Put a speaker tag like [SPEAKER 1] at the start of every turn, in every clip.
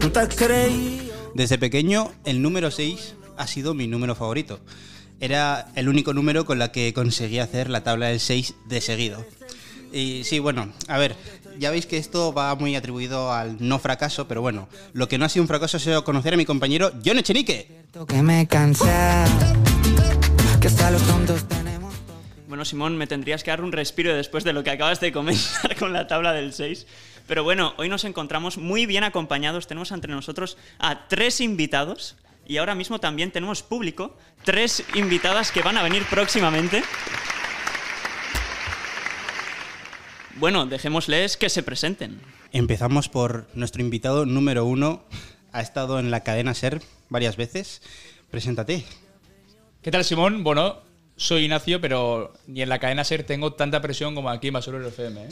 [SPEAKER 1] nunca creí.
[SPEAKER 2] Desde pequeño, el número 6 ha sido mi número favorito. Era el único número con la que conseguía hacer la tabla del 6 de seguido. Y sí, bueno, a ver, ya veis que esto va muy atribuido al no fracaso, pero bueno, lo que no ha sido un fracaso ha sido conocer a mi compañero John Echenique.
[SPEAKER 1] Que me cansé, que hasta los tontos tenemos.
[SPEAKER 3] Bueno, Simón, me tendrías que dar un respiro después de lo que acabas de comentar con la tabla del 6. Pero bueno, hoy nos encontramos muy bien acompañados. Tenemos entre nosotros a tres invitados y ahora mismo también tenemos público. Tres invitadas que van a venir próximamente. Bueno, dejémosles que se presenten.
[SPEAKER 2] Empezamos por nuestro invitado número uno. Ha estado en la cadena SER varias veces. Preséntate.
[SPEAKER 4] ¿Qué tal, Simón? Bueno, soy Ignacio, pero ni en la cadena SER tengo tanta presión como aquí en Basurero FM. ¿eh?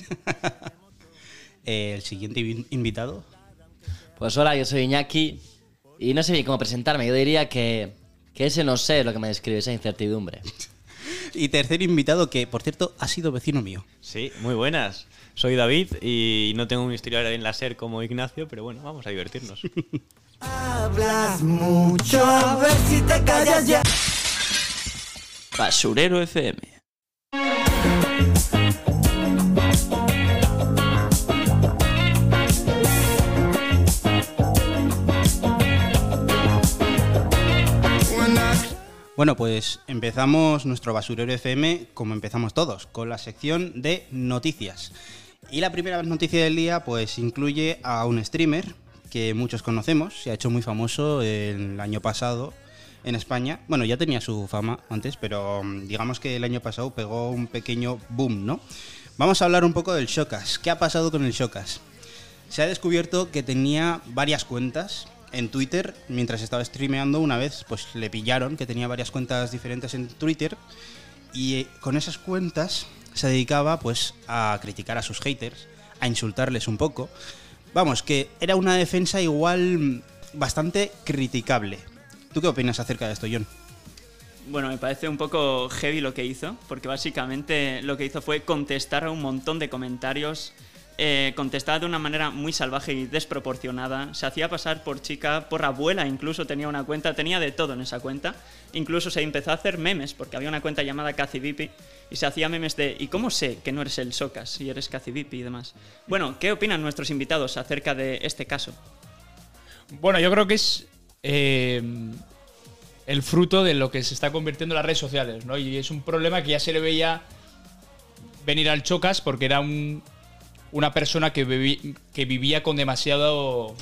[SPEAKER 2] Eh, el siguiente invi- invitado.
[SPEAKER 5] Pues hola, yo soy Iñaki y no sé bien cómo presentarme. Yo diría que, que ese no sé es lo que me describe, esa incertidumbre.
[SPEAKER 2] Y tercer invitado que, por cierto, ha sido vecino mío.
[SPEAKER 6] Sí, muy buenas. Soy David y no tengo un historial en la SER como Ignacio, pero bueno, vamos a divertirnos.
[SPEAKER 1] Hablas mucho, a ver si te callas ya.
[SPEAKER 3] Basurero FM.
[SPEAKER 2] Bueno, pues empezamos nuestro basurero FM como empezamos todos, con la sección de noticias. Y la primera noticia del día pues incluye a un streamer que muchos conocemos, se ha hecho muy famoso el año pasado en España. Bueno, ya tenía su fama antes, pero mm, digamos que el año pasado pegó un pequeño boom, ¿no? Vamos a hablar un poco del Shokas. ¿Qué ha pasado con el Shokas? Se ha descubierto que tenía varias cuentas en Twitter. Mientras estaba streameando una vez, pues le pillaron que tenía varias cuentas diferentes en Twitter. Y eh, con esas cuentas se dedicaba pues a criticar a sus haters, a insultarles un poco. Vamos, que era una defensa igual mm, bastante criticable. ¿Tú qué opinas acerca de esto, John?
[SPEAKER 3] Bueno, me parece un poco heavy lo que hizo, porque básicamente lo que hizo fue contestar a un montón de comentarios, eh, contestaba de una manera muy salvaje y desproporcionada, se hacía pasar por chica, por abuela, incluso tenía una cuenta, tenía de todo en esa cuenta, incluso se empezó a hacer memes, porque había una cuenta llamada Cacivipi, y se hacía memes de ¿y cómo sé que no eres el Socas y eres Cacivipi y demás? Bueno, ¿qué opinan nuestros invitados acerca de este caso?
[SPEAKER 4] Bueno, yo creo que es eh, el fruto de lo que se está convirtiendo en las redes sociales, ¿no? Y es un problema que ya se le veía venir al Chocas porque era un- una persona que, vivi- que vivía con demasiado.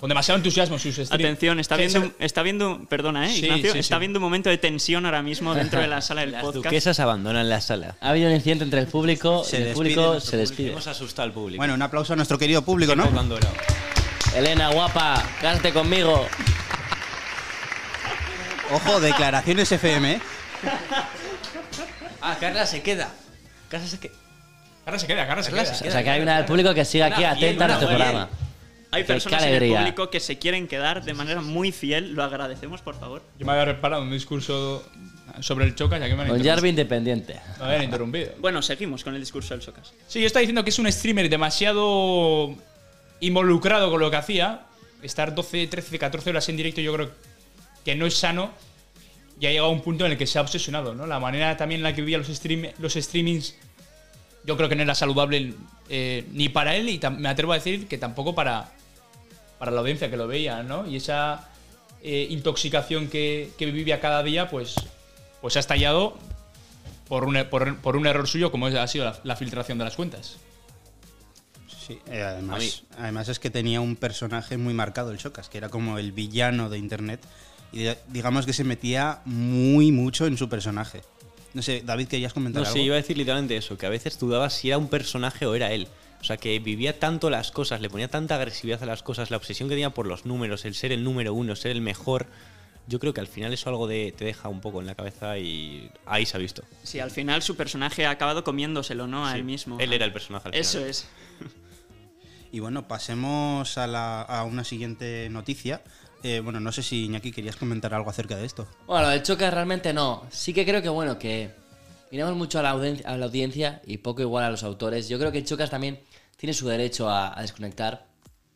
[SPEAKER 4] con demasiado entusiasmo en sus streams.
[SPEAKER 3] Atención, está
[SPEAKER 4] Sí,
[SPEAKER 3] viendo,
[SPEAKER 4] sí.
[SPEAKER 3] está viendo, perdona, ¿eh,
[SPEAKER 4] Sí,
[SPEAKER 3] Ignacio?
[SPEAKER 4] sí,
[SPEAKER 3] está
[SPEAKER 4] sí.
[SPEAKER 3] viendo un momento de tensión ahora mismo dentro de la sala del
[SPEAKER 6] Las
[SPEAKER 3] podcast.
[SPEAKER 6] duquesas abandonan la sala.
[SPEAKER 5] Ha habido un incidente entre el público
[SPEAKER 2] Se
[SPEAKER 5] y el
[SPEAKER 2] despide
[SPEAKER 5] público
[SPEAKER 2] nuestro
[SPEAKER 5] se despide.
[SPEAKER 6] Hemos asustado al público.
[SPEAKER 2] Bueno, un aplauso a nuestro querido público, ¿no?
[SPEAKER 6] Poco han durado.
[SPEAKER 5] Elena, guapa, cásate conmigo.
[SPEAKER 2] Ojo, declaraciones FM, ¿eh?
[SPEAKER 5] Ah, Carla se queda. Carla se queda.
[SPEAKER 4] Carla se queda, Carla se queda.
[SPEAKER 5] O sea, que hay una del público que sigue aquí atenta a nuestro
[SPEAKER 3] fiel.
[SPEAKER 5] programa.
[SPEAKER 3] Hay
[SPEAKER 5] Qué
[SPEAKER 3] personas en el
[SPEAKER 5] alegría.
[SPEAKER 3] público que se quieren quedar de manera muy fiel. Lo agradecemos, por favor.
[SPEAKER 4] Yo me había preparado un discurso sobre el Chocas, ya que me han
[SPEAKER 5] Con
[SPEAKER 4] interrumpido.
[SPEAKER 5] Jarvis independiente.
[SPEAKER 4] Me habían interrumpido.
[SPEAKER 3] Bueno, seguimos con el discurso del Socas.
[SPEAKER 4] Sí, yo estaba diciendo que es un streamer demasiado involucrado con lo que hacía. Estar 12, 13, 14 horas en directo yo creo que no es sano. Y ha llegado a un punto en el que se ha obsesionado, ¿no? La manera también en la que vivía los, stream- los streamings yo creo que no era saludable eh, ni para él y tam- me atrevo a decir que tampoco para, para la audiencia que lo veía, ¿no? Y esa eh, intoxicación que, que vivía cada día, pues, pues ha estallado por un, e- por, por un error suyo como es- ha sido la, la filtración de las cuentas.
[SPEAKER 2] Sí, eh, además, además es que tenía un personaje muy marcado el Chocas, que era como el villano de internet. Y de- digamos que se metía muy mucho en su personaje. No sé, David, querías comentar
[SPEAKER 6] No,
[SPEAKER 2] algo.
[SPEAKER 6] sí, iba a decir literalmente eso, que a veces dudabas si era un personaje o era él. O sea, que vivía tanto las cosas, le ponía tanta agresividad a las cosas, la obsesión que tenía por los números, el ser el número uno, ser el mejor. Yo creo que al final eso algo de, te deja un poco en la cabeza y ahí se ha visto.
[SPEAKER 3] Sí, al final su personaje ha acabado comiéndoselo, ¿no? A
[SPEAKER 6] Sí,
[SPEAKER 3] él mismo.
[SPEAKER 6] Él era el personaje al final.
[SPEAKER 3] Eso es.
[SPEAKER 2] Y bueno, pasemos a, la- a una siguiente noticia. Eh, bueno, no sé si Iñaki querías comentar algo acerca de esto.
[SPEAKER 5] Bueno, lo del Chocas realmente no. Sí que creo que, bueno, que miramos mucho a la, audien- a la audiencia y poco igual a los autores. Yo creo que Chocas también tiene su derecho a, a desconectar.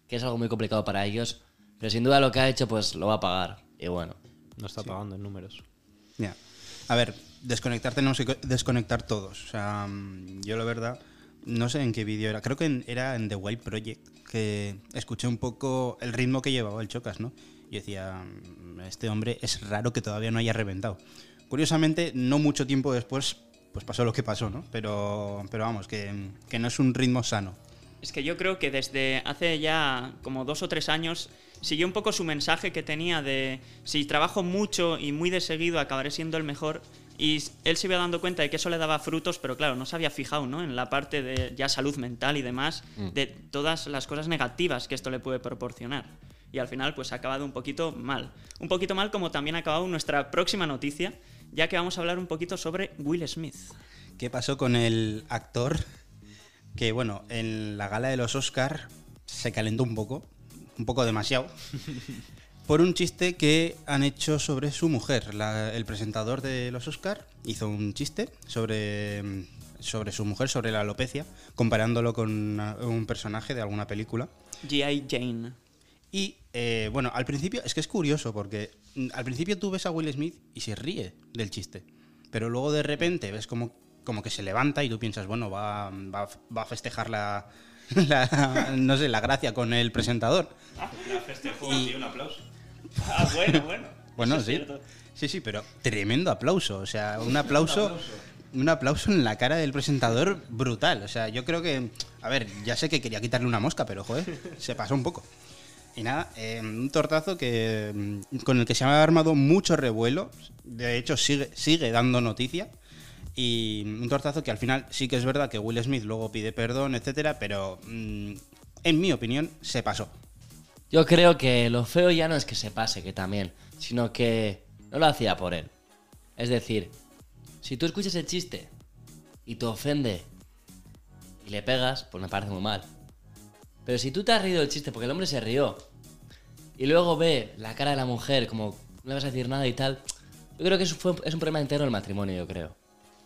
[SPEAKER 5] que es algo muy complicado para ellos, pero sin duda lo que ha hecho pues lo va a pagar. Y bueno,
[SPEAKER 6] No está pagando en números.
[SPEAKER 2] Ya. A ver, desconectar tenemos que co- desconectar todos. O sea, mm, yo la verdad, no sé en qué vídeo era. Creo que en- era en The Wild Project, que escuché un poco el ritmo que llevaba el Chocas, ¿no? Yo decía, mm, este hombre es raro que todavía no haya reventado. Curiosamente, no mucho tiempo después, pues pasó lo que pasó, ¿no? Pero, pero vamos, que, que no es un ritmo sano.
[SPEAKER 3] Es que yo creo que desde hace ya como dos o tres años siguió un poco su mensaje que tenía de si trabajo mucho y muy de seguido acabaré siendo el mejor. Y s- él se iba dando cuenta de que eso le daba frutos, pero claro, no se había fijado ¿no? en la parte de ya salud mental y demás, de todas las cosas negativas que esto le puede proporcionar. Y al final pues ha acabado un poquito mal. Un poquito mal como también ha acabado nuestra próxima noticia, ya que vamos a hablar un poquito sobre Will Smith.
[SPEAKER 2] ¿Qué pasó con el actor que, bueno, en la gala de los Oscar se calentó un poco, un poco demasiado, por un chiste que han hecho sobre su mujer? La- el presentador de los Oscar hizo un chiste sobre, mm, sobre su mujer, sobre la alopecia, comparándolo con una- un personaje de alguna película.
[SPEAKER 3] G.I. Jane.
[SPEAKER 2] Y eh, bueno, al principio, es que es curioso, porque mm, al principio tú ves a Will Smith y se ríe del chiste. Pero luego de repente ves como, como que se levanta y tú piensas, bueno, va, va, va a festejar la, la- no sé, la gracia con el presentador.
[SPEAKER 3] Ah, un aplauso. Ah, bueno, bueno.
[SPEAKER 2] Bueno,
[SPEAKER 3] Eso es
[SPEAKER 2] sí.
[SPEAKER 3] cierto.
[SPEAKER 2] Sí, sí, pero tremendo aplauso. O sea, un aplauso. Un aplauso en la cara del presentador brutal. O sea, yo creo que. A ver, ya sé que quería quitarle una mosca, pero joder, se pasó un poco. Y nada, eh, un tortazo que mm, con el que se ha armado mucho revuelo. De hecho, sigue, sigue dando noticia. Y un tortazo que al final sí que es verdad que Will Smith luego pide perdón, etcétera, pero mm, en mi opinión se pasó.
[SPEAKER 5] yo creo que lo feo ya no es que se pase, que también, sino que no lo hacía por él. Es decir, si tú escuchas el chiste y te ofende y le pegas, pues me parece muy mal. Pero si tú te has reído del chiste, porque el hombre se rió, y luego ve la cara de la mujer como no le vas a decir nada y tal, yo creo que eso fue, es un problema entero del matrimonio, yo creo.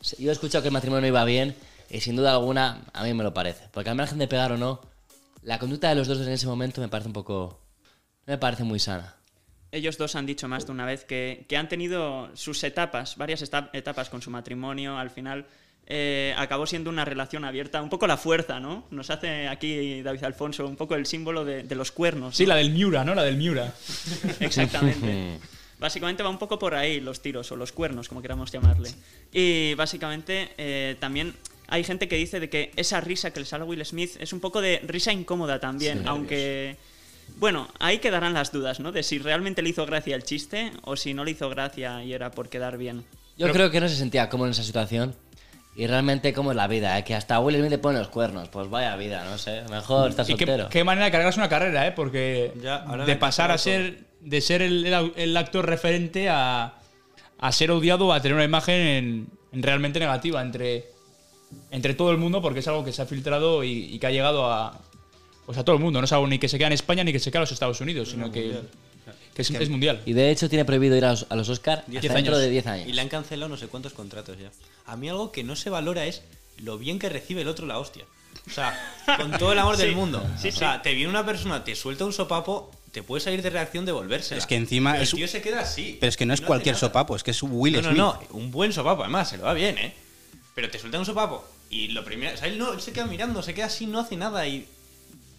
[SPEAKER 5] Se- Yo he escuchado que el matrimonio iba bien y sin duda alguna a mí me lo parece. Porque al margen de pegar o no, la conducta de los dos en ese momento me parece un poco... No me parece muy sana.
[SPEAKER 3] Ellos dos han dicho más de una vez que, que han tenido sus etapas, varias esta- etapas con su matrimonio. Al final eh, acabó siendo una relación abierta, un poco la fuerza, ¿no? Nos hace aquí David Alfonso un poco el símbolo de, de los cuernos.
[SPEAKER 4] Sí, la del Miura, ¿no? La del Miura.
[SPEAKER 3] Exactamente. Básicamente va un poco por ahí los tiros o los cuernos, como queramos llamarle. Y básicamente eh, también hay gente que dice de que esa risa que le sale a Will Smith es un poco de risa incómoda también, aunque... Bueno, ahí quedarán las dudas, ¿no? De si realmente le hizo gracia el chiste o si no le hizo gracia y era por quedar bien.
[SPEAKER 5] Yo creo que no se sentía cómodo en esa situación. Y realmente cómo es la vida, ¿eh? que hasta Will Smith le pone los cuernos. Pues vaya vida, no sé. Mejor estar
[SPEAKER 4] Y qué,
[SPEAKER 5] soltero.
[SPEAKER 4] qué manera de cargarse una carrera, ¿eh? Porque
[SPEAKER 6] Ya, ahora
[SPEAKER 4] de
[SPEAKER 6] la-
[SPEAKER 4] pasar a
[SPEAKER 6] todo.
[SPEAKER 4] ser, de ser el, el au- el actor referente a, a ser odiado, a tener una imagen en- en realmente negativa entre, entre todo el mundo, porque es algo que se ha filtrado y, y que ha llegado a, pues a todo el mundo. No es algo ni que se queda en España ni que se queda en los Estados Unidos, sino que, que es, es mundial.
[SPEAKER 5] Y de hecho tiene prohibido ir a los, a los Oscar
[SPEAKER 6] Diez
[SPEAKER 5] hasta dentro
[SPEAKER 4] años.
[SPEAKER 5] de 10 años.
[SPEAKER 6] Y le han cancelado no sé cuántos contratos ya. A mí algo que no se valora es lo bien que recibe el otro la hostia. O sea, con todo el amor del
[SPEAKER 3] Sí,
[SPEAKER 6] mundo.
[SPEAKER 3] sí,
[SPEAKER 6] o sea, te viene una persona, te suelta un sopapo, te puede salir de reacción devolvérsela.
[SPEAKER 2] Es que encima
[SPEAKER 6] Pero
[SPEAKER 2] es
[SPEAKER 6] el
[SPEAKER 2] un-
[SPEAKER 6] tío se queda así.
[SPEAKER 2] Pero es que no es
[SPEAKER 6] hace
[SPEAKER 2] cualquier
[SPEAKER 6] nada.
[SPEAKER 2] sopapo, es que es Will
[SPEAKER 6] No, no,
[SPEAKER 2] Smith.
[SPEAKER 6] no, un buen sopapo, además, se lo va bien, ¿eh? Pero te suelta un sopapo y lo primero, o sea, él no él se queda mirando, se queda así, no hace nada y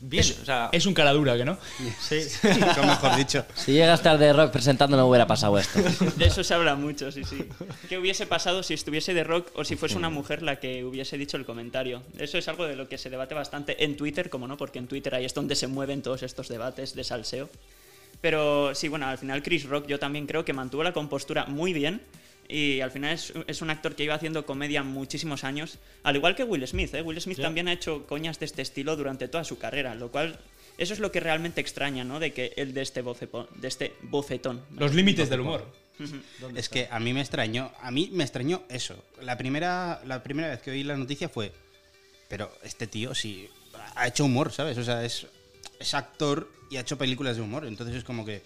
[SPEAKER 6] bien,
[SPEAKER 4] Es,
[SPEAKER 6] o sea,
[SPEAKER 4] es un caladura, que no.
[SPEAKER 2] Nunca mejor dicho.
[SPEAKER 5] Si llegas tarde de rock presentando no hubiera pasado esto.
[SPEAKER 3] De eso se habla mucho, sí, sí. ¿Qué hubiese pasado si estuviese de rock o si fuese una mujer la que hubiese dicho el comentario? Eso es algo de lo que se debate bastante en Twitter, como no, porque en Twitter ahí es donde se mueven todos estos debates de salseo. Pero sí, bueno, al final Chris Rock yo también creo que mantuvo la compostura muy bien. Y al final es, es un actor que iba haciendo comedia muchísimos años, al igual que Will Smith. ¿eh? Will Smith también ha hecho coñas de este estilo durante toda su carrera, lo cual eso es lo que realmente extraña, ¿no? De que él de este, bofepo- de este bofetón.
[SPEAKER 4] Los límites del humor.
[SPEAKER 2] Es que a mí me extrañó, a mí me extrañó eso. La primera, la primera vez que oí la noticia fue, pero este tío sí ha hecho humor, ¿sabes? O sea, es, es actor y ha hecho películas de humor, entonces es como que,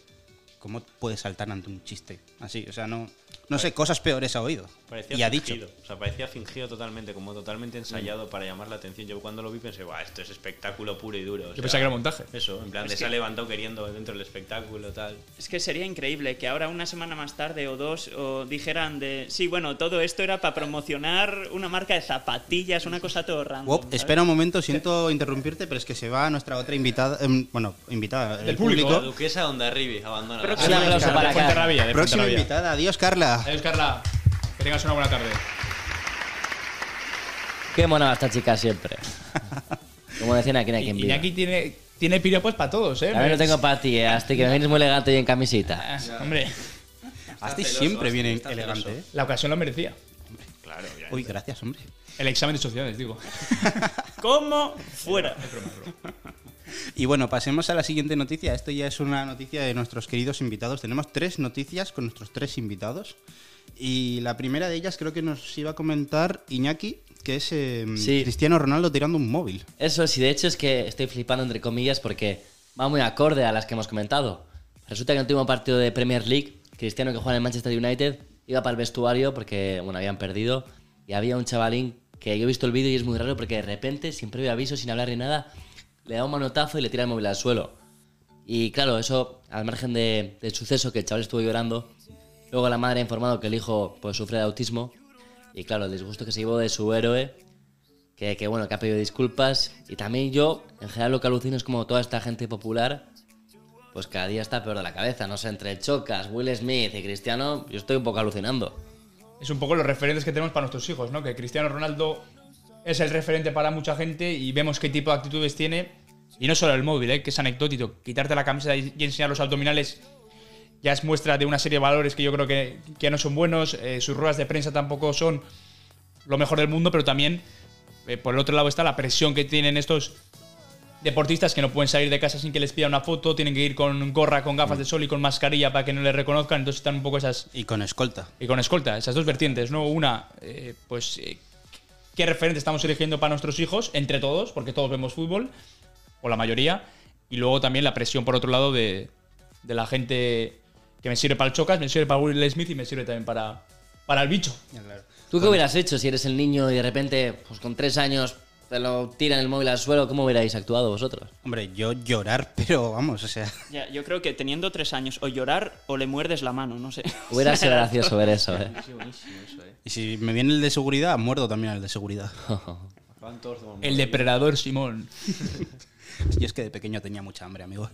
[SPEAKER 2] ¿cómo puedes saltar ante un chiste así? O sea, no, No sé, cosas peores ha oído.
[SPEAKER 6] Parecía
[SPEAKER 2] y ha dicho.
[SPEAKER 6] fingido. O sea, parecía fingido totalmente, como totalmente ensayado para llamar la atención. Yo cuando lo vi pensé, "Buah, esto es espectáculo puro y duro. o
[SPEAKER 4] Yo
[SPEAKER 6] sea,
[SPEAKER 4] pensaba que era montaje.
[SPEAKER 6] Eso, en plan, de se ha levantado queriendo dentro del espectáculo, tal.
[SPEAKER 3] Es que sería increíble que ahora una semana más tarde o dos o dijeran de sí, bueno, todo esto era para promocionar una marca de zapatillas, una cosa todo random.
[SPEAKER 2] Wop,
[SPEAKER 3] ¿sabes?
[SPEAKER 2] espera un momento, siento interrumpirte, pero es que se va nuestra otra invitada, em, bueno, invitada, el
[SPEAKER 4] Del público.
[SPEAKER 6] La duquesa eh, de Onda Ribi, abandona.
[SPEAKER 3] Pero-
[SPEAKER 5] Un aplauso para
[SPEAKER 4] De
[SPEAKER 5] acá.
[SPEAKER 4] Fuenterrabía, de
[SPEAKER 2] Próxima
[SPEAKER 4] Fuenterrabía.
[SPEAKER 2] invitada, adiós Carla.
[SPEAKER 4] Adiós, Carla. Que tengas una buena tarde.
[SPEAKER 5] Qué mona va esta chica siempre. Como decían aquí en Aquí en
[SPEAKER 4] Y
[SPEAKER 5] Viva.
[SPEAKER 4] aquí tiene, tiene piropos para todos, ¿eh?
[SPEAKER 5] A ver, no tengo para ti, eh, hasta que me vienes muy elegante y en camisita.
[SPEAKER 4] Ah, Hombre,
[SPEAKER 2] Asti
[SPEAKER 6] celoso,
[SPEAKER 2] siempre
[SPEAKER 6] Asti,
[SPEAKER 2] viene
[SPEAKER 6] está
[SPEAKER 2] elegante.
[SPEAKER 6] celoso.
[SPEAKER 2] ¿eh?
[SPEAKER 4] la ocasión lo merecía.
[SPEAKER 6] Claro, obviamente.
[SPEAKER 2] Uy, gracias, hombre.
[SPEAKER 4] El examen de sociales, digo.
[SPEAKER 3] Como fuera.
[SPEAKER 2] Y bueno, pasemos a la siguiente noticia. Esto ya es una noticia de nuestros queridos invitados. Tenemos tres noticias con nuestros tres invitados. Y la primera de ellas creo que nos iba a comentar Iñaki, que es em,
[SPEAKER 5] Sí.
[SPEAKER 2] Cristiano Ronaldo tirando un móvil.
[SPEAKER 5] Eso sí, de hecho es que estoy flipando entre comillas porque va muy acorde a las que hemos comentado. Resulta que en el último partido de Premier League, Cristiano que juega en el Manchester United iba para el vestuario porque, bueno, habían perdido y había un chavalín que yo he visto el vídeo y es muy raro porque de repente, sin previo aviso, sin hablar ni nada, le da un manotazo y le tira el móvil al suelo. Y claro, eso al margen de- del suceso que el chaval estuvo llorando, luego la madre ha informado que el hijo pues, sufre de autismo y claro, el disgusto que se llevó de su héroe que, que, bueno, que ha pedido disculpas. Y también yo, en general, lo que alucino es como toda esta gente popular, pues cada día está peor de la cabeza. No sé, entre Chocas, Will Smith y Cristiano, yo estoy un poco alucinando.
[SPEAKER 4] Es un poco los referentes que tenemos para nuestros hijos, ¿no? Que Cristiano Ronaldo es el referente para mucha gente y vemos qué tipo de actitudes tiene. Y no solo el móvil, ¿eh? que es anecdótico. Quitarte la camisa y y enseñar los abdominales ya es muestra de una serie de valores que yo creo que, que no son buenos. Eh, sus ruedas de prensa tampoco son lo mejor del mundo, pero también eh, por el otro lado está la presión que tienen estos deportistas que no pueden salir de casa sin que les pida una foto, tienen que ir con gorra, con gafas de sol y con mascarilla para que no les reconozcan. Entonces están un poco esas
[SPEAKER 2] Y con escolta.
[SPEAKER 4] y con escolta, esas dos vertientes, ¿no? Una, eh, pues, eh, ¿qué referente estamos eligiendo para nuestros hijos? Entre todos, porque todos vemos fútbol, o la mayoría. Y luego también la presión, por otro lado, de, de la gente que me sirve para el Chocas, me sirve para Will Smith y me sirve también para, para el bicho.
[SPEAKER 5] ¿Tú qué hubieras hecho si eres el niño y de repente, pues con tres años, te lo tiran el móvil al suelo? ¿Cómo hubierais actuado vosotros?
[SPEAKER 2] Hombre, yo llorar, pero vamos, o sea,
[SPEAKER 3] Ya, yo creo que teniendo tres años, o llorar o le muerdes la mano, no sé.
[SPEAKER 5] Hubiera sido gracioso ver eso, ¿eh?
[SPEAKER 2] y si me viene el de seguridad, muerdo también al de seguridad.
[SPEAKER 6] Van todos de buen
[SPEAKER 4] El
[SPEAKER 6] humor.
[SPEAKER 4] depredador Simón.
[SPEAKER 2] Yo es que de pequeño tenía mucha hambre, amigo.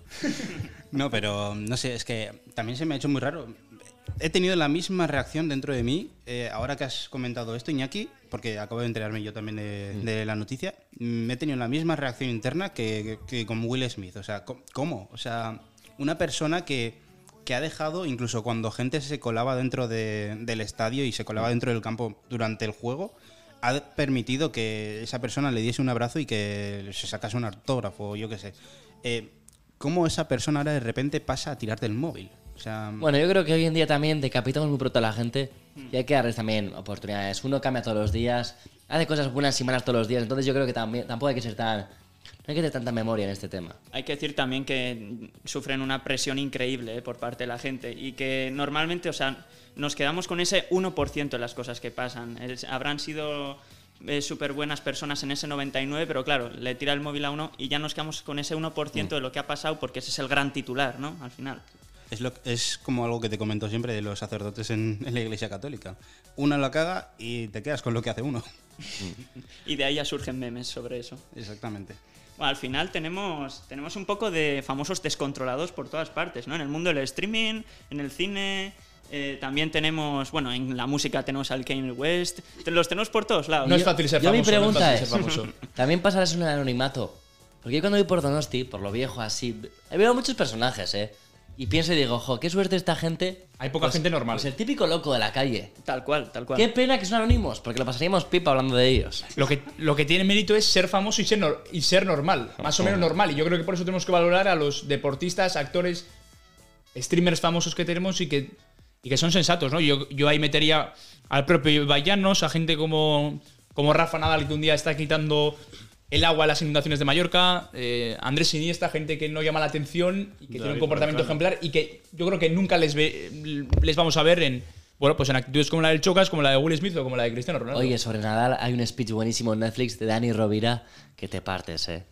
[SPEAKER 2] No, pero no sé, es que también se me ha hecho muy raro. He tenido la misma reacción dentro de mí, eh, ahora que has comentado esto, Iñaki, porque acabo de enterarme yo también de, de la noticia, mm, he tenido la misma reacción interna que, que- que con Will Smith. O sea, co- ¿cómo? O sea, una persona que, que ha dejado, incluso cuando gente se colaba dentro de- del estadio y se colaba dentro del campo durante el juego, ha permitido que esa persona le diese un abrazo y que se sacase un autógrafo, yo qué sé. Eh, ¿Cómo esa persona ahora de repente pasa a tirarte el móvil? O sea,
[SPEAKER 4] Mm.
[SPEAKER 5] Bueno, yo creo que hoy en día también decapitamos muy pronto a la gente y hay que darles también oportunidades. Uno cambia todos los días, hace cosas buenas y malas todos los días, entonces yo creo que también, tampoco hay que ser tan... No hay que tener tanta memoria en este tema.
[SPEAKER 3] Hay que decir también que sufren una presión increíble eh, por parte de la gente y que normalmente, o sea, nos quedamos con ese 1% de las cosas que pasan. Es- habrán sido súper buenas personas en ese 99, pero claro, le tira el móvil a uno y ya nos quedamos con ese 1% de lo que ha pasado porque ese es el gran titular, ¿no? Al final.
[SPEAKER 2] es, lo- es como algo que te comento siempre de los sacerdotes en, en la iglesia católica. Una la caga y te quedas con lo que hace uno.
[SPEAKER 3] Y de ahí ya surgen memes sobre eso.
[SPEAKER 2] Exactamente.
[SPEAKER 3] Bueno, al final tenemos, tenemos un poco de famosos descontrolados por todas partes, ¿no? En el mundo del streaming, en el cine, eh, también tenemos, bueno, en la música tenemos al Kanye West, te- los tenemos por todos lados.
[SPEAKER 4] No es
[SPEAKER 5] Yo-
[SPEAKER 4] fácil ser
[SPEAKER 5] yo mi
[SPEAKER 4] famoso. no
[SPEAKER 5] pregunta
[SPEAKER 4] es fácil
[SPEAKER 5] es-
[SPEAKER 4] ser famoso.
[SPEAKER 5] También pasarás en el anonimato. Porque yo cuando voy por Donosti, por lo viejo así, veo muchos personajes, ¿eh? Y pienso y digo, jo, qué suerte esta gente.
[SPEAKER 4] Hay poca
[SPEAKER 5] Pues-
[SPEAKER 4] gente normal.
[SPEAKER 5] Pues el típico loco de la calle.
[SPEAKER 3] Tal cual, tal cual.
[SPEAKER 5] Qué pena que son anónimos, porque lo pasaríamos pipa hablando de ellos.
[SPEAKER 4] Lo que, lo que tiene mérito es ser famoso y ser, nor- y ser normal, más o menos normal. Y yo creo que por eso tenemos que valorar a los deportistas, actores, streamers famosos que tenemos y que, y que son sensatos, ¿no? Yo, yo ahí metería al propio Vallanos, a gente como, como Rafa Nadal, que un día está quitando el agua a las inundaciones de Mallorca, eh, Andrés Iniesta, gente que no llama la atención y que tiene
[SPEAKER 6] David
[SPEAKER 4] un comportamiento ejemplar y que yo creo que nunca les, ve- les vamos a ver en, Bueno, pues en actitudes como la del Chocas, como la de Will Smith o como la de Cristiano Ronaldo.
[SPEAKER 5] Oye, sobre Nadal hay un speech buenísimo en Netflix de Dani Rovira que te partes, ¿eh?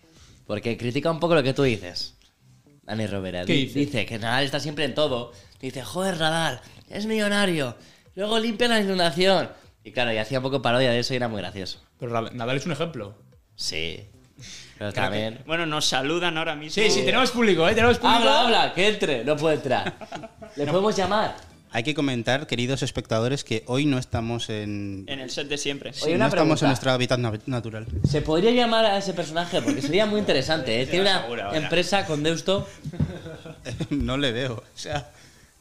[SPEAKER 5] Porque critica un poco lo que tú dices. Dani Rovira
[SPEAKER 4] ¿Qué
[SPEAKER 5] di-
[SPEAKER 4] dice?
[SPEAKER 5] que Nadal está siempre en todo. Dice, joder, Nadal, es millonario. Luego limpia la inundación. Y claro, y hacía un poco parodia de eso y era muy gracioso.
[SPEAKER 4] Pero Ra- Nadal es un ejemplo.
[SPEAKER 5] Sí. Pero también...
[SPEAKER 3] Bueno, nos saludan ahora mismo.
[SPEAKER 4] Sí, sí, tenemos público, ¿eh? Tenemos público.
[SPEAKER 5] Habla, habla, que entre. No puede entrar. Le podemos llamar.
[SPEAKER 2] Hay que comentar, queridos espectadores, que hoy no estamos en.
[SPEAKER 3] En el set de siempre.
[SPEAKER 2] sí,
[SPEAKER 5] Oye,
[SPEAKER 2] no
[SPEAKER 5] una
[SPEAKER 2] estamos
[SPEAKER 5] pregunta.
[SPEAKER 2] en nuestro hábitat na- natural.
[SPEAKER 5] Se podría llamar a ese personaje porque sería muy interesante. ¿eh? Tiene
[SPEAKER 4] Ahora,
[SPEAKER 5] una
[SPEAKER 4] ahora.
[SPEAKER 5] empresa con Deusto.
[SPEAKER 2] no le veo. O sea,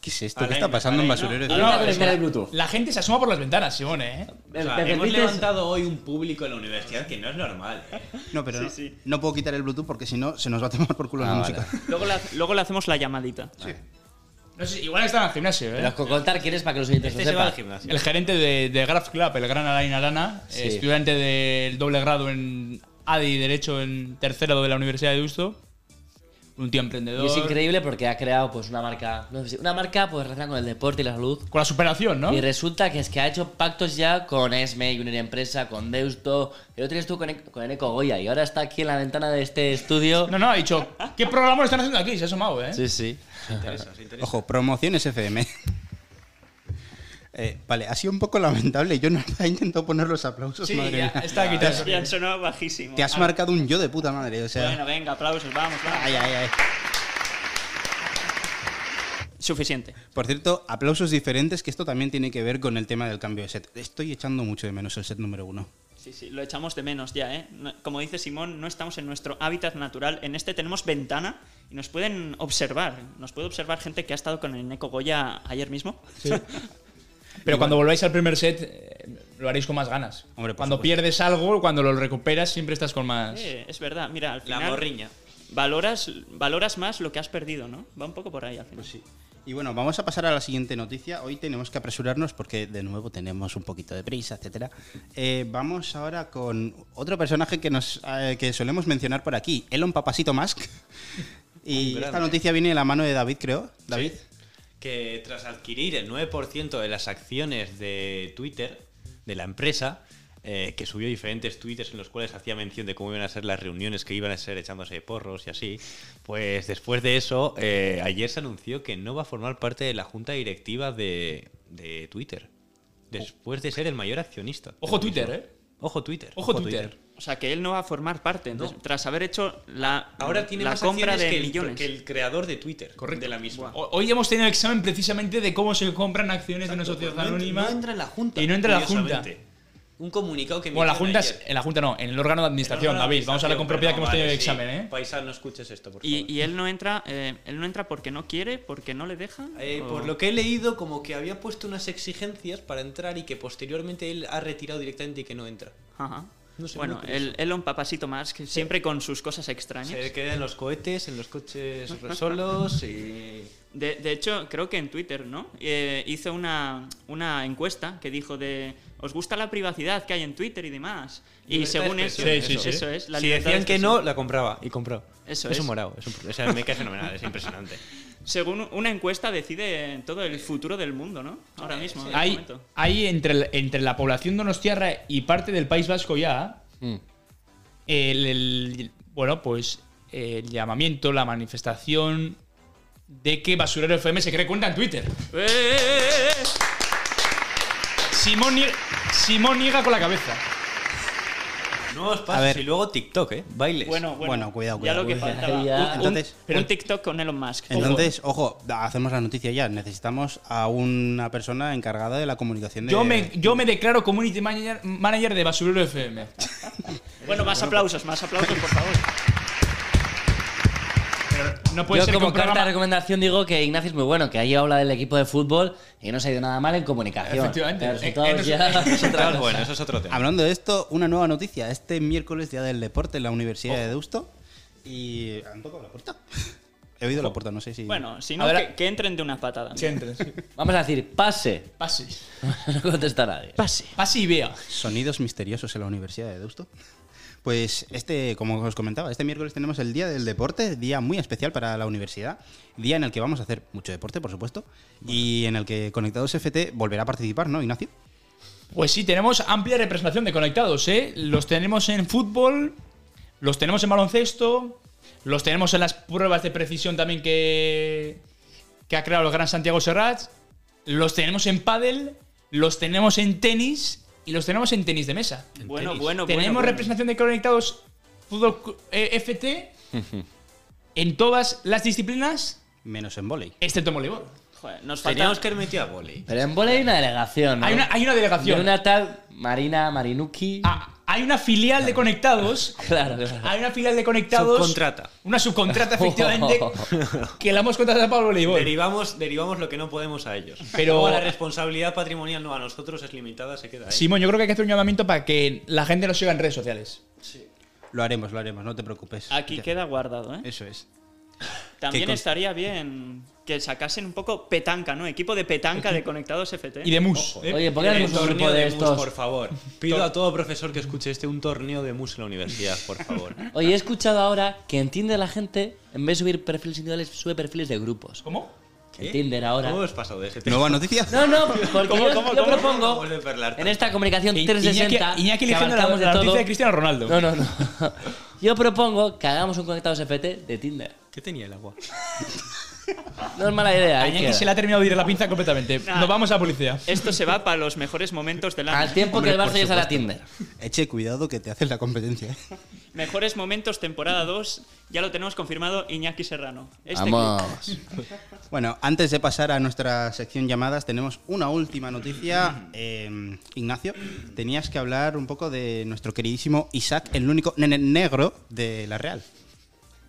[SPEAKER 2] ¿qué es esto? ¿Qué
[SPEAKER 3] Alain,
[SPEAKER 2] está pasando en
[SPEAKER 3] Alain,
[SPEAKER 2] basurero?
[SPEAKER 5] no.
[SPEAKER 2] de
[SPEAKER 5] Ahora
[SPEAKER 4] pero es
[SPEAKER 5] con el
[SPEAKER 4] que
[SPEAKER 5] Bluetooth.
[SPEAKER 4] La gente se asoma por las ventanas, Simone, ¿eh?
[SPEAKER 5] ¿Me-
[SPEAKER 7] O sea,
[SPEAKER 5] me
[SPEAKER 7] hemos
[SPEAKER 5] permites?
[SPEAKER 7] levantado hoy un público en la universidad que no es normal. ¿eh?
[SPEAKER 2] No, pero
[SPEAKER 3] Sí,
[SPEAKER 2] no,
[SPEAKER 3] sí.
[SPEAKER 2] no puedo quitar el Bluetooth porque si no se nos va a tomar por culo
[SPEAKER 5] Ah,
[SPEAKER 2] la
[SPEAKER 5] vale.
[SPEAKER 2] música.
[SPEAKER 3] Luego, la- luego le hacemos la llamadita.
[SPEAKER 4] No sé, igual están al gimnasio,
[SPEAKER 5] Pero
[SPEAKER 4] ¿eh?
[SPEAKER 5] os con contar quién es para que los oyentes
[SPEAKER 6] Este
[SPEAKER 5] lo
[SPEAKER 6] se va al
[SPEAKER 5] sepan.
[SPEAKER 6] gimnasio.
[SPEAKER 4] El gerente de, de Graph Club, el gran Alain Arana,
[SPEAKER 5] Sí.
[SPEAKER 4] eh, estudiante del doble grado en ADI Derecho en tercero de la Universidad de Deusto. Un tío emprendedor.
[SPEAKER 5] Y es increíble porque ha creado pues una marca, no sé si- una marca pues relacionada con el deporte y la salud.
[SPEAKER 4] Con la superación, ¿no?
[SPEAKER 5] Y resulta que es que ha hecho pactos ya con Esme, Junior Empresa, con Deusto. El otro día estuvo con, E- con Eneco Goya y ahora está aquí en la ventana de este estudio.
[SPEAKER 4] No, no, ha dicho, ¿qué programa están haciendo aquí? Se ha asomado, ¿eh?
[SPEAKER 5] Sí, sí.
[SPEAKER 2] Ojo, promociones FM. Eh, vale, ha sido un poco lamentable. Yo no he intentado poner los aplausos,
[SPEAKER 4] Sí,
[SPEAKER 2] madre
[SPEAKER 4] ya,
[SPEAKER 2] mía.
[SPEAKER 4] está aquí.
[SPEAKER 3] Es que han sonado bajísimo.
[SPEAKER 2] Te has marcado un yo de puta madre, o sea.
[SPEAKER 3] Bueno, venga, aplausos, vamos,
[SPEAKER 4] Ah,
[SPEAKER 3] vamos.
[SPEAKER 2] Ay, ay, ay.
[SPEAKER 3] Suficiente.
[SPEAKER 2] Por cierto, aplausos diferentes, que esto también tiene que ver con el tema del cambio de set. Estoy echando mucho de menos el set número uno.
[SPEAKER 3] Sí, sí, lo echamos de menos ya, ¿eh? No- Como dice Simón, no estamos en nuestro hábitat natural. En este tenemos ventana y nos pueden observar. Nos puede observar gente que ha estado con el Neko Goya ayer mismo.
[SPEAKER 4] Pero cuando volváis al primer set, eh, lo haréis con más ganas.
[SPEAKER 2] Hombre, por
[SPEAKER 4] cuando
[SPEAKER 2] supuesto.
[SPEAKER 4] pierdes algo, cuando lo recuperas, siempre estás con más.
[SPEAKER 3] Eh, es verdad, mira, al
[SPEAKER 7] La
[SPEAKER 3] final.
[SPEAKER 7] morriña.
[SPEAKER 3] Valoras, valoras más lo que has perdido, ¿no? Va un poco por ahí al final.
[SPEAKER 2] Pues sí. Y bueno, vamos a pasar a la siguiente noticia. Hoy tenemos que apresurarnos porque de nuevo tenemos un poquito de prisa, etcétera. Eh, vamos ahora con otro personaje que nos eh, que solemos mencionar por aquí, Elon Papasito Musk. Y esta noticia viene de la mano de David, creo. David.
[SPEAKER 6] que tras adquirir el 9% de las acciones de Twitter, de la empresa, eh, que subió diferentes tweets en los cuales hacía mención de cómo iban a ser las reuniones que iban a ser echándose de porros y así, pues después de eso, eh, ayer se anunció que no va a formar parte de la junta directiva de, de Twitter, después de ser el mayor accionista.
[SPEAKER 4] Ojo Twitter, ¿eh?
[SPEAKER 6] Ojo Twitter.
[SPEAKER 4] Ojo Twitter.
[SPEAKER 3] O sea, que él no va a formar parte. entonces,
[SPEAKER 6] No. Ah,
[SPEAKER 3] Tras haber hecho la,
[SPEAKER 6] Ahora tiene
[SPEAKER 3] la
[SPEAKER 6] más
[SPEAKER 3] compra
[SPEAKER 6] acciones
[SPEAKER 3] de
[SPEAKER 6] que el,
[SPEAKER 3] millones.
[SPEAKER 6] que el creador de Twitter,
[SPEAKER 4] Correcto.
[SPEAKER 6] de la misma.
[SPEAKER 4] Ho- Hoy hemos tenido el examen precisamente de cómo se compran acciones de una
[SPEAKER 6] Exacto,
[SPEAKER 4] sociedad
[SPEAKER 6] pues no entra-
[SPEAKER 4] anónima.
[SPEAKER 6] No entra en la Junta.
[SPEAKER 4] Y no entra en la Junta.
[SPEAKER 6] curiosamente. Un comunicado que
[SPEAKER 4] Bueno, la
[SPEAKER 6] emitieron
[SPEAKER 4] junta es-
[SPEAKER 6] ayer.
[SPEAKER 4] en la junta no, en el órgano de administración, David. Vamos a hablar con propiedad que hemos tenido el examen, ¿eh?
[SPEAKER 6] Paisano, no escuches esto, por favor.
[SPEAKER 3] Y, y él no entra, eh, él no entra porque no quiere, porque no le deja.
[SPEAKER 6] Eh,
[SPEAKER 3] o-
[SPEAKER 6] por lo que he leído, como que había puesto unas exigencias para entrar y que posteriormente él ha retirado directamente y que no entra.
[SPEAKER 3] Ajá.
[SPEAKER 6] No sé,
[SPEAKER 3] bueno,
[SPEAKER 6] muy curioso.
[SPEAKER 3] el Elon Papasito Musk, siempre con sus cosas extrañas.
[SPEAKER 6] Se queda en los cohetes, en los coches solos y...
[SPEAKER 3] De, de hecho, creo que en Twitter, ¿no? Eh, hizo una, una encuesta que dijo de ¿os gusta la privacidad que hay en Twitter y demás? Y
[SPEAKER 6] Libertad
[SPEAKER 3] según
[SPEAKER 6] de
[SPEAKER 3] eso,
[SPEAKER 6] expresión,
[SPEAKER 4] Sí, sí,
[SPEAKER 3] eso
[SPEAKER 4] sí.
[SPEAKER 3] es. La
[SPEAKER 6] si
[SPEAKER 3] libertad de
[SPEAKER 6] decían que
[SPEAKER 3] expresión.
[SPEAKER 6] no, la compraba y compró.
[SPEAKER 3] Eso
[SPEAKER 6] es
[SPEAKER 3] es.
[SPEAKER 6] un morado. Es un, o sea, me cae fenomenal, es impresionante.
[SPEAKER 3] Según una encuesta decide todo el futuro del mundo, ¿no? Ahora mismo. en este
[SPEAKER 4] Hay,
[SPEAKER 3] momento.
[SPEAKER 4] hay entre, el- entre la población donostiarra y parte del País Vasco ya
[SPEAKER 5] Mm.
[SPEAKER 4] el, el- bueno, pues el llamamiento, la manifestación de que Basurero FM se cree cuenta en Twitter.
[SPEAKER 3] ¡Eh, eh, eh, eh!
[SPEAKER 4] Simón, nie- Simón niega con la cabeza.
[SPEAKER 6] No os pases.
[SPEAKER 2] ver.
[SPEAKER 6] Y luego TikTok, ¿eh? Bailes.
[SPEAKER 3] Bueno, bueno.
[SPEAKER 2] Bueno, cuidado,
[SPEAKER 3] Ya
[SPEAKER 2] cuidado.
[SPEAKER 3] lo que
[SPEAKER 5] Cuidado,
[SPEAKER 3] faltaba.
[SPEAKER 5] ya.
[SPEAKER 3] Un- un-
[SPEAKER 2] Entonces-
[SPEAKER 3] un, TikTok con Elon Musk.
[SPEAKER 2] Entonces, ojo, hacemos la noticia ya. Necesitamos a una persona encargada de la comunicación de.
[SPEAKER 4] Yo me, yo me declaro community manager, manager de Basurero FM.
[SPEAKER 3] Bueno, más aplausos, más aplausos, por favor.
[SPEAKER 4] No puede
[SPEAKER 5] Yo
[SPEAKER 4] ser que
[SPEAKER 5] como
[SPEAKER 4] un
[SPEAKER 5] carta de
[SPEAKER 4] programa...
[SPEAKER 5] recomendación digo que Ignacio es muy bueno, que ha llevado la del equipo de fútbol y no se ha ido nada mal en comunicación.
[SPEAKER 4] Efectivamente.
[SPEAKER 5] Pero
[SPEAKER 4] Eh,
[SPEAKER 5] resultados
[SPEAKER 4] eh,
[SPEAKER 5] ya
[SPEAKER 4] no sé-
[SPEAKER 5] es otra cosa.
[SPEAKER 6] bueno, eso es otro tema.
[SPEAKER 2] Hablando de esto, una nueva noticia. Este miércoles, Día del Deporte, en la Universidad
[SPEAKER 3] Oh.
[SPEAKER 2] de Deusto. Y han tocado la puerta. He oído la puerta, no sé si.
[SPEAKER 3] Oh. Bueno, si no,
[SPEAKER 4] A ver,
[SPEAKER 3] que, que entren de una patada.
[SPEAKER 4] Sí, entres.
[SPEAKER 5] Vamos a decir, pase.
[SPEAKER 4] Pase.
[SPEAKER 5] no contesta nadie.
[SPEAKER 3] Pase.
[SPEAKER 4] Pase y vea.
[SPEAKER 2] Sonidos misteriosos en la Universidad de Deusto. Pues este, como os comentaba, este miércoles tenemos el Día del Deporte, día muy especial para la universidad, día en el que vamos a hacer mucho deporte, por supuesto, y en el que Conectados FT volverá a participar, ¿no, Ignacio?
[SPEAKER 4] Pues sí, tenemos amplia representación de conectados, ¿eh? Los tenemos en fútbol, los tenemos en baloncesto, los tenemos en las pruebas de precisión también que, que ha creado el gran Santiago Serrat, los tenemos en pádel, los tenemos en tenis y los tenemos en tenis de mesa.
[SPEAKER 3] Bueno, bueno, bueno.
[SPEAKER 4] tenemos
[SPEAKER 3] bueno.
[SPEAKER 4] representación de conectados fútbol cu- eh, FT en todas las disciplinas,
[SPEAKER 2] Menos en volei.
[SPEAKER 4] excepto en voleibol.
[SPEAKER 3] Joder, nos falta.
[SPEAKER 7] Teníamos que haber metido a volei.
[SPEAKER 5] Pero en volei hay una delegación, ¿no?
[SPEAKER 4] Hay una, hay una
[SPEAKER 5] De
[SPEAKER 4] delegación.
[SPEAKER 5] una tal Marina Marinuki.
[SPEAKER 4] Ah, hay una filial de conectados.
[SPEAKER 5] Claro, claro.
[SPEAKER 4] Hay una filial de conectados.
[SPEAKER 6] Subcontrata.
[SPEAKER 4] Una subcontrata, efectivamente. que la hemos contratado para el voleibol.
[SPEAKER 6] Derivamos, derivamos lo que no podemos a ellos.
[SPEAKER 4] Pero-
[SPEAKER 6] Luego la responsabilidad patrimonial no a nosotros es limitada, se queda ahí.
[SPEAKER 4] Simón, yo creo que hay que hacer un llamamiento para que la gente nos siga en redes sociales.
[SPEAKER 2] Lo haremos, lo haremos, no te preocupes.
[SPEAKER 3] Aquí
[SPEAKER 2] Ya.
[SPEAKER 3] queda guardado, ¿eh?
[SPEAKER 2] Eso es.
[SPEAKER 3] También
[SPEAKER 2] con-
[SPEAKER 3] estaría bien que sacasen un poco petanca, ¿no? Equipo de petanca de conectados FT.
[SPEAKER 4] Y de mus. ¿eh?
[SPEAKER 5] Oye,
[SPEAKER 6] Un
[SPEAKER 5] pónganos un grupo
[SPEAKER 6] torneo
[SPEAKER 5] de
[SPEAKER 6] de mus,
[SPEAKER 5] estos.
[SPEAKER 6] por favor. Pido a todo profesor que escuche este un torneo de mus en la universidad, por favor.
[SPEAKER 5] Oye, he escuchado ahora que en Tinder la gente, en vez de subir perfiles individuales, sube perfiles de grupos.
[SPEAKER 4] ¿Cómo?
[SPEAKER 5] En Tinder ahora.
[SPEAKER 6] ¿Cómo has pasado de ese tema?
[SPEAKER 2] Nueva noticia.
[SPEAKER 5] No, no, porque yo, yo propongo
[SPEAKER 6] Vuelve a perlar.
[SPEAKER 5] en esta comunicación
[SPEAKER 4] Iñaki-
[SPEAKER 5] 360
[SPEAKER 4] Iñaki
[SPEAKER 5] que
[SPEAKER 4] eligiendo la,
[SPEAKER 5] abarcamos de
[SPEAKER 4] la noticia
[SPEAKER 5] todo.
[SPEAKER 4] de Cristiano Ronaldo.
[SPEAKER 5] No, no, no. Yo propongo que hagamos un conectados FT de Tinder.
[SPEAKER 6] ¿Qué tenía el agua?
[SPEAKER 5] No es mala idea. ¿eh?
[SPEAKER 4] A
[SPEAKER 5] ahí
[SPEAKER 4] Iñaki
[SPEAKER 5] queda.
[SPEAKER 4] se le ha terminado de ir la pinza completamente.
[SPEAKER 3] Nah.
[SPEAKER 4] Nos vamos a la publicidad.
[SPEAKER 3] Esto se va para los mejores momentos del
[SPEAKER 5] Al
[SPEAKER 3] año.
[SPEAKER 5] tiempo que el Barça ya sale a Tinder.
[SPEAKER 2] Eche cuidado que te haces la competencia. ¿eh?
[SPEAKER 3] Mejores momentos, temporada 2. Ya lo tenemos confirmado, Iñaki Serrano. Este
[SPEAKER 5] Vamos.
[SPEAKER 2] Bueno, antes de pasar a nuestra sección llamadas, tenemos una última noticia. Eh, Ignacio, tenías que hablar un poco de nuestro queridísimo Isaac, el único nene negro de la Real.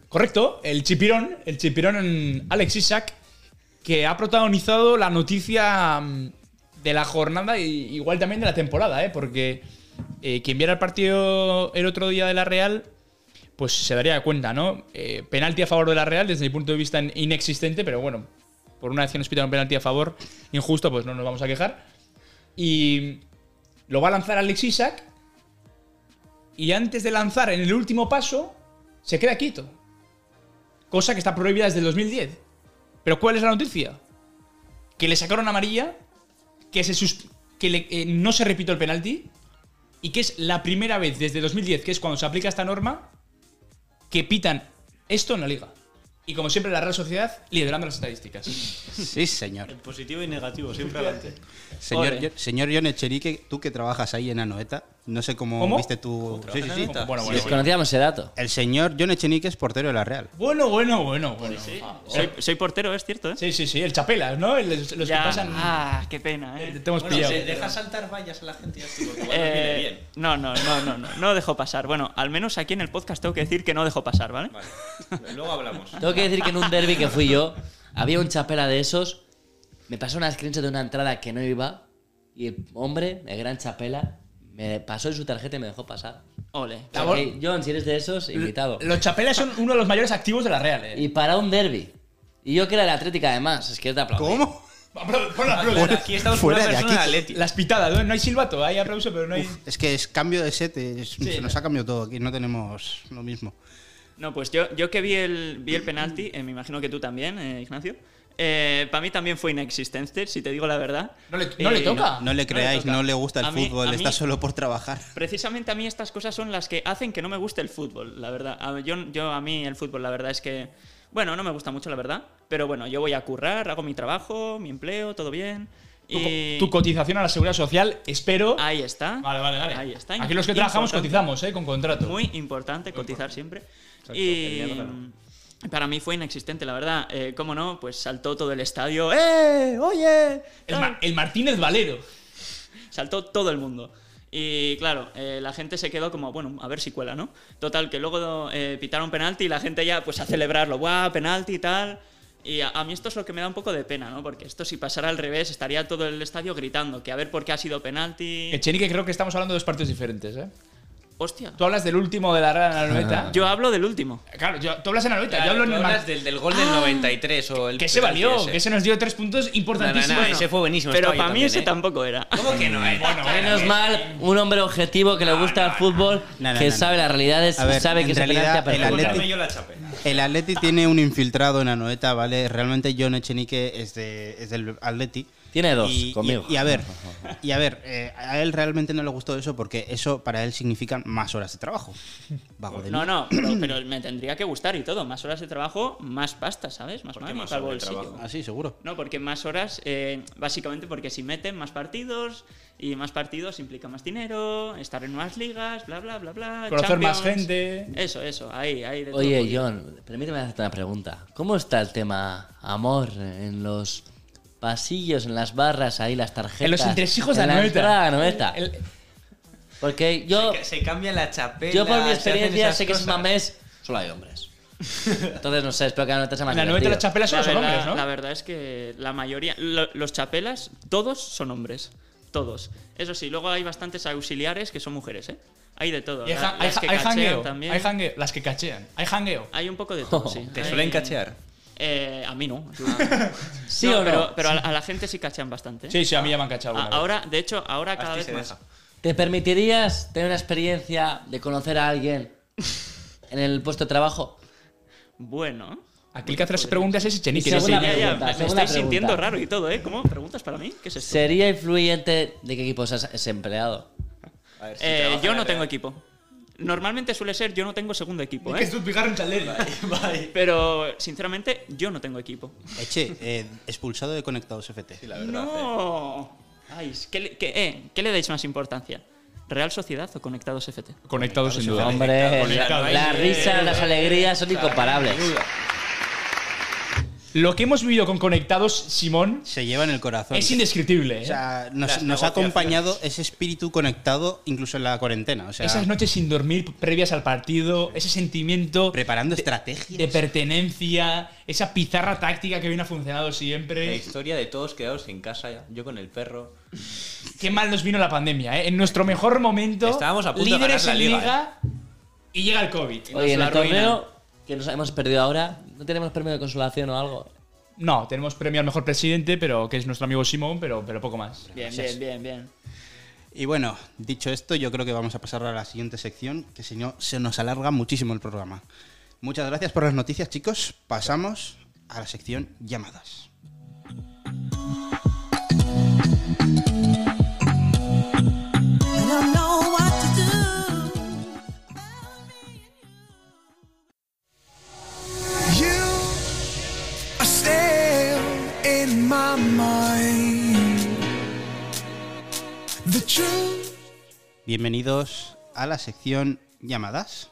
[SPEAKER 4] Correcto, el chipirón, el chipirón en Alex Isaac, que ha protagonizado la noticia mm, de la jornada y igual también de la temporada, ¿eh? porque eh, quien viera el partido el otro día de la Real, pues se daría cuenta, ¿no? Eh, penalti a favor de la Real, desde mi punto de vista in- inexistente, pero bueno, por una acción hospital un penalti a favor, injusto, pues no nos vamos a quejar. Y lo va a lanzar Alex Isaac, y antes de lanzar en el último paso, se queda quieto. Cosa que está prohibida desde el 2010. Pero ¿cuál es la noticia? Que le sacaron amarilla, que, se sus- que le- eh, no se repitió el penalti, y que es la primera vez desde 2010, que es cuando se aplica esta norma, que pitan esto en la liga. Y como siempre, la Real Sociedad liderando las estadísticas.
[SPEAKER 2] Sí, señor.
[SPEAKER 6] Positivo y negativo, siempre adelante.
[SPEAKER 2] Señor,
[SPEAKER 3] Ole.
[SPEAKER 2] Yo- señor John Echerique, tú que trabajas ahí en Anoeta, no sé cómo,
[SPEAKER 4] ¿Cómo?
[SPEAKER 2] viste tu... Sí, sí, sí.
[SPEAKER 4] Bueno, bueno, bueno.
[SPEAKER 5] Desconocíamos ese dato.
[SPEAKER 2] El señor John Echenique es portero de la Real.
[SPEAKER 4] Bueno, bueno, bueno, bueno.
[SPEAKER 3] equipo- Soy, soy portero, es cierto, ¿eh?
[SPEAKER 4] Sí, sí, sí, el chapelas, ¿no? El- los que
[SPEAKER 3] Ya.
[SPEAKER 4] pasan...
[SPEAKER 3] Ah, qué pena,
[SPEAKER 4] eh,
[SPEAKER 3] ¿eh?
[SPEAKER 4] Te hemos pillado.
[SPEAKER 6] deja saltar vallas a la gente ya estuvo, igual nos viene
[SPEAKER 3] Eh,
[SPEAKER 6] bien.
[SPEAKER 3] no, no, no, no, no, no dejo pasar. Bueno, al menos aquí en el podcast tengo que decir que no dejo pasar, ¿vale?
[SPEAKER 6] Vale. Luego hablamos.
[SPEAKER 5] Tengo que decir que en un derby que fui yo, había un chapela de esos. Me pasó una screenshot de una entrada que no iba. Y el hombre, el gran chapela, me pasó en su tarjeta y me dejó pasar.
[SPEAKER 3] Ole.
[SPEAKER 5] O sea
[SPEAKER 4] Labor-
[SPEAKER 5] que, John, si eres de esos, invitado.
[SPEAKER 4] Los chapelas son uno de los mayores activos de la Real, eh.
[SPEAKER 5] Y para un derby. Y yo que era de Atlética además, es que es de aplaudir.
[SPEAKER 2] ¿Cómo?
[SPEAKER 4] Apla- pon la aplauso.
[SPEAKER 6] Aquí estamos
[SPEAKER 2] Fuera
[SPEAKER 6] con una
[SPEAKER 2] de
[SPEAKER 6] persona
[SPEAKER 2] aquí.
[SPEAKER 6] de Atleti.
[SPEAKER 4] Las pitadas, ¿no? No hay silbato, hay aplauso, pero no hay.
[SPEAKER 2] Es que es cambio de set, es- se nos
[SPEAKER 4] no.
[SPEAKER 2] ha cambiado todo aquí, no tenemos lo mismo.
[SPEAKER 3] No, pues yo, yo que vi el, vi el penalti, eh, me imagino que tú también, eh, Ignacio. para mí también fue inexistente, si te digo la verdad.
[SPEAKER 4] No le, no le
[SPEAKER 3] Eh,
[SPEAKER 4] toca.
[SPEAKER 2] No le creáis,
[SPEAKER 3] toca.
[SPEAKER 2] no le gusta el
[SPEAKER 3] A mí-
[SPEAKER 2] fútbol,
[SPEAKER 3] a mí-
[SPEAKER 2] está solo por trabajar.
[SPEAKER 3] Precisamente a mí estas cosas son las que hacen que no me guste el fútbol, la verdad. A- Yo, yo a mí el fútbol, la verdad es que, bueno, no me gusta mucho, la verdad. Pero bueno, yo voy a currar, hago mi trabajo, mi empleo, todo bien.
[SPEAKER 4] Tu, co-
[SPEAKER 3] Y
[SPEAKER 4] tu cotización a la seguridad social, espero.
[SPEAKER 3] Eh, ahí está.
[SPEAKER 4] Vale, vale, vale.
[SPEAKER 3] Ahí está.
[SPEAKER 4] Aquí los que trabajamos
[SPEAKER 3] Importante.
[SPEAKER 4] cotizamos, ¿eh? Con contrato.
[SPEAKER 3] Muy importante cotizar siempre.
[SPEAKER 6] el negro,
[SPEAKER 3] Y para mí fue inexistente, la verdad. Eh, ¿Cómo no? Pues saltó todo el estadio. ¡Eh! ¡Oye!
[SPEAKER 4] el,
[SPEAKER 3] tal".
[SPEAKER 4] Ma- el Martínez Valero.
[SPEAKER 3] Saltó todo el mundo. Y claro, eh, la gente se quedó como, bueno, a ver si cuela, ¿no? Total, que luego eh, pitaron penalti y la gente ya, pues a celebrarlo, ¡guau! Penalti y tal. Y a, a mí esto es lo que me da un poco de pena, ¿no? Porque esto, si pasara al revés, estaría todo el estadio gritando que a ver por qué ha sido penalti.
[SPEAKER 4] Echenique, creo que estamos hablando de dos partidos diferentes, ¿eh?
[SPEAKER 3] Hostia.
[SPEAKER 4] Tú hablas del último de la rara de la
[SPEAKER 2] Ah.
[SPEAKER 4] noveta.
[SPEAKER 3] Yo hablo del último.
[SPEAKER 4] claro, yo- tú hablas en la noveta,
[SPEAKER 6] Claro,
[SPEAKER 4] yo hablo en
[SPEAKER 6] tú
[SPEAKER 4] el
[SPEAKER 6] hablas
[SPEAKER 4] mar-
[SPEAKER 6] del, del gol del 93 o el
[SPEAKER 4] Que se
[SPEAKER 6] penalti
[SPEAKER 4] valió,
[SPEAKER 6] ese.
[SPEAKER 3] eh.
[SPEAKER 4] que se nos dio tres puntos
[SPEAKER 6] No, no, no,
[SPEAKER 4] importantísimos.
[SPEAKER 6] eh. ese fue buenísimo.
[SPEAKER 3] Pero
[SPEAKER 6] estaba yo
[SPEAKER 3] para mí
[SPEAKER 6] también,
[SPEAKER 3] ese
[SPEAKER 6] ¿eh?
[SPEAKER 3] tampoco era.
[SPEAKER 6] ¿Cómo que no eh? era?
[SPEAKER 5] Menos mal, un hombre objetivo que le gusta el fútbol,
[SPEAKER 2] No, no,
[SPEAKER 5] que
[SPEAKER 2] no, no.
[SPEAKER 5] sabe las realidades
[SPEAKER 2] A
[SPEAKER 5] y
[SPEAKER 2] ver,
[SPEAKER 5] sabe
[SPEAKER 2] en
[SPEAKER 5] que es
[SPEAKER 2] realidad,
[SPEAKER 5] penalti a
[SPEAKER 2] el
[SPEAKER 5] perjuicio.
[SPEAKER 2] Atleti-
[SPEAKER 6] yo la chapela.
[SPEAKER 2] El Atleti tiene un infiltrado en la noeta, ¿vale? Realmente John Echenique es, de- es del Atleti.
[SPEAKER 5] Tiene dos,
[SPEAKER 2] Y- y-
[SPEAKER 5] conmigo.
[SPEAKER 2] Y, a ver, y a ver, eh, a él realmente no le gustó eso porque eso para él significa más horas de trabajo. Vago de
[SPEAKER 3] No,
[SPEAKER 2] mí.
[SPEAKER 3] no, pero, pero me tendría que gustar y todo. Más horas de trabajo, más pasta, ¿sabes? Más
[SPEAKER 7] ¿Por qué
[SPEAKER 3] mano
[SPEAKER 7] más
[SPEAKER 3] para el
[SPEAKER 7] horas de
[SPEAKER 3] bolsillo.
[SPEAKER 7] trabajo?
[SPEAKER 2] Ah, sí, seguro.
[SPEAKER 3] No, porque más horas, eh, básicamente porque si meten más partidos y más partidos implica más dinero, estar en más ligas, bla, bla, bla, bla.
[SPEAKER 4] Conocer más
[SPEAKER 3] Champions.
[SPEAKER 4] gente.
[SPEAKER 3] Eso, eso, ahí, ahí. De todo un
[SPEAKER 5] Oye,
[SPEAKER 3] poquito.
[SPEAKER 5] John, permíteme hacerte una pregunta. ¿Cómo está el tema amor en los pasillos, en las barras, ahí las tarjetas?
[SPEAKER 4] En los entresijos de
[SPEAKER 5] en
[SPEAKER 4] la noveta.
[SPEAKER 5] entrada de la noveta?
[SPEAKER 4] El-
[SPEAKER 5] Porque yo,
[SPEAKER 6] Se cambia la chapela.
[SPEAKER 5] yo por mi
[SPEAKER 6] se hacen
[SPEAKER 5] experiencia
[SPEAKER 6] esas
[SPEAKER 5] sé que es
[SPEAKER 6] cosas.
[SPEAKER 5] mamés, solo hay hombres. Entonces no sé, espero que la noveta sea más
[SPEAKER 4] en la noveta las
[SPEAKER 5] divertido.
[SPEAKER 4] chapelas
[SPEAKER 3] La
[SPEAKER 4] solo son
[SPEAKER 3] verdad-
[SPEAKER 4] hombres, ¿no?
[SPEAKER 3] La verdad es que la mayoría, lo- los chapelas, todos son hombres, todos. Eso sí, luego hay bastantes auxiliares que son mujeres, ¿eh? Hay de todo.
[SPEAKER 4] Y hay,
[SPEAKER 3] La-
[SPEAKER 4] ja- hay,
[SPEAKER 3] las que
[SPEAKER 4] ja- hay
[SPEAKER 3] cachean
[SPEAKER 4] jangueo,
[SPEAKER 3] también. Ah.
[SPEAKER 4] hay jangueo, las que cachean, hay jangueo.
[SPEAKER 3] Hay un poco de todo, sí.
[SPEAKER 6] ¿Te
[SPEAKER 3] Hay-
[SPEAKER 6] suelen cachear?
[SPEAKER 3] Eh, a mí no. yo-
[SPEAKER 5] ¿Sí o no?
[SPEAKER 3] Pero, pero a, la- a la gente sí cachean bastante. ¿eh?
[SPEAKER 4] Sí, sí, a mí ya me han
[SPEAKER 3] A-
[SPEAKER 4] cachado. una vez.
[SPEAKER 3] ahora, de hecho, ahora cada
[SPEAKER 6] Asti
[SPEAKER 3] vez
[SPEAKER 6] se
[SPEAKER 3] más.
[SPEAKER 6] deja.
[SPEAKER 5] ¿Te permitirías tener una experiencia de conocer a alguien en el puesto de trabajo?
[SPEAKER 3] Bueno.
[SPEAKER 4] Aquí el que hace las preguntas es Echenique.
[SPEAKER 5] Y
[SPEAKER 4] ¿no?
[SPEAKER 5] segunda
[SPEAKER 3] Ya, ya,
[SPEAKER 4] Sí,
[SPEAKER 5] pregunta,
[SPEAKER 3] me
[SPEAKER 5] segunda
[SPEAKER 3] estoy
[SPEAKER 5] pregunta.
[SPEAKER 3] sintiendo raro y todo, ¿eh? ¿Cómo? ¿Preguntas para mí? ¿Qué es esto?
[SPEAKER 5] ¿Sería influyente de qué equipo seas ese empleado?
[SPEAKER 6] A ver, si
[SPEAKER 3] Eh,
[SPEAKER 6] trabaja
[SPEAKER 3] yo
[SPEAKER 6] en
[SPEAKER 3] no
[SPEAKER 6] la
[SPEAKER 3] tengo
[SPEAKER 6] Real.
[SPEAKER 3] equipo. Normalmente suele ser yo no tengo segundo equipo, ¿eh?
[SPEAKER 4] un chalel.
[SPEAKER 3] Pero, sinceramente, yo no tengo equipo.
[SPEAKER 2] Eche, eh, expulsado de Conectados FT.
[SPEAKER 6] La verdad, eh.
[SPEAKER 3] ¡No! Ay, es- ¿qué, le- qué- eh, ¿qué le dais más importancia? ¿Real Sociedad o Conectados FT?
[SPEAKER 4] Conectado sin duda.
[SPEAKER 5] Hombre,
[SPEAKER 4] Conectado.
[SPEAKER 5] las risas, las alegrías son incomparables.
[SPEAKER 4] Lo que hemos vivido con Conectados, Simón,
[SPEAKER 2] Se lleva en el corazón.
[SPEAKER 4] es indescriptible. ¿eh?
[SPEAKER 2] O sea, nos,
[SPEAKER 6] Las
[SPEAKER 2] nos ha
[SPEAKER 6] negociaciones.
[SPEAKER 2] acompañado ese espíritu conectado incluso en la cuarentena. O sea,
[SPEAKER 4] Esas noches sin dormir previas al partido, ese sentimiento
[SPEAKER 2] preparando estrategias.
[SPEAKER 4] de pertenencia, esa pizarra táctica que bien ha funcionado
[SPEAKER 6] La
[SPEAKER 4] siempre.
[SPEAKER 6] historia de todos quedados en casa, yo con el perro.
[SPEAKER 4] Qué mal nos vino la pandemia, ¿eh? En nuestro mejor momento,
[SPEAKER 6] Estábamos a punto de
[SPEAKER 4] líderes
[SPEAKER 6] ganar la
[SPEAKER 4] en
[SPEAKER 6] liga,
[SPEAKER 4] y llega el COVID.
[SPEAKER 5] Oye, en
[SPEAKER 3] la
[SPEAKER 5] el torneo que nos hemos perdido ahora, ¿no tenemos premio de consolación o algo?
[SPEAKER 4] No, tenemos premio al mejor presidente, pero que es nuestro amigo Simón, pero, pero poco más.
[SPEAKER 3] Bien, bien, bien, bien.
[SPEAKER 2] Y bueno, dicho esto, yo creo que vamos a pasar a la siguiente sección, que si no se nos alarga muchísimo el programa. Muchas gracias por las noticias, chicos. Pasamos a la sección llamadas.
[SPEAKER 1] I don't know what to do.
[SPEAKER 8] You are still in my mind. The truth.
[SPEAKER 2] Bienvenidos a la sección llamadas.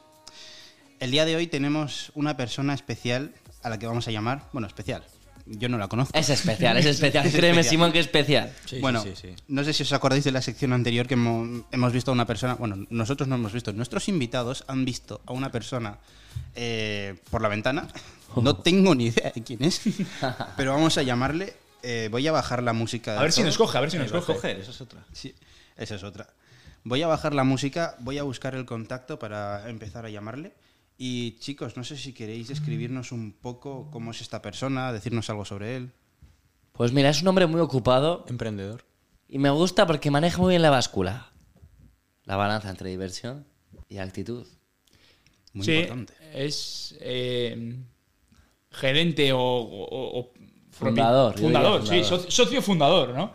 [SPEAKER 2] El día de hoy tenemos una persona especial a la que vamos a llamar, bueno, especial. Yo no la conozco.
[SPEAKER 5] Es especial, es especial.
[SPEAKER 2] Es
[SPEAKER 5] Créeme,
[SPEAKER 2] especial.
[SPEAKER 5] Simón, que es especial.
[SPEAKER 2] bueno, no sé si os acordáis de la sección anterior que hemo- hemos visto a una persona, bueno, nosotros no hemos visto, nuestros invitados han visto a una persona eh, por la ventana, no tengo ni idea de quién es, pero vamos a llamarle, eh, voy a bajar la música.
[SPEAKER 4] A
[SPEAKER 2] de
[SPEAKER 4] ver si
[SPEAKER 2] todo.
[SPEAKER 4] nos coge, a ver si
[SPEAKER 6] Lo
[SPEAKER 4] nos
[SPEAKER 6] iba a
[SPEAKER 4] coge.
[SPEAKER 6] coger, esa es otra.
[SPEAKER 2] Sí, esa es otra. Voy a bajar la música, voy a buscar el contacto para empezar a llamarle. Y chicos, no sé si queréis describirnos un poco cómo es esta persona, decirnos algo sobre él.
[SPEAKER 5] Pues mira, es un hombre muy ocupado
[SPEAKER 6] Emprendedor.
[SPEAKER 5] y me gusta porque maneja muy bien la báscula. La balanza entre diversión y actitud.
[SPEAKER 2] Muy
[SPEAKER 4] Sí,
[SPEAKER 2] importante.
[SPEAKER 4] es eh, gerente o, o- o-
[SPEAKER 5] Fundador,
[SPEAKER 4] propi-
[SPEAKER 5] yo diría
[SPEAKER 4] fundador, sí,
[SPEAKER 5] fundador.
[SPEAKER 4] socio, socio fundador, ¿no?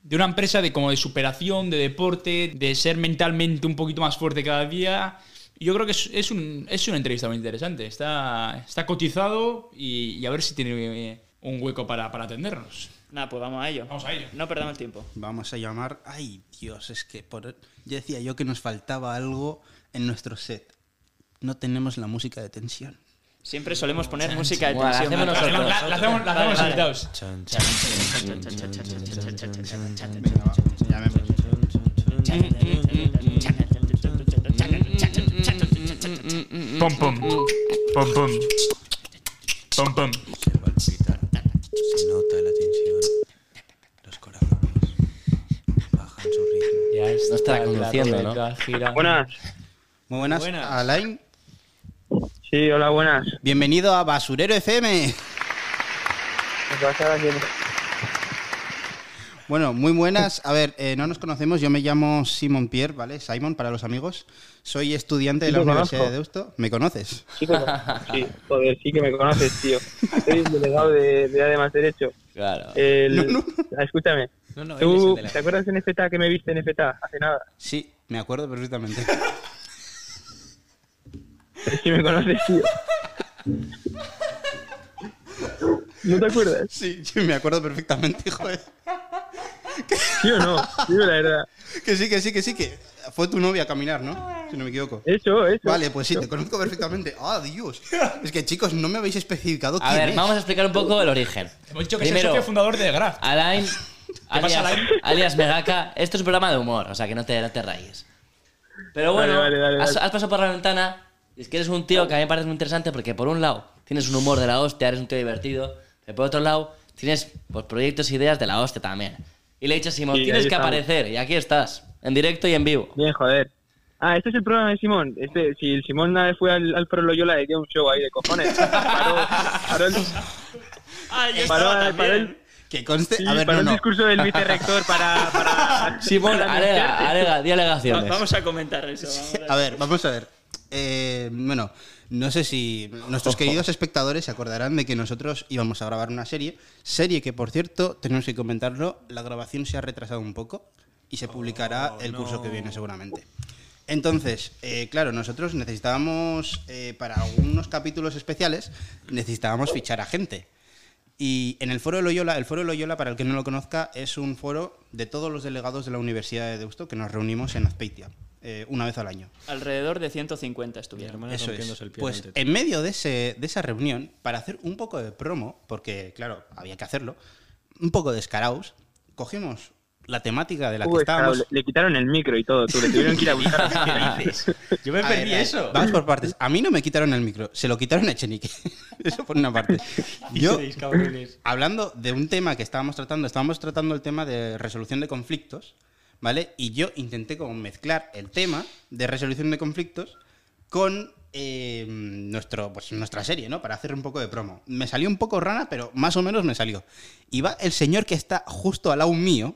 [SPEAKER 4] De una empresa de como de superación, de deporte, de ser mentalmente un poquito más fuerte cada día. Y Yo creo que es, es un, es una entrevista muy interesante. Está, está cotizado y, y a ver si tiene eh, un hueco para, para atendernos.
[SPEAKER 3] Nada, pues vamos a ello.
[SPEAKER 4] Vamos a ello.
[SPEAKER 3] No perdamos el tiempo.
[SPEAKER 2] Vamos a llamar. Ay, Dios, es que por. Ya decía yo que nos faltaba algo en nuestro set. No tenemos la música de tensión.
[SPEAKER 3] Siempre solemos poner música de
[SPEAKER 5] Bueno, la
[SPEAKER 3] tensión.
[SPEAKER 5] hacemos
[SPEAKER 4] La hacemos, la- la hacemos- la hacemos
[SPEAKER 3] Vale,
[SPEAKER 4] invitados. Pom pom. Pom pom. Pom pom.
[SPEAKER 6] Se palpita. Se nota la tensión. Los corazones bajan su ritmo.
[SPEAKER 5] No estará conduciendo, ¿no?
[SPEAKER 4] gira.
[SPEAKER 9] Buenas,
[SPEAKER 2] Muy buenas,
[SPEAKER 6] Buenas.
[SPEAKER 2] Alain.
[SPEAKER 9] Sí, hola, buenas.
[SPEAKER 2] Bienvenido a Basurero FM. Bueno, muy buenas. A ver, eh, no nos conocemos. Yo me llamo Simon Pierre, ¿vale? Simon para los amigos. Soy estudiante de
[SPEAKER 9] Sí,
[SPEAKER 2] la
[SPEAKER 9] te
[SPEAKER 2] Universidad
[SPEAKER 9] conozco.
[SPEAKER 2] de Deusto. ¿Me conoces?
[SPEAKER 9] Sí, como- sí, joder, sí que me conoces, tío. Soy el delegado de, de Además Derecho.
[SPEAKER 6] Claro.
[SPEAKER 9] El- Ah, Escúchame.
[SPEAKER 6] No, no, él es el
[SPEAKER 9] ¿Tú
[SPEAKER 6] de la-
[SPEAKER 9] te acuerdas en FTA que me viste en FTA? Hace nada.
[SPEAKER 2] Sí, me acuerdo perfectamente.
[SPEAKER 9] Sí me conoces, tío. ¿No te acuerdas?
[SPEAKER 2] Sí, yo me acuerdo perfectamente, joder.
[SPEAKER 9] ¿Sí o no? Dime la verdad.
[SPEAKER 2] Que sí, que sí, que sí, que fue tu novia a caminar, ¿no? Si no me equivoco.
[SPEAKER 9] Eso, eso.
[SPEAKER 2] Vale, pues sí, te conozco perfectamente. ¡Ah, Dios! Es que, chicos, no me habéis especificado
[SPEAKER 5] A
[SPEAKER 2] quién
[SPEAKER 5] ver,
[SPEAKER 2] es.
[SPEAKER 5] vamos a explicar un poco el origen.
[SPEAKER 4] Hemos dicho que es el
[SPEAKER 5] Primero,
[SPEAKER 4] socio fundador de Graf.
[SPEAKER 5] Alain, alias,
[SPEAKER 4] pasa, Alain?
[SPEAKER 5] alias Megaka, esto es un programa de humor, o sea que no te, no te rayes. Pero bueno,
[SPEAKER 9] Vale, vale, vale,
[SPEAKER 5] has,
[SPEAKER 9] vale.
[SPEAKER 5] has pasado por la ventana y es que eres un tío que a mí me parece muy interesante porque por un lado tienes un humor de la hostia, eres un tío divertido, pero por otro lado tienes pues, proyectos e ideas de la hostia también. Y le he dicho a Simón,
[SPEAKER 9] Sí,
[SPEAKER 5] tienes
[SPEAKER 9] ahí
[SPEAKER 5] que
[SPEAKER 9] estamos.
[SPEAKER 5] aparecer y aquí estás, en directo y en vivo.
[SPEAKER 9] Bien, joder. Ah, este es el programa de Simón. Este, si el Simón una vez fue al, al Pro Loyola, le dio un show ahí de cojones. Paró, paró el,
[SPEAKER 3] Ah, yo
[SPEAKER 9] paró-
[SPEAKER 3] estaba también.
[SPEAKER 9] paró el-
[SPEAKER 2] Que conste.
[SPEAKER 9] sí,
[SPEAKER 2] a ver,
[SPEAKER 9] paró
[SPEAKER 2] no,
[SPEAKER 9] el
[SPEAKER 2] no.
[SPEAKER 9] discurso del vicerrector para... para
[SPEAKER 5] Simón,
[SPEAKER 9] para
[SPEAKER 5] alega, alega, di
[SPEAKER 3] Va-
[SPEAKER 5] alegaciones.
[SPEAKER 3] Vamos a comentar eso. vamos a-
[SPEAKER 2] A ver, vamos a ver. Eh, bueno, no sé si nuestros queridos espectadores se acordarán de que nosotros íbamos a grabar una serie. Serie que, por cierto, tenemos que comentarlo, la grabación se ha retrasado un poco y se publicará Ah,
[SPEAKER 6] Oh,
[SPEAKER 2] el curso que viene seguramente. Entonces, eh, claro, nosotros necesitábamos, eh, para algunos capítulos especiales, necesitábamos fichar a gente. Y en el foro de Loyola, el foro de Loyola, para el que no lo conozca, es un foro de todos los delegados de la Universidad de Deusto que nos reunimos en Azpeitia, eh, una vez al año.
[SPEAKER 3] Alrededor de 150 estuvieron.
[SPEAKER 6] Hermana
[SPEAKER 2] Eso es.
[SPEAKER 6] rompiéndose el piano
[SPEAKER 2] Pues
[SPEAKER 6] ante todo.
[SPEAKER 2] en medio de, ese, de esa reunión, para hacer un poco de promo, porque claro, había que hacerlo, un poco de escaraos, cogimos la temática de la que
[SPEAKER 9] Uy, claro,
[SPEAKER 2] estábamos.
[SPEAKER 9] le, le quitaron el micro y todo, tú. Le tuvieron que ir a buscar.
[SPEAKER 6] Yo me
[SPEAKER 2] A ver,
[SPEAKER 6] perdí
[SPEAKER 2] a ver,
[SPEAKER 6] eso.
[SPEAKER 2] Vamos por partes. A mí no me quitaron el micro, se lo quitaron a Chenique. Eso por una parte. Yo, hablando de un tema que estábamos tratando, estábamos tratando el tema de resolución de conflictos, ¿vale? Y yo intenté como mezclar el tema de resolución de conflictos con eh, nuestro, pues, nuestra serie, ¿no? Para hacer un poco de promo. Me salió un poco rana, pero más o menos me salió. Y va el señor que está justo al lado mío,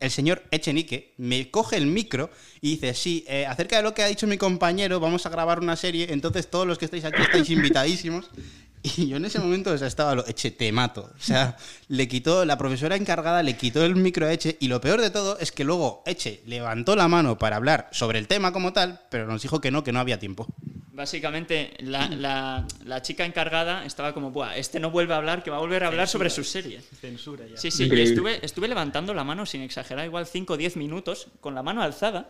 [SPEAKER 2] el señor Echenique, me coge el micro y dice, sí, eh, acerca de lo que ha dicho mi compañero, vamos a grabar una serie, entonces todos los que estáis aquí estáis invitadísimos. Y yo en ese momento o sea, estaba lo, Eche, te mato. O sea, le quitó, la profesora encargada le quitó el micro a Eche y lo peor de todo es que luego Eche levantó la mano para hablar sobre el tema como tal, pero nos dijo que no, que no había tiempo.
[SPEAKER 3] Básicamente, la, la- la chica encargada estaba como, Buah, este no vuelve a hablar, que va a volver a hablar sobre su serie.
[SPEAKER 6] Censura ya.
[SPEAKER 3] Sí, sí, y estuve, estuve levantando la mano, sin exagerar, igual 5 o 10 minutos, con la mano alzada,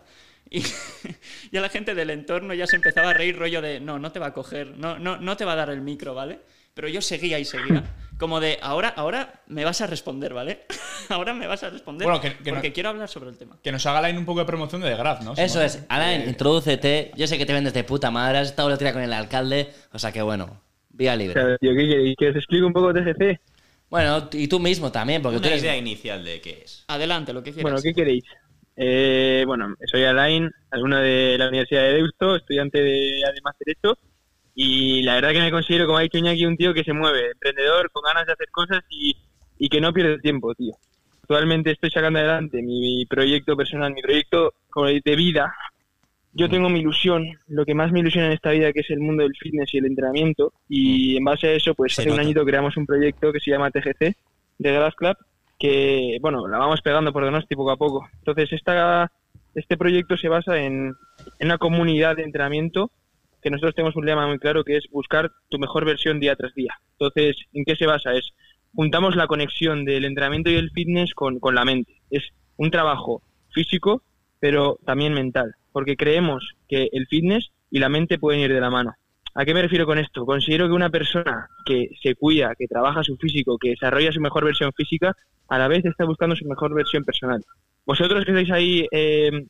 [SPEAKER 3] y ya la gente del entorno ya se empezaba a reír rollo de, no, no te va a coger, no, no, no te va a dar el micro, ¿vale? Pero yo seguía y seguía, como de, ahora, ahora me vas a responder, ¿vale? ahora me vas a responder,
[SPEAKER 4] Bueno, que- que no-
[SPEAKER 3] porque quiero hablar sobre el tema.
[SPEAKER 4] Que nos haga Alain un poco de promoción de Graf, ¿no?
[SPEAKER 5] Eso
[SPEAKER 4] Simón?
[SPEAKER 5] es, Alain, introdúcete. Yo sé que te vendes de puta madre, has estado la tira con el alcalde, o sea que bueno, vía
[SPEAKER 9] O
[SPEAKER 5] libre.
[SPEAKER 9] sea, tío, ¿qué queréis? ¿Que os explique un poco TGC?
[SPEAKER 5] Bueno, y tú mismo también, porque tú
[SPEAKER 7] Una
[SPEAKER 5] eres.
[SPEAKER 7] idea inicial de qué es.
[SPEAKER 3] Adelante, lo que quieras.
[SPEAKER 9] Bueno, ¿qué queréis? Eh, bueno, soy Alain, alumno de la Universidad de Deusto, estudiante de Además Derecho, y la verdad que me considero, como ha dicho Iñaki, un tío que se mueve, emprendedor, con ganas de hacer cosas y, y que no pierde tiempo, tío. Actualmente estoy sacando adelante mi, mi proyecto personal, mi proyecto como de de vida. Yo
[SPEAKER 2] Mm.
[SPEAKER 9] tengo mi ilusión, lo que más me ilusiona en esta vida, que es el mundo del fitness y el entrenamiento, y en base a eso, pues
[SPEAKER 2] Mm. Se
[SPEAKER 9] hace un
[SPEAKER 2] nota.
[SPEAKER 9] añito creamos un proyecto que se llama TGC, de Grass Club, que bueno, la vamos pegando por Donosti poco a poco. Entonces, esta, este proyecto se basa en, en una comunidad de entrenamiento que nosotros tenemos un lema muy claro que es buscar tu mejor versión día tras día. Entonces, ¿en qué se basa? Es juntamos la conexión del entrenamiento y el fitness con, con la mente. Es un trabajo físico, pero también mental, porque creemos que el fitness y la mente pueden ir de la mano. ¿A qué me refiero con esto? Considero que una persona que se cuida, que trabaja su físico, que desarrolla su mejor versión física, a la vez está buscando su mejor versión personal. Vosotros que estáis ahí eh,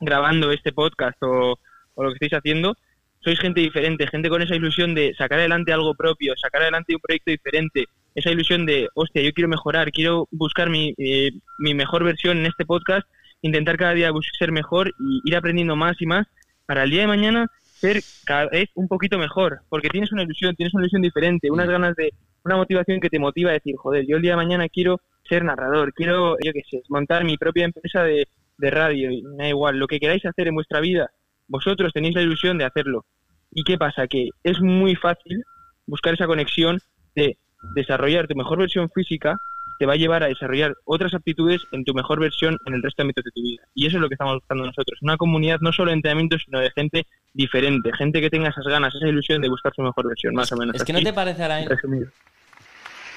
[SPEAKER 9] grabando este podcast o, o lo que estáis haciendo, sois gente diferente, gente con esa ilusión de sacar adelante algo propio, sacar adelante un proyecto diferente, esa ilusión de, hostia, yo quiero mejorar, quiero buscar mi, eh, mi mejor versión en este podcast, intentar cada día bus- ser mejor y ir aprendiendo más y más para el día de mañana ser cada vez un poquito mejor, porque tienes una ilusión, tienes una ilusión diferente, unas ganas de, una motivación que te motiva a decir, joder, yo el día de mañana quiero ser narrador, quiero, yo qué sé, montar mi propia empresa de, de radio, y me da igual, lo que queráis hacer en vuestra vida, vosotros tenéis la ilusión de hacerlo. ¿Y qué pasa? Que es muy fácil buscar esa conexión de desarrollar tu mejor versión física, te va a llevar a desarrollar otras aptitudes en tu mejor versión en el resto de ámbitos de tu vida. Y eso es lo que estamos buscando nosotros. Una comunidad no solo de entrenamiento, sino de gente diferente, gente que tenga esas ganas, esa ilusión de buscar su mejor versión, más o menos.
[SPEAKER 5] Es que no
[SPEAKER 9] así,
[SPEAKER 5] te parece ahora mismo.
[SPEAKER 9] resumido.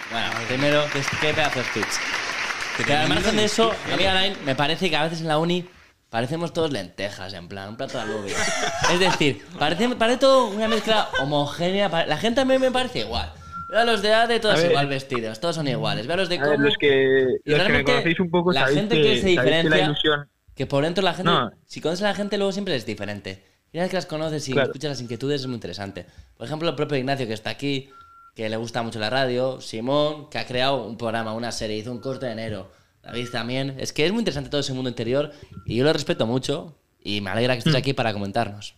[SPEAKER 5] Bueno, primero, que es- qué pedazo de speech. Que al margen de eso, a mí, Alain, me parece que a veces en la uni parecemos todos lentejas, en plan, un plato de alubias. es decir, parece, parece todo una mezcla homogénea. pa- La gente a mí me parece igual. Veo a los de ADE todos
[SPEAKER 9] A ver.
[SPEAKER 5] igual vestidos, todos son iguales. Veo a los de
[SPEAKER 9] A ver,
[SPEAKER 5] Comu,
[SPEAKER 9] los que,
[SPEAKER 5] Y
[SPEAKER 9] los que me
[SPEAKER 5] realmente,
[SPEAKER 9] conocéis un poco
[SPEAKER 5] la
[SPEAKER 9] sabéis
[SPEAKER 5] gente
[SPEAKER 9] que,
[SPEAKER 5] que se
[SPEAKER 9] sabéis
[SPEAKER 5] diferencia-
[SPEAKER 9] la ilusión...
[SPEAKER 5] que por dentro la gente,
[SPEAKER 9] No.
[SPEAKER 5] si conoces a la gente, luego siempre es diferente. Y una vez que las conoces y
[SPEAKER 9] Claro.
[SPEAKER 5] escuchas las inquietudes, es muy interesante. Por ejemplo, el propio Ignacio, que está aquí, que le gusta mucho la radio, Simón, que ha creado un programa, una serie, hizo un corte de enero, David también. Es que es muy interesante todo ese mundo interior y yo lo respeto mucho y me alegra que
[SPEAKER 9] Mm.
[SPEAKER 5] estés aquí para comentarnos.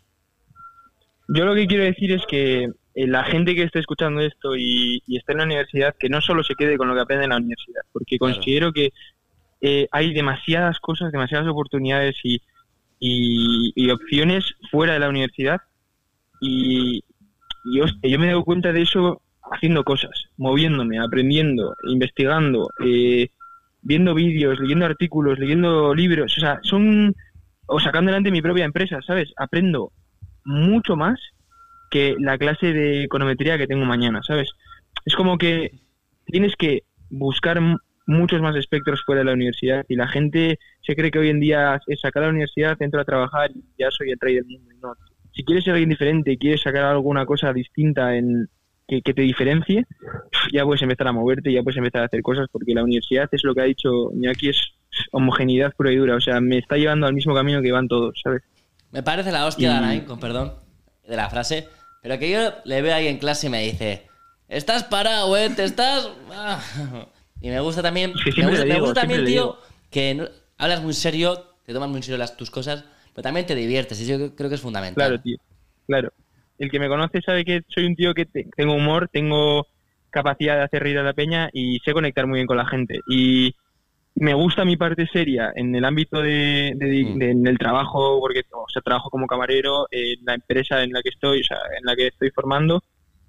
[SPEAKER 9] Yo lo que quiero decir es que eh, la gente que esté escuchando esto y, y está en la universidad, que no solo se quede con lo que aprende en la universidad, porque considero que eh, hay demasiadas cosas, demasiadas oportunidades y, y- y opciones fuera de la universidad. Y, y, hostia, yo me he dado cuenta de eso haciendo cosas, moviéndome, aprendiendo, investigando, eh, viendo vídeos, leyendo artículos, leyendo libros. O sea, son. O sacando adelante mi propia empresa, ¿sabes? Aprendo mucho más que la clase de econometría que tengo mañana, ¿sabes? Es como que tienes que buscar m- muchos más espectros fuera de la universidad y la gente se cree que hoy en día es sacar a la universidad, entro a trabajar y ya soy el rey del mundo. Y no. Si quieres ser alguien diferente y quieres sacar alguna cosa distinta en que, que te diferencie, ya puedes empezar a moverte, ya puedes empezar a hacer cosas porque la universidad es lo que ha dicho Iñaki, es homogeneidad pura y dura, o sea, me está llevando al mismo camino que van todos, ¿sabes?
[SPEAKER 5] Me parece la hostia de Alain, con perdón de la frase, pero que yo le veo ahí en clase y me dice, estás parado, ¿eh? Te estás... Ah". Y me gusta también,
[SPEAKER 9] que
[SPEAKER 5] me
[SPEAKER 9] siempre
[SPEAKER 5] gusta,
[SPEAKER 9] le
[SPEAKER 5] me
[SPEAKER 9] digo,
[SPEAKER 5] gusta también,
[SPEAKER 9] siempre le
[SPEAKER 5] tío,
[SPEAKER 9] digo.
[SPEAKER 5] que no- hablas muy serio, te tomas muy en serio las, tus cosas, pero también te diviertes y yo creo que es fundamental.
[SPEAKER 9] Claro, tío. Claro. El que me conoce sabe que soy un tío que te- tengo humor, tengo capacidad de hacer reír a la peña y sé conectar muy bien con la gente. Y me gusta mi parte seria en el ámbito de, de- de- en el trabajo, porque o sea, trabajo como camarero, en la empresa en la que estoy, o sea, en la que estoy formando.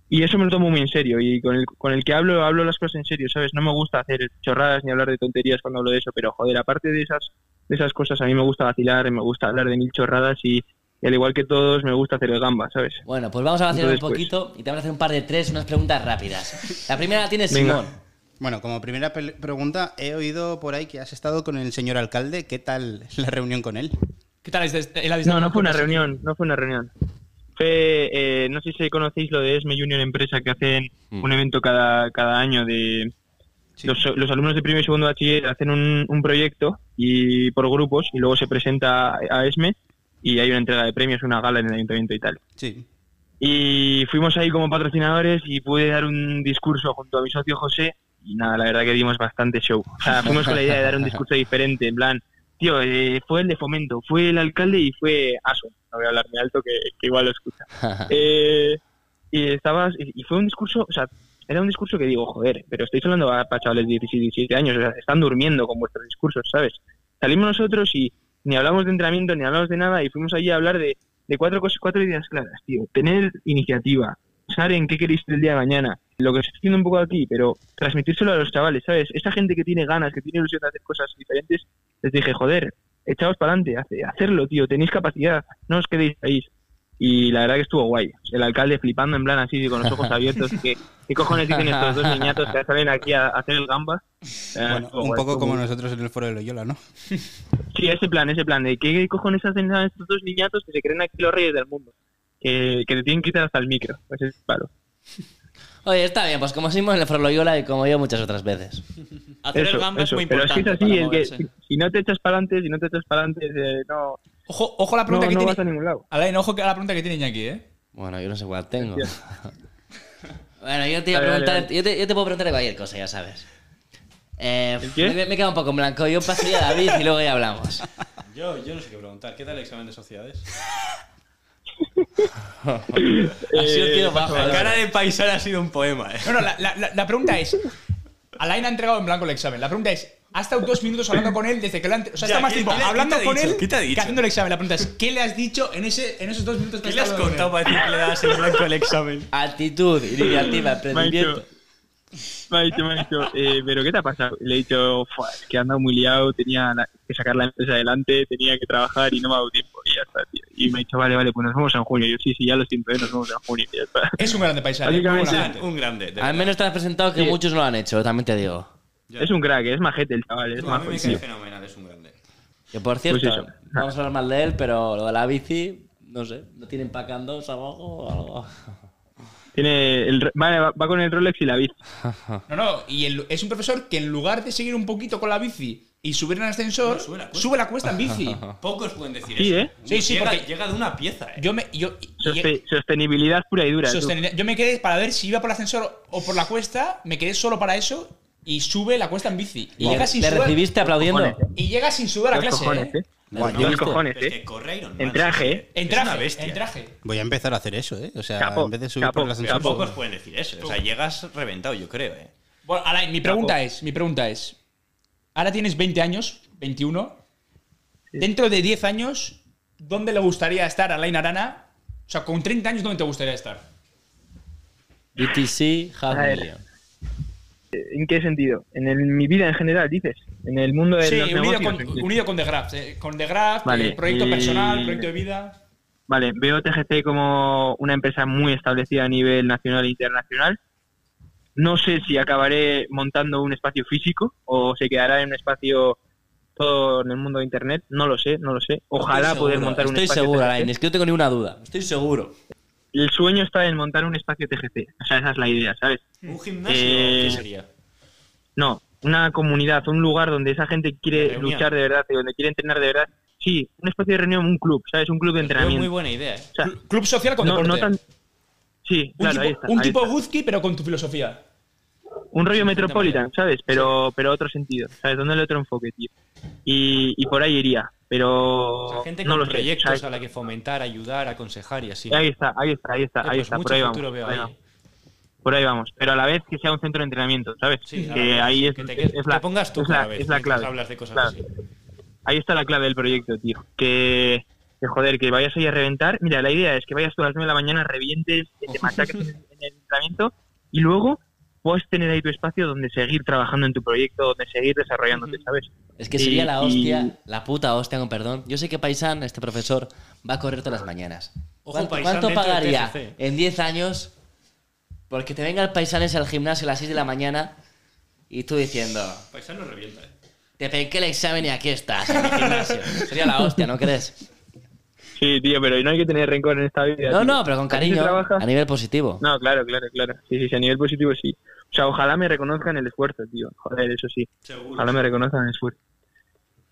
[SPEAKER 9] Y eso me lo tomo muy en serio. Y con el, con el que hablo, hablo las cosas en serio, ¿sabes? No me gusta hacer chorradas ni hablar de tonterías cuando hablo de eso, pero joder, aparte de esas, de esas cosas, a mí me gusta vacilar, me gusta hablar de mil chorradas y, y al igual que todos, me gusta hacer el gamba, ¿sabes?
[SPEAKER 5] Bueno, pues vamos a vacilar un
[SPEAKER 9] Entonces, pues.
[SPEAKER 5] poquito y te vamos a hacer un par de tres, unas preguntas rápidas. La primera la tiene
[SPEAKER 9] Venga.
[SPEAKER 5] Simón.
[SPEAKER 2] Bueno, como primera pel- pregunta, he oído por ahí que has estado con el señor alcalde. ¿Qué tal la reunión con él?
[SPEAKER 4] ¿Qué tal es de- es la
[SPEAKER 9] No,
[SPEAKER 4] distancia?
[SPEAKER 9] no fue una reunión, no fue una reunión. Fue, eh, no sé si conocéis lo de Esme Junior Empresa, que hacen un evento cada, cada año de... Los, los alumnos de primer y segundo de bachiller hacen un, un proyecto y por grupos y luego se presenta a- a ESME y hay una entrega de premios, una gala en el ayuntamiento y tal.
[SPEAKER 2] Sí.
[SPEAKER 9] Y fuimos ahí como patrocinadores y pude dar un discurso junto a mi socio José. Y nada, la verdad que dimos bastante show. O sea, fuimos con la idea de dar un discurso diferente, en plan, tío, eh, fue el de fomento, fue el alcalde y fue Asun. No voy a hablar muy alto que, que igual lo escucha. Eh, y estabas, y y fue un discurso, o sea, era un discurso que digo, joder, pero estáis hablando a para chavales de 16, 17 años, o sea, están durmiendo con vuestros discursos, ¿sabes? Salimos nosotros y ni hablamos de entrenamiento, ni hablamos de nada, y fuimos allí a hablar de, de cuatro cosas, cuatro ideas claras, tío. Tener iniciativa, saber en qué queréis el día de mañana, lo que os estoy haciendo un poco aquí, pero transmitírselo a los chavales, ¿sabes? Esa gente que tiene ganas, que tiene ilusión de hacer cosas diferentes, les dije, joder, echaos para adelante, hace- hacerlo, tío, tenéis capacidad, no os quedéis ahí. Y la verdad que estuvo guay. El alcalde flipando en plan así, con los ojos abiertos, que qué cojones dicen estos dos niñatos que salen aquí a, a hacer el gamba. Eh,
[SPEAKER 2] Bueno,
[SPEAKER 9] estuvo
[SPEAKER 2] un
[SPEAKER 9] guay,
[SPEAKER 2] poco
[SPEAKER 9] estuvo
[SPEAKER 2] como
[SPEAKER 9] muy-
[SPEAKER 2] nosotros en el foro de Loyola, ¿no?
[SPEAKER 9] Sí, ese plan, ese plan de qué cojones hacen estos dos niñatos que se creen aquí los reyes del mundo. Que, que te tienen que quitar hasta el micro. Pues es palo.
[SPEAKER 5] Oye, está bien, pues como Simón, el Froloyola y como yo muchas otras veces.
[SPEAKER 3] Hacer el gamba es muy
[SPEAKER 9] Pero es
[SPEAKER 3] importante.
[SPEAKER 9] que es así,
[SPEAKER 3] para
[SPEAKER 9] es que
[SPEAKER 3] moverse.
[SPEAKER 9] si, si no te echas para adelante, si no te echas para adelante, eh, no,
[SPEAKER 4] Ojo, ojo a la
[SPEAKER 9] no,
[SPEAKER 4] pregunta
[SPEAKER 9] no
[SPEAKER 4] que
[SPEAKER 9] vas a
[SPEAKER 4] tiene.
[SPEAKER 9] ningún lado.
[SPEAKER 4] Alain, ojo a la pregunta que tiene Iñaki, ¿eh?
[SPEAKER 5] Bueno, yo no sé cuál tengo. bueno, yo te, iba a
[SPEAKER 9] Vale, vale,
[SPEAKER 5] preguntar,
[SPEAKER 9] vale.
[SPEAKER 5] Yo, te, yo te puedo preguntar de cualquier cosa, ya sabes. Eh,
[SPEAKER 9] ¿El qué?
[SPEAKER 5] me, me he quedado un poco en blanco. Yo paso ya a David y luego ya hablamos.
[SPEAKER 6] Yo, yo no sé qué preguntar. ¿Qué tal el examen de sociedades? Ha sido
[SPEAKER 9] Eh,
[SPEAKER 6] tiro bajo.
[SPEAKER 4] vale,
[SPEAKER 6] La
[SPEAKER 4] vale.
[SPEAKER 6] cara de paisana ha sido un poema, eh.
[SPEAKER 4] No, no, la, la- la- la pregunta es: Alain ha entregado en blanco el examen. La pregunta es: ¿ha estado dos minutos hablando con él desde que lo han. O sea,
[SPEAKER 6] Ya,
[SPEAKER 4] está más
[SPEAKER 6] ¿qué-
[SPEAKER 4] tiempo
[SPEAKER 6] qué le- qué
[SPEAKER 4] hablando
[SPEAKER 6] te ha
[SPEAKER 4] con
[SPEAKER 6] dicho?
[SPEAKER 4] él
[SPEAKER 6] ¿Qué te ha
[SPEAKER 4] que
[SPEAKER 6] dicho?
[SPEAKER 4] haciendo el examen. La pregunta es: ¿qué le has dicho en, ese, en esos dos minutos que
[SPEAKER 6] ¿Qué
[SPEAKER 4] has
[SPEAKER 6] le has
[SPEAKER 4] estado con él?
[SPEAKER 6] contado para decir que le dabas el blanco al examen?
[SPEAKER 5] Actitud, iniciativa, emprendimiento.
[SPEAKER 9] Me ha dicho, me ha dicho, eh, pero ¿qué te ha pasado? Y le he dicho, "Fua, es que he andado muy liado, tenía la- que sacar la empresa adelante, tenía que trabajar y no me ha dado tiempo. Y ya está, tío. Y me ha dicho, vale, vale, pues nos vemos en junio. Y yo, sí, sí, ya lo siento, eh, nos vemos en junio. Y ya está.
[SPEAKER 4] Es un grande paisano.
[SPEAKER 9] Básicamente-
[SPEAKER 4] un grande.
[SPEAKER 6] Un grande. de
[SPEAKER 5] Al
[SPEAKER 6] verdad.
[SPEAKER 5] menos te has presentado que
[SPEAKER 9] Sí.
[SPEAKER 5] muchos no lo han hecho, también te digo.
[SPEAKER 6] Ya.
[SPEAKER 9] Es un crack, es majete el chaval, es
[SPEAKER 6] No, a mí
[SPEAKER 9] majo.
[SPEAKER 6] me
[SPEAKER 9] tío.
[SPEAKER 6] cae fenomenal, es un grande.
[SPEAKER 5] Que por
[SPEAKER 9] Pues
[SPEAKER 5] cierto,
[SPEAKER 9] eso.
[SPEAKER 5] vamos a hablar mal de él, pero lo de la bici, no sé, ¿no tienen pacandos abajo o algo?
[SPEAKER 9] Tiene el, vale, va, va con el Rolex y la bici. Ah.
[SPEAKER 4] No, no, y el- es un profesor que en lugar de seguir un poquito con la bici y subir en ascensor,
[SPEAKER 6] No, sube la cuesta.
[SPEAKER 4] sube la cuesta en bici.
[SPEAKER 6] Pocos pueden decir
[SPEAKER 9] Sí,
[SPEAKER 6] eso.
[SPEAKER 9] ¿eh?
[SPEAKER 4] Sí, sí,
[SPEAKER 6] llega,
[SPEAKER 4] porque-
[SPEAKER 6] llega de una pieza, eh.
[SPEAKER 4] Yo me, yo, y-
[SPEAKER 9] Soste- sostenibilidad pura y dura. tú.
[SPEAKER 4] sostenibilidad. yo me quedé para ver si iba por el ascensor o por la cuesta, me quedé solo para eso y sube la cuesta en bici. Y, llega, sin
[SPEAKER 5] ¿Le
[SPEAKER 4] sudar,
[SPEAKER 5] recibiste aplaudiendo?
[SPEAKER 9] Cojones, eh.
[SPEAKER 4] y llega sin sudar a
[SPEAKER 9] Dos
[SPEAKER 4] clase.
[SPEAKER 9] cojones,
[SPEAKER 4] ¿eh?
[SPEAKER 9] eh.
[SPEAKER 5] ¿Le recibiste?
[SPEAKER 9] Dos cojones,
[SPEAKER 6] Pero es
[SPEAKER 9] eh.
[SPEAKER 6] que corre Iron Man.
[SPEAKER 9] En traje,
[SPEAKER 6] ¿sabes?
[SPEAKER 9] eh.
[SPEAKER 4] En
[SPEAKER 6] Es una
[SPEAKER 4] traje,
[SPEAKER 6] bestia.
[SPEAKER 4] en traje.
[SPEAKER 2] Voy a empezar a hacer eso, ¿eh? O sea,
[SPEAKER 9] Capo,
[SPEAKER 2] en vez de subir
[SPEAKER 9] capo,
[SPEAKER 2] por el
[SPEAKER 6] Pero
[SPEAKER 2] ascensor.
[SPEAKER 6] pocos pueden decir eso. O sea, llegas reventado, yo creo, eh.
[SPEAKER 4] Bueno, Alain, mi pregunta es, mi pregunta es, ahora tienes 20 años, 21, dentro de 10 años, ¿dónde le gustaría estar a Alain Arana? O sea, con 30 años, ¿dónde te gustaría estar?
[SPEAKER 5] BTC, half
[SPEAKER 9] A ver.
[SPEAKER 5] million.
[SPEAKER 9] ¿En qué sentido? En el- mi vida en general, dices. En el mundo de
[SPEAKER 4] Sí,
[SPEAKER 9] los
[SPEAKER 4] unido
[SPEAKER 9] negocios.
[SPEAKER 4] con,
[SPEAKER 9] ¿en qué?
[SPEAKER 4] unido con The Graph. eh, con The Graph,
[SPEAKER 9] Vale,
[SPEAKER 4] eh, proyecto
[SPEAKER 9] y-
[SPEAKER 4] personal, proyecto de vida.
[SPEAKER 9] Vale, veo TGC como una empresa muy establecida a nivel nacional e internacional. No sé si acabaré montando un espacio físico o se quedará en un espacio todo en el mundo de Internet. No lo sé, no lo sé. Ojalá
[SPEAKER 5] Estoy
[SPEAKER 9] poder
[SPEAKER 5] seguro,
[SPEAKER 9] montar un
[SPEAKER 5] Estoy
[SPEAKER 9] espacio.
[SPEAKER 5] seguro,
[SPEAKER 9] TGC.
[SPEAKER 5] Alain, es que no tengo ninguna duda. Estoy seguro.
[SPEAKER 9] El sueño está en montar un espacio TGC. O sea, esa es la idea, ¿sabes?
[SPEAKER 6] ¿Un gimnasio?
[SPEAKER 9] Eh,
[SPEAKER 6] ¿Qué sería?
[SPEAKER 9] No, una comunidad, un lugar donde esa gente quiere
[SPEAKER 6] Reunión.
[SPEAKER 9] luchar de verdad, donde quiere entrenar de verdad. Sí, un espacio de reunión, un club, ¿sabes? Un club de
[SPEAKER 6] Es muy
[SPEAKER 9] entrenamiento.
[SPEAKER 6] buena idea, eh.
[SPEAKER 9] O sea,
[SPEAKER 4] Cl- Club social con
[SPEAKER 9] no,
[SPEAKER 4] deporte.
[SPEAKER 9] no tan... Sí,
[SPEAKER 4] un
[SPEAKER 9] claro,
[SPEAKER 4] tipo,
[SPEAKER 9] ahí está.
[SPEAKER 4] un
[SPEAKER 9] ahí
[SPEAKER 4] tipo
[SPEAKER 9] está.
[SPEAKER 4] Guzki, pero con tu filosofía.
[SPEAKER 9] un rollo metropolitan, ¿sabes? Pero, pero otro sentido, ¿sabes? Dándole otro enfoque, tío. Y, y por ahí iría, pero
[SPEAKER 6] O sea, gente
[SPEAKER 9] no
[SPEAKER 6] con
[SPEAKER 9] lo sé,
[SPEAKER 6] proyectos
[SPEAKER 9] ¿sabes?
[SPEAKER 6] a la que fomentar, ayudar, aconsejar y así.
[SPEAKER 9] Ahí está, ahí está, ahí está,
[SPEAKER 6] Eh,
[SPEAKER 9] ahí
[SPEAKER 6] pues
[SPEAKER 9] está, por
[SPEAKER 6] mucho
[SPEAKER 9] ahí vamos.
[SPEAKER 6] futuro veo
[SPEAKER 9] por ahí
[SPEAKER 6] ahí.
[SPEAKER 9] vamos. Por ahí vamos, pero a la vez que sea un centro de entrenamiento, ¿sabes?
[SPEAKER 6] Sí,
[SPEAKER 9] que
[SPEAKER 6] ahora,
[SPEAKER 9] ahí es,
[SPEAKER 6] que te,
[SPEAKER 9] es-
[SPEAKER 6] que
[SPEAKER 9] es la,
[SPEAKER 6] te pongas tú
[SPEAKER 9] es la,
[SPEAKER 6] cada vez
[SPEAKER 9] es la
[SPEAKER 6] mientras
[SPEAKER 9] clave.
[SPEAKER 6] hablas de cosas
[SPEAKER 9] Claro.
[SPEAKER 6] así.
[SPEAKER 9] Ahí está la clave del proyecto, tío. Que, que, joder, que vayas ahí a reventar. Mira, la idea es que vayas tú a las 9 de la mañana, revientes, que te machaques en, en el entrenamiento y luego puedes tener ahí tu espacio donde seguir trabajando en tu proyecto, donde seguir desarrollándote, ¿sabes?
[SPEAKER 5] Es que sería
[SPEAKER 9] Y-
[SPEAKER 5] la
[SPEAKER 9] y-
[SPEAKER 5] hostia, la puta hostia, con perdón. Yo sé que Paisán, este profesor, va a correr todas las mañanas.
[SPEAKER 6] Ojo,
[SPEAKER 5] ¿Cuánto,
[SPEAKER 6] Paisán
[SPEAKER 5] cuánto
[SPEAKER 6] dentro de
[SPEAKER 5] pagaría
[SPEAKER 6] TSC?
[SPEAKER 5] en 10 años porque te venga el Paisán ese al gimnasio a las 6 de la mañana y tú diciendo,
[SPEAKER 6] Paisano revienta, eh.
[SPEAKER 5] te pegué el examen y aquí estás, en el gimnasio? Sería la hostia, ¿no crees?
[SPEAKER 9] Sí, tío, pero no hay que tener rencor en esta vida.
[SPEAKER 5] No,
[SPEAKER 9] tío.
[SPEAKER 5] no, pero con
[SPEAKER 9] Aquí se
[SPEAKER 5] cariño,
[SPEAKER 9] trabaja-
[SPEAKER 5] a nivel positivo.
[SPEAKER 9] No, claro, claro, claro. Sí, sí, sí, a nivel positivo sí. O sea, ojalá me reconozcan el esfuerzo, tío. Joder, eso sí. Ojalá me reconozcan el esfuerzo.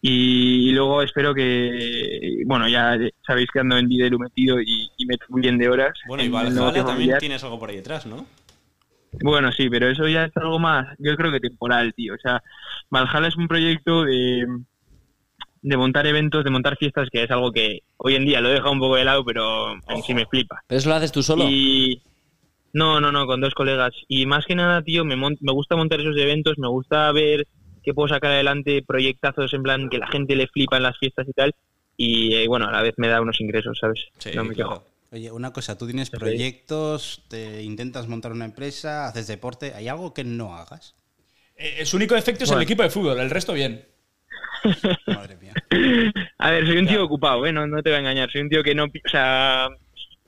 [SPEAKER 9] Y, y luego espero que, bueno, ya sabéis que ando en Didelu metido y, y me bien de horas.
[SPEAKER 6] Bueno,
[SPEAKER 9] en
[SPEAKER 6] y
[SPEAKER 9] el
[SPEAKER 6] Valhalla
[SPEAKER 9] negocio
[SPEAKER 6] también
[SPEAKER 9] familiar.
[SPEAKER 6] tienes algo por ahí detrás, ¿no?
[SPEAKER 9] Bueno, sí, pero eso ya es algo más, yo creo que temporal, tío. O sea, Valhalla es un proyecto de, de montar eventos, de montar fiestas, que es algo que hoy en día lo he dejado un poco de lado, pero en sí me flipa.
[SPEAKER 5] Pero eso lo haces tú solo.
[SPEAKER 9] Y no, no, no, con dos colegas. Y más que nada, tío, me, mon- me gusta montar esos eventos, me gusta ver que puedo sacar adelante proyectazos en plan que la gente le flipa en las fiestas y tal. Y eh, bueno, a la vez me da unos ingresos, ¿sabes? no me quejo.
[SPEAKER 6] claro.
[SPEAKER 2] Oye, una cosa, tú tienes proyectos, te intentas montar una empresa, haces deporte, ¿hay algo que no hagas?
[SPEAKER 4] Eh, su único defecto es
[SPEAKER 9] Bueno.
[SPEAKER 4] el equipo de fútbol, el resto bien.
[SPEAKER 2] Madre mía.
[SPEAKER 9] A ver, soy un tío ocupado, ¿eh? No, no te voy a engañar. Soy un tío que no. pi- O sea,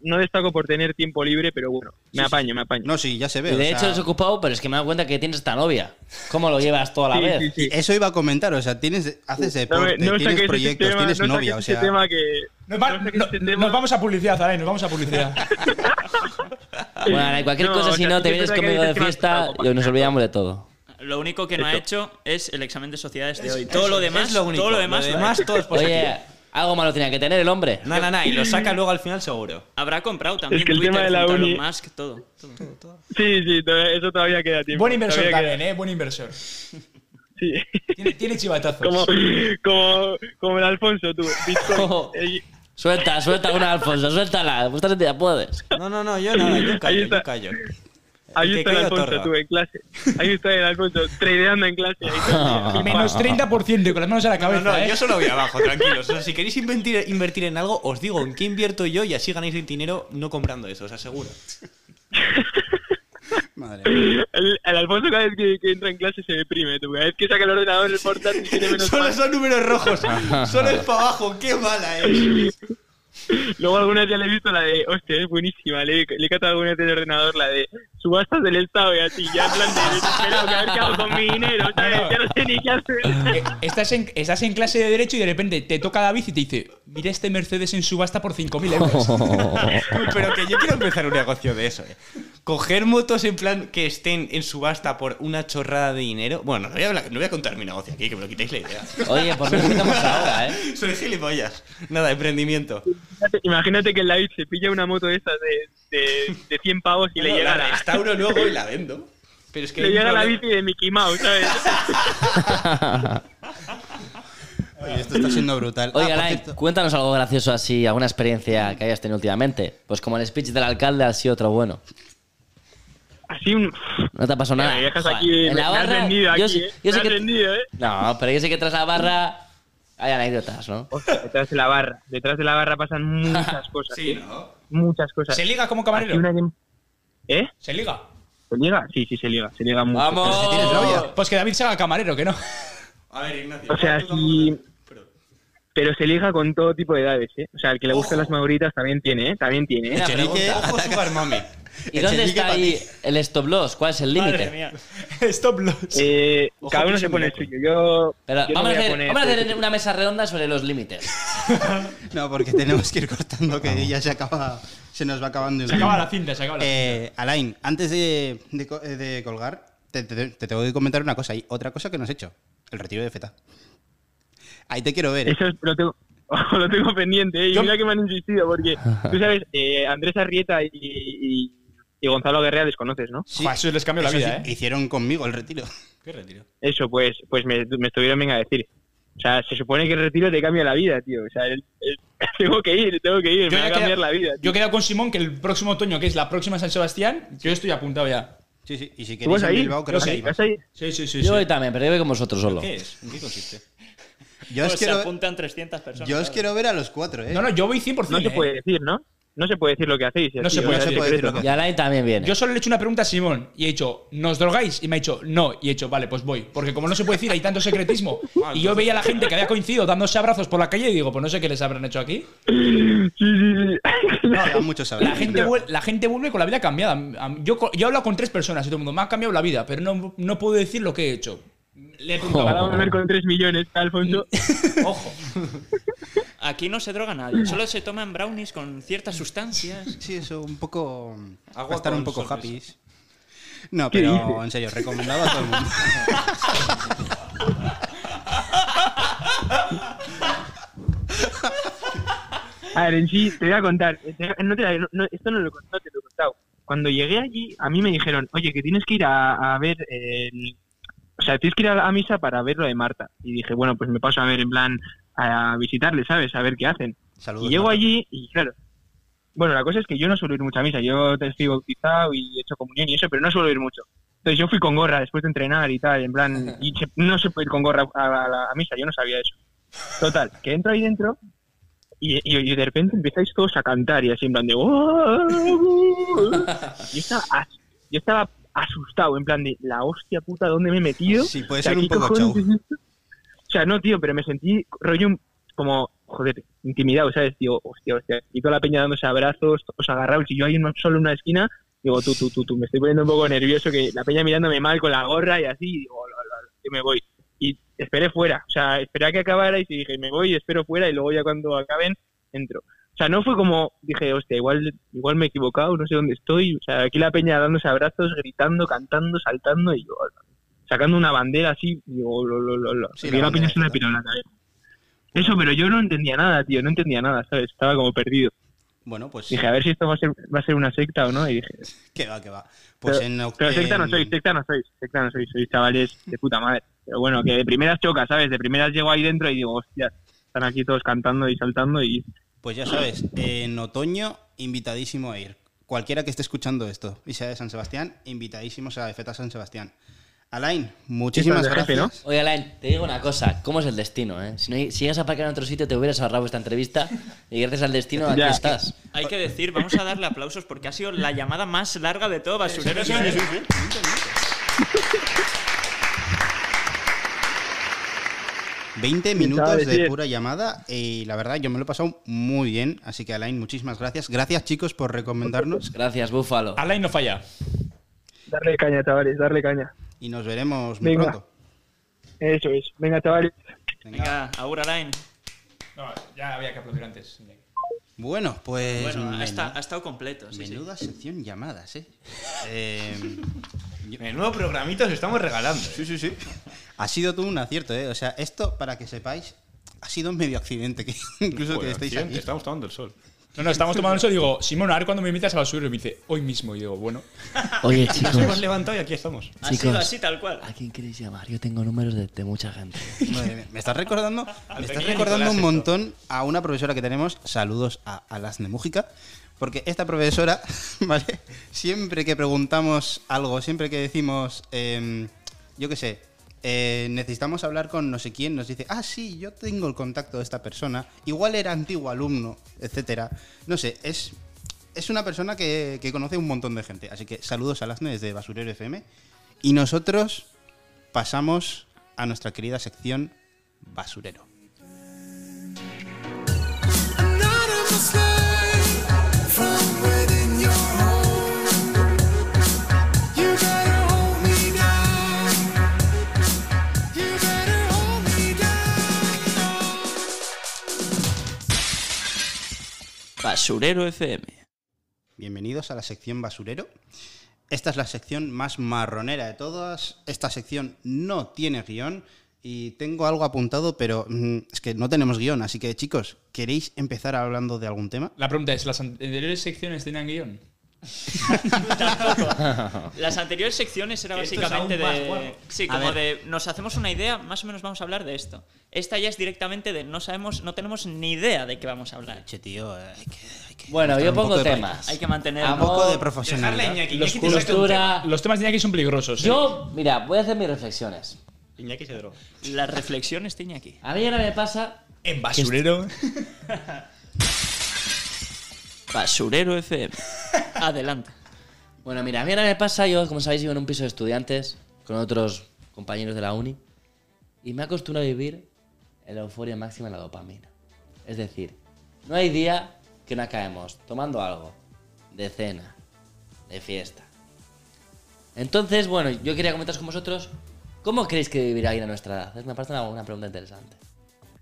[SPEAKER 9] no destaco por tener tiempo libre, pero bueno, me apaño, me apaño.
[SPEAKER 2] No, sí, ya se ve.
[SPEAKER 5] Y
[SPEAKER 2] o
[SPEAKER 5] de
[SPEAKER 2] sea,
[SPEAKER 5] hecho eres ocupado, pero es que me he dado cuenta que tienes esta novia. ¿Cómo lo llevas toda la
[SPEAKER 9] Sí,
[SPEAKER 5] vez?
[SPEAKER 9] sí, sí.
[SPEAKER 2] eso iba a comentar, o sea, tienes, haces
[SPEAKER 9] No me-
[SPEAKER 2] deporte,
[SPEAKER 9] no saques
[SPEAKER 2] tienes
[SPEAKER 9] ese
[SPEAKER 2] proyectos,
[SPEAKER 9] este tema,
[SPEAKER 2] tienes
[SPEAKER 9] no saques
[SPEAKER 2] novia, o
[SPEAKER 9] ese
[SPEAKER 2] sea,
[SPEAKER 9] este tema que,
[SPEAKER 4] Nos, va-
[SPEAKER 9] no saques
[SPEAKER 4] no-
[SPEAKER 9] ese
[SPEAKER 4] nos
[SPEAKER 9] este tema.
[SPEAKER 4] vamos a publicidad, Alain, nos vamos a publicidad.
[SPEAKER 5] Bueno, Alain, cualquier
[SPEAKER 9] No,
[SPEAKER 5] cosa,
[SPEAKER 9] o
[SPEAKER 5] si
[SPEAKER 9] sea,
[SPEAKER 5] no,
[SPEAKER 9] sí
[SPEAKER 5] te
[SPEAKER 9] que
[SPEAKER 5] vienes
[SPEAKER 9] es verdad que
[SPEAKER 5] conmigo de
[SPEAKER 9] dices que me has
[SPEAKER 5] fiesta
[SPEAKER 9] contado
[SPEAKER 5] y
[SPEAKER 9] cosas,
[SPEAKER 5] nos
[SPEAKER 9] ¿no?
[SPEAKER 5] olvidamos de todo.
[SPEAKER 3] Lo único que no ha hecho es el examen de sociedades de hoy. Todo lo demás,
[SPEAKER 6] es lo único.
[SPEAKER 3] todo lo demás, lo ha hecho.
[SPEAKER 6] todo es
[SPEAKER 9] Pues
[SPEAKER 6] positivo.
[SPEAKER 5] Oye, algo malo tenía que tener el hombre.
[SPEAKER 6] No, no, no, y lo saca luego al final seguro.
[SPEAKER 3] habrá comprado también
[SPEAKER 9] que el
[SPEAKER 3] Twitter,
[SPEAKER 9] tema de la
[SPEAKER 3] junto a Elon
[SPEAKER 9] uni-
[SPEAKER 3] Musk, todo.
[SPEAKER 9] Sí, sí, to- eso todavía queda tiempo.
[SPEAKER 4] Buen inversor
[SPEAKER 9] Todavía queda-
[SPEAKER 4] también, eh, buen inversor.
[SPEAKER 9] Sí.
[SPEAKER 4] Tiene, tiene chivatazos.
[SPEAKER 9] Como, como, como el Alfonso, tú. Bitcoin. Eh,
[SPEAKER 5] Suelta, suelta una, Alfonso, suéltala. Pues estás ya puedes.
[SPEAKER 6] No, no, no, yo nada, yo
[SPEAKER 9] Ahí
[SPEAKER 6] callo,
[SPEAKER 9] está.
[SPEAKER 6] yo callo.
[SPEAKER 9] Ahí
[SPEAKER 6] que
[SPEAKER 9] está el
[SPEAKER 6] crea
[SPEAKER 9] Alfonso,
[SPEAKER 6] otorga.
[SPEAKER 9] tú, en clase. Ahí está el Alfonso, tradeando en clase. Ahí está.
[SPEAKER 4] Menos 30% y con las manos a la cabeza.
[SPEAKER 6] No, no,
[SPEAKER 4] ¿eh?
[SPEAKER 6] yo solo voy abajo, tranquilos. O sea, si queréis invertir, invertir en algo, os digo en qué invierto yo y así ganáis dinero no comprando eso, os aseguro.
[SPEAKER 2] Madre mía.
[SPEAKER 9] El, el Alfonso cada vez que, que entra en clase se deprime, tú. Cada vez que saca el ordenador, el portátil tiene menos
[SPEAKER 6] Solo
[SPEAKER 9] pan.
[SPEAKER 6] son números rojos, solo es para abajo, qué mala eh. es.
[SPEAKER 9] Luego algunas ya le he visto la de, hostia, es buenísima. Le, le he catado algunas del ordenador, la de subastas del Estado y así. Ya en plan de, pero que a ver qué hago con mi dinero, ¿sabes? Ya no sé ni qué hacer.
[SPEAKER 4] Eh, Estás en, estás en clase de Derecho y de repente te toca David y te dice: Mira este Mercedes en subasta por 5.000 euros.
[SPEAKER 6] Pero que yo quiero empezar un negocio de eso, eh. Coger motos en plan que estén en subasta por una chorrada de dinero. Bueno, no voy a, hablar- no voy a contar mi negocio aquí, que me lo quitáis la idea.
[SPEAKER 5] Oye, pues no estamos ahora, ¿eh?
[SPEAKER 6] Soy gilipollas. Nada, emprendimiento.
[SPEAKER 9] Imagínate- Imagínate que el David se pilla una moto de esas de, de, de 100 pavos y le
[SPEAKER 6] No,
[SPEAKER 9] llega
[SPEAKER 6] la
[SPEAKER 9] la,
[SPEAKER 6] restauro luego y la vendo. Pero es que
[SPEAKER 9] le
[SPEAKER 6] hay un
[SPEAKER 9] llega la
[SPEAKER 6] problema.
[SPEAKER 9] bici de Mickey Mouse, ¿sabes?
[SPEAKER 2] Oye, esto está siendo brutal. Ah,
[SPEAKER 5] Oye,
[SPEAKER 2] por
[SPEAKER 5] Alain,
[SPEAKER 2] cierto,
[SPEAKER 5] cuéntanos algo gracioso así, alguna experiencia que hayas tenido últimamente. Pues como el speech del alcalde ha sido otro bueno.
[SPEAKER 9] Así un...
[SPEAKER 5] No te ha pasado
[SPEAKER 9] Me
[SPEAKER 5] nada.
[SPEAKER 9] dejas
[SPEAKER 5] Joder,
[SPEAKER 9] Eh, aquí, me, me has vendido aquí,
[SPEAKER 5] yo, sé-
[SPEAKER 9] ¿eh?
[SPEAKER 5] yo
[SPEAKER 9] me
[SPEAKER 5] sé
[SPEAKER 9] has
[SPEAKER 5] que,
[SPEAKER 9] vendido, ¿eh?
[SPEAKER 5] No, pero yo sé que tras la barra hay anécdotas, ¿no?
[SPEAKER 9] Hostia, detrás de la barra. Detrás de la barra pasan muchas cosas.
[SPEAKER 6] Sí,
[SPEAKER 9] ¿eh?
[SPEAKER 6] ¿no?
[SPEAKER 9] Muchas cosas.
[SPEAKER 4] ¿Se liga como
[SPEAKER 9] Aquí
[SPEAKER 4] camarero?
[SPEAKER 9] una que- ¿Eh?
[SPEAKER 4] ¿Se liga?
[SPEAKER 9] ¿Se liga? Sí, sí, se liga. Se liga mucho.
[SPEAKER 4] Pues que David se haga camarero, que no.
[SPEAKER 6] A ver, Ignacio.
[SPEAKER 9] O sea,
[SPEAKER 6] tú tampoco-
[SPEAKER 9] si... Pero se liga con todo tipo de edades, ¿eh? O sea, el que le gustan
[SPEAKER 6] Ojo.
[SPEAKER 9] las mauritas también tiene, ¿eh? También tiene, ¿eh?
[SPEAKER 5] Mira,
[SPEAKER 6] Chenique,
[SPEAKER 5] pregunta.
[SPEAKER 6] ojo Sugar Mami.
[SPEAKER 5] ¿Y dónde
[SPEAKER 6] Chenique
[SPEAKER 5] está
[SPEAKER 6] pa' ti.
[SPEAKER 5] ahí el stop loss? ¿Cuál es el
[SPEAKER 3] Madre
[SPEAKER 5] límite?
[SPEAKER 3] mía.
[SPEAKER 4] Stop loss.
[SPEAKER 9] Eh,
[SPEAKER 6] Ojo,
[SPEAKER 9] cada uno
[SPEAKER 6] que
[SPEAKER 9] se
[SPEAKER 6] es un
[SPEAKER 9] pone el
[SPEAKER 6] loco.
[SPEAKER 9] suyo. Yo.
[SPEAKER 5] Pero
[SPEAKER 9] yo no
[SPEAKER 5] vamos,
[SPEAKER 9] voy
[SPEAKER 5] a hacer,
[SPEAKER 9] poner- este-
[SPEAKER 5] vamos a hacer una mesa redonda sobre los límites.
[SPEAKER 2] No, porque tenemos que ir cortando que ya se acaba. Se nos va acabando el
[SPEAKER 4] Se acaba
[SPEAKER 2] tiempo.
[SPEAKER 4] la cinta, se acaba la cinta.
[SPEAKER 2] Eh, Alain, antes de, de co- eh, de colgar, te, te- te tengo que comentar una cosa. Y otra cosa que no has hecho: el retiro de feta. Ahí te quiero ver. ¿eh?
[SPEAKER 9] Eso es- lo tengo. lo tengo pendiente, ¿eh? Y mira que me han insistido, porque tú sabes, eh, Andrés Arrieta y, y- y Gonzalo Guerrero desconoces, ¿no?
[SPEAKER 2] Sí,
[SPEAKER 4] Joder, eso les cambió la
[SPEAKER 2] eso
[SPEAKER 4] vida,
[SPEAKER 2] sí,
[SPEAKER 4] ¿eh?
[SPEAKER 2] Hicieron conmigo el retiro.
[SPEAKER 6] ¿Qué retiro?
[SPEAKER 9] Eso, pues, pues me, me estuvieron bien a decir. O sea, se supone que el retiro te cambia la vida, tío. O sea, el- el- tengo que ir, tengo que ir, me va a
[SPEAKER 4] he
[SPEAKER 9] cambiar
[SPEAKER 4] quedado-
[SPEAKER 9] la vida.
[SPEAKER 4] yo he
[SPEAKER 9] tío.
[SPEAKER 4] quedado con Simón que el próximo otoño, que es la próxima San Sebastián, yo estoy apuntado ya.
[SPEAKER 2] Sí, sí. Y si
[SPEAKER 9] ¿Tú
[SPEAKER 2] queréis
[SPEAKER 9] vas
[SPEAKER 2] en
[SPEAKER 9] ahí?
[SPEAKER 2] Bilbao, creo
[SPEAKER 9] ¿Vas
[SPEAKER 2] que
[SPEAKER 9] ahí?
[SPEAKER 2] ahí va.
[SPEAKER 9] ¿Vas ahí?
[SPEAKER 4] Sí, sí, sí.
[SPEAKER 5] Yo
[SPEAKER 4] sí.
[SPEAKER 5] voy también, pero yo voy con vosotros solo.
[SPEAKER 6] ¿Qué es? ¿En qué consiste?
[SPEAKER 2] Yo os
[SPEAKER 3] Pues se
[SPEAKER 2] quiero,
[SPEAKER 3] apuntan 300 personas.
[SPEAKER 2] yo os
[SPEAKER 3] claro.
[SPEAKER 2] quiero ver a los cuatro, ¿eh?
[SPEAKER 4] No, no, yo voy 100%.
[SPEAKER 9] No se
[SPEAKER 4] eh.
[SPEAKER 9] puede decir, ¿no? No se puede decir lo que hacéis.
[SPEAKER 4] No se
[SPEAKER 9] tío,
[SPEAKER 4] puede,
[SPEAKER 9] o sea,
[SPEAKER 4] no
[SPEAKER 2] se
[SPEAKER 9] es
[SPEAKER 2] puede decir
[SPEAKER 9] secreto,
[SPEAKER 2] lo que
[SPEAKER 5] Y Alain también viene.
[SPEAKER 4] Yo solo le he hecho una pregunta a Simón y he dicho, ¿nos drogáis? Y me ha dicho, no. Y he dicho, vale, pues voy. Porque como no se puede decir, hay tanto secretismo. Y yo veía a la gente que había coincidido dándose abrazos por la calle y digo, pues no sé qué les habrán hecho aquí.
[SPEAKER 2] No, da mucho saber.
[SPEAKER 4] La gente, vuel- la gente vuelve con la vida cambiada. Am- Yo, co- yo he hablado con tres personas y todo el mundo me ha cambiado la vida, pero no, no puedo decir lo que he hecho. Le he preguntado,
[SPEAKER 9] Ahora vamos a ver con 3 millones, Alfonso.
[SPEAKER 4] ojo.
[SPEAKER 3] Aquí no se droga nadie, solo se toman brownies con ciertas sustancias.
[SPEAKER 2] Sí, eso, un poco.
[SPEAKER 6] Agua
[SPEAKER 2] Agua estar
[SPEAKER 6] con
[SPEAKER 2] un poco
[SPEAKER 6] sorpresa.
[SPEAKER 2] happy. No, pero en serio, recomendado a todo el mundo.
[SPEAKER 9] A ver, en sí, te voy a contar. eh, Te- no te- no- no, esto no, lo, he contado, te lo he contado. Cuando llegué allí, a mí me dijeron, oye, que tienes que ir a, a ver... eh, o sea, tienes que ir a, la- a misa para ver lo de Marta. Y dije, bueno, pues me paso a ver en plan a visitarle, ¿sabes? A ver qué hacen.
[SPEAKER 2] Saludos.
[SPEAKER 9] Y llego
[SPEAKER 2] Marta.
[SPEAKER 9] allí y claro. Bueno, la cosa es que yo no suelo ir mucho a misa. Yo te estoy bautizado y he hecho comunión y eso, pero no suelo ir mucho. Entonces yo fui con gorra después de entrenar y tal, en plan, y se- no se puede ir con gorra a, la- a la- a misa, yo no sabía eso. Total, que entro ahí dentro y, y- y de repente empezáis todos a cantar y así en plan de... "Oh". Yo estaba, as- yo estaba asustado, en plan de, la hostia puta, ¿dónde me he metido?
[SPEAKER 2] Sí, puede
[SPEAKER 9] O sea,
[SPEAKER 2] ser un
[SPEAKER 9] ¿qué
[SPEAKER 2] poco
[SPEAKER 9] cojones
[SPEAKER 2] chau.
[SPEAKER 9] es esto? O sea, no, tío, pero me sentí rollo un- como, joder, intimidado, ¿sabes? Digo, hostia, hostia. Y toda la peña dándose abrazos, todos agarrados, y yo ahí en una- solo en una esquina, digo, tú, tú, tú, tú, me estoy poniendo un poco nervioso, que la peña mirándome mal con la gorra y así, y digo, "Hola, hola, hola", yo me voy. Y esperé fuera, o sea, esperé a que acabara y dije, me voy, espero fuera, y luego ya cuando acaben, entro. O sea, no fue como, dije, hostia, igual, igual me he equivocado, no sé dónde estoy. O sea, aquí la peña dándose abrazos, gritando, cantando, saltando, y yo, "Hola" sacando una bandera así, digo, lo, lo, lo, lo.
[SPEAKER 2] Sí,
[SPEAKER 9] Y
[SPEAKER 2] la
[SPEAKER 9] la
[SPEAKER 2] bandera
[SPEAKER 9] peña se me
[SPEAKER 2] esta.
[SPEAKER 9] piró en la cabeza. Eso, pero yo no entendía nada, tío, no entendía nada, ¿sabes? Estaba como perdido.
[SPEAKER 2] Bueno, pues.
[SPEAKER 9] Dije, a ver si esto va a ser, va a ser una secta o no, y dije,
[SPEAKER 2] Que va, que va. Pues
[SPEAKER 9] pero,
[SPEAKER 2] en oct-
[SPEAKER 9] pero secta no
[SPEAKER 2] en-
[SPEAKER 9] sois, secta no sois, secta no sois, sois chavales de puta madre. Pero bueno, que de primeras choca, ¿sabes? De primeras llego ahí dentro y digo, hostia, están aquí todos cantando y saltando y
[SPEAKER 2] Pues ya sabes, en otoño, invitadísimo a ir. Cualquiera que esté escuchando esto y sea de San Sebastián, invitadísimos a la FETA San Sebastián. Alain, muchísimas
[SPEAKER 9] de jefe,
[SPEAKER 2] gracias.
[SPEAKER 5] Oye, Alain, te digo una cosa. ¿Cómo es el destino, eh? Si, no, si llegas a aparcar en otro sitio, te hubieras ahorrado esta entrevista. Y gracias al destino, aquí
[SPEAKER 9] Ya.
[SPEAKER 5] estás.
[SPEAKER 3] Hay que decir, vamos a darle aplausos porque ha sido la llamada más larga de todo Basurero. FM.
[SPEAKER 2] Veinte 20 minutos
[SPEAKER 9] sabes,
[SPEAKER 2] de
[SPEAKER 9] sí.
[SPEAKER 2] pura llamada y la verdad yo me lo he pasado muy bien. Así que Alain, muchísimas gracias. Gracias chicos por recomendarnos
[SPEAKER 5] Gracias, Búfalo.
[SPEAKER 4] Alain no falla.
[SPEAKER 9] Darle caña, chavales, darle caña.
[SPEAKER 2] y nos veremos muy
[SPEAKER 9] Venga.
[SPEAKER 2] pronto.
[SPEAKER 9] Eso es. Venga, chavales.
[SPEAKER 3] Venga, ahora Alain.
[SPEAKER 4] No, ya había que aplaudir antes.
[SPEAKER 2] Bueno, pues...
[SPEAKER 3] Bueno, ha,
[SPEAKER 2] menu-
[SPEAKER 3] esta- ha estado completo. sí, sí.
[SPEAKER 2] Menuda sección llamadas, ¿eh? Eh,
[SPEAKER 6] Menudo programita os estamos regalando. Sí, sí, sí.
[SPEAKER 2] Ha sido todo un acierto, ¿eh? O sea, esto, para que sepáis, ha sido un medio accidente, que incluso que estéis aquí.
[SPEAKER 6] Estamos tomando el sol.
[SPEAKER 4] No, no, estamos tomando eso. Digo, Simón, a ver cuando me invitas a basura. Y me dice, hoy mismo. Y digo, bueno.
[SPEAKER 5] Oye,
[SPEAKER 6] Nos hemos
[SPEAKER 5] chicos,
[SPEAKER 6] levantado y aquí estamos.
[SPEAKER 3] Ha sido
[SPEAKER 5] Chicos.
[SPEAKER 3] así tal cual.
[SPEAKER 5] ¿a quién queréis llamar? Yo tengo números de, de mucha gente.
[SPEAKER 2] Madre mía, Me estás recordando, me estás
[SPEAKER 6] pequeño
[SPEAKER 2] recordando
[SPEAKER 6] Nicolás
[SPEAKER 2] un
[SPEAKER 6] esto.
[SPEAKER 2] montón a una profesora que tenemos. Saludos a Alasne Mújica. Porque esta profesora, ¿vale? Siempre que preguntamos algo, siempre que decimos, em, yo qué sé, eh, necesitamos hablar con no sé quién, nos dice, ah, sí, yo tengo el contacto de esta persona, igual era antiguo alumno, etcétera. No sé, es, es una persona que, que conoce un montón de gente. Así que saludos a Alasne desde Basurero FM. Y nosotros pasamos a nuestra querida sección basurero.
[SPEAKER 8] I'm not a slave from within your home. You better hold me down. You better hold me down.
[SPEAKER 3] Basurero FM.
[SPEAKER 2] Bienvenidos a la sección basurero. Esta es la sección más marronera de todas. Esta sección no tiene guión y tengo algo apuntado, pero mm, es que no tenemos guión. Así que chicos, ¿queréis empezar hablando de algún tema?
[SPEAKER 4] La pregunta es, ¿las anteriores secciones tenían guión?
[SPEAKER 3] Las anteriores secciones era
[SPEAKER 6] Esto es aún
[SPEAKER 3] básicamente
[SPEAKER 6] más
[SPEAKER 3] de.
[SPEAKER 6] guapo.
[SPEAKER 3] Sí,
[SPEAKER 2] A
[SPEAKER 3] como
[SPEAKER 2] ver.
[SPEAKER 3] de. Nos hacemos una idea, más o menos vamos a hablar de esto. Esta ya es directamente de no sabemos, no tenemos ni idea de qué vamos a hablar.
[SPEAKER 2] Che, tío, eh, hay que- hay que
[SPEAKER 5] Bueno,
[SPEAKER 2] mostrar
[SPEAKER 5] yo
[SPEAKER 2] un poco
[SPEAKER 5] pongo
[SPEAKER 2] de
[SPEAKER 5] temas.
[SPEAKER 3] Hay que mantener
[SPEAKER 2] pro- Un
[SPEAKER 5] Amor,
[SPEAKER 2] poco de
[SPEAKER 6] Dejarle a
[SPEAKER 2] profesionalidad.
[SPEAKER 6] Iñaki.
[SPEAKER 4] Los
[SPEAKER 6] Iñaki te
[SPEAKER 4] culos
[SPEAKER 6] saca un tema.
[SPEAKER 5] Cultura.
[SPEAKER 4] Los temas de aquí son peligrosos. ¿eh?
[SPEAKER 5] Ah. Yo, mira, voy a hacer mis reflexiones.
[SPEAKER 6] Iñaki se droga.
[SPEAKER 3] Las reflexiones tiene aquí.
[SPEAKER 5] A mí ahora me pasa
[SPEAKER 4] En basurero.
[SPEAKER 3] Basurero FM. Adelante.
[SPEAKER 5] Bueno, mira, a mí ahora me pasa, yo, como sabéis, vivo en un piso de estudiantes con otros compañeros de la uni y me acostumbro a vivir en la euforia máxima de la dopamina. Es decir, no hay día que no acabemos tomando algo, de cena, de fiesta. Entonces, bueno, yo quería comentaros con vosotros, ¿cómo creéis que vivirá alguien a nuestra edad? Es- Me parece una, una pregunta interesante.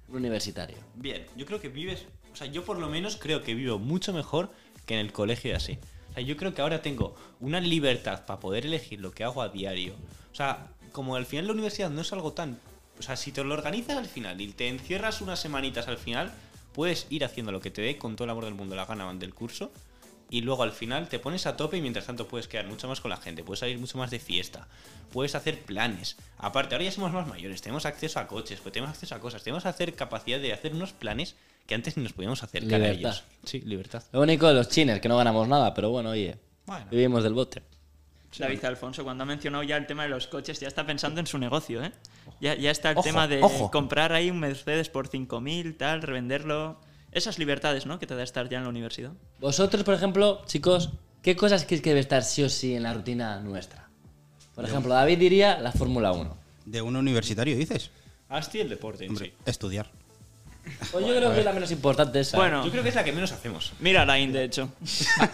[SPEAKER 5] Un universitario.
[SPEAKER 6] Bien, yo creo que vives, o sea, yo por lo menos creo que vivo mucho mejor que en el colegio y así. O sea, yo creo que ahora tengo una libertad para poder elegir lo que hago a diario. O sea, como al final la universidad no es algo tan... O sea, si te lo organizas al final y te encierras unas semanitas al final, puedes ir haciendo lo que te dé con todo el amor del mundo, la gana del curso. Y luego al final te pones a tope y mientras tanto puedes quedar mucho más con la gente, puedes salir mucho más de fiesta, puedes hacer planes. Aparte, ahora ya somos más mayores, tenemos acceso a coches, pues tenemos acceso a cosas, tenemos hacer capacidad de hacer unos planes que antes ni nos podíamos acercar a
[SPEAKER 5] Libertad.
[SPEAKER 6] ellos. Sí, libertad.
[SPEAKER 5] Lo único de los chines, que no ganamos nada, pero bueno, oye,
[SPEAKER 6] Bueno.
[SPEAKER 5] vivimos del bote.
[SPEAKER 3] David Alfonso, cuando ha mencionado ya el tema de los coches, ya está pensando en su negocio, ¿eh? Ya, ya está el tema de
[SPEAKER 6] ojo.
[SPEAKER 3] comprar ahí un Mercedes por 5.000, tal, revenderlo. Esas libertades, ¿no? Que te da estar ya en la universidad.
[SPEAKER 5] Vosotros, por ejemplo, chicos, ¿qué cosas creéis que debe estar sí o sí en la rutina nuestra? Por ejemplo, David diría la Fórmula 1.
[SPEAKER 2] De un universitario, dices.
[SPEAKER 6] Así el deporte, en
[SPEAKER 2] Hombre,
[SPEAKER 6] sí.
[SPEAKER 2] estudiar.
[SPEAKER 5] Pues yo creo que es la menos importante esa.
[SPEAKER 3] Bueno,
[SPEAKER 6] Yo creo que es la que menos hacemos.
[SPEAKER 3] mira Alain, de hecho.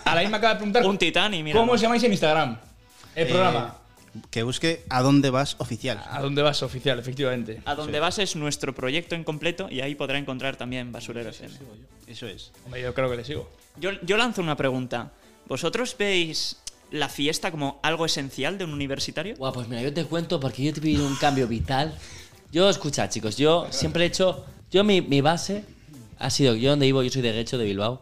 [SPEAKER 4] Alain me acaba de preguntar
[SPEAKER 3] Un titán y mira.
[SPEAKER 4] cómo os llamáis en Instagram. El programa.
[SPEAKER 2] Eh, Que busque a dónde vas oficial.
[SPEAKER 4] Eh, ¿A dónde vas, oficial? Efectivamente.
[SPEAKER 5] Ah.
[SPEAKER 3] A donde vas es nuestro proyecto en completo y ahí podrá encontrar también Basurero FM.
[SPEAKER 2] Eso es.
[SPEAKER 4] Hombre, yo creo que le sigo.
[SPEAKER 3] Yo, yo lanzo una pregunta. ¿Vosotros veis la fiesta como algo esencial de un universitario?
[SPEAKER 5] Guau, pues mira, yo te cuento porque yo he vivido un cambio vital. Yo, escucha, chicos, yo siempre he hecho. Yo, mi, mi base ha sido. Yo, donde vivo, yo soy de Guecho, de Bilbao.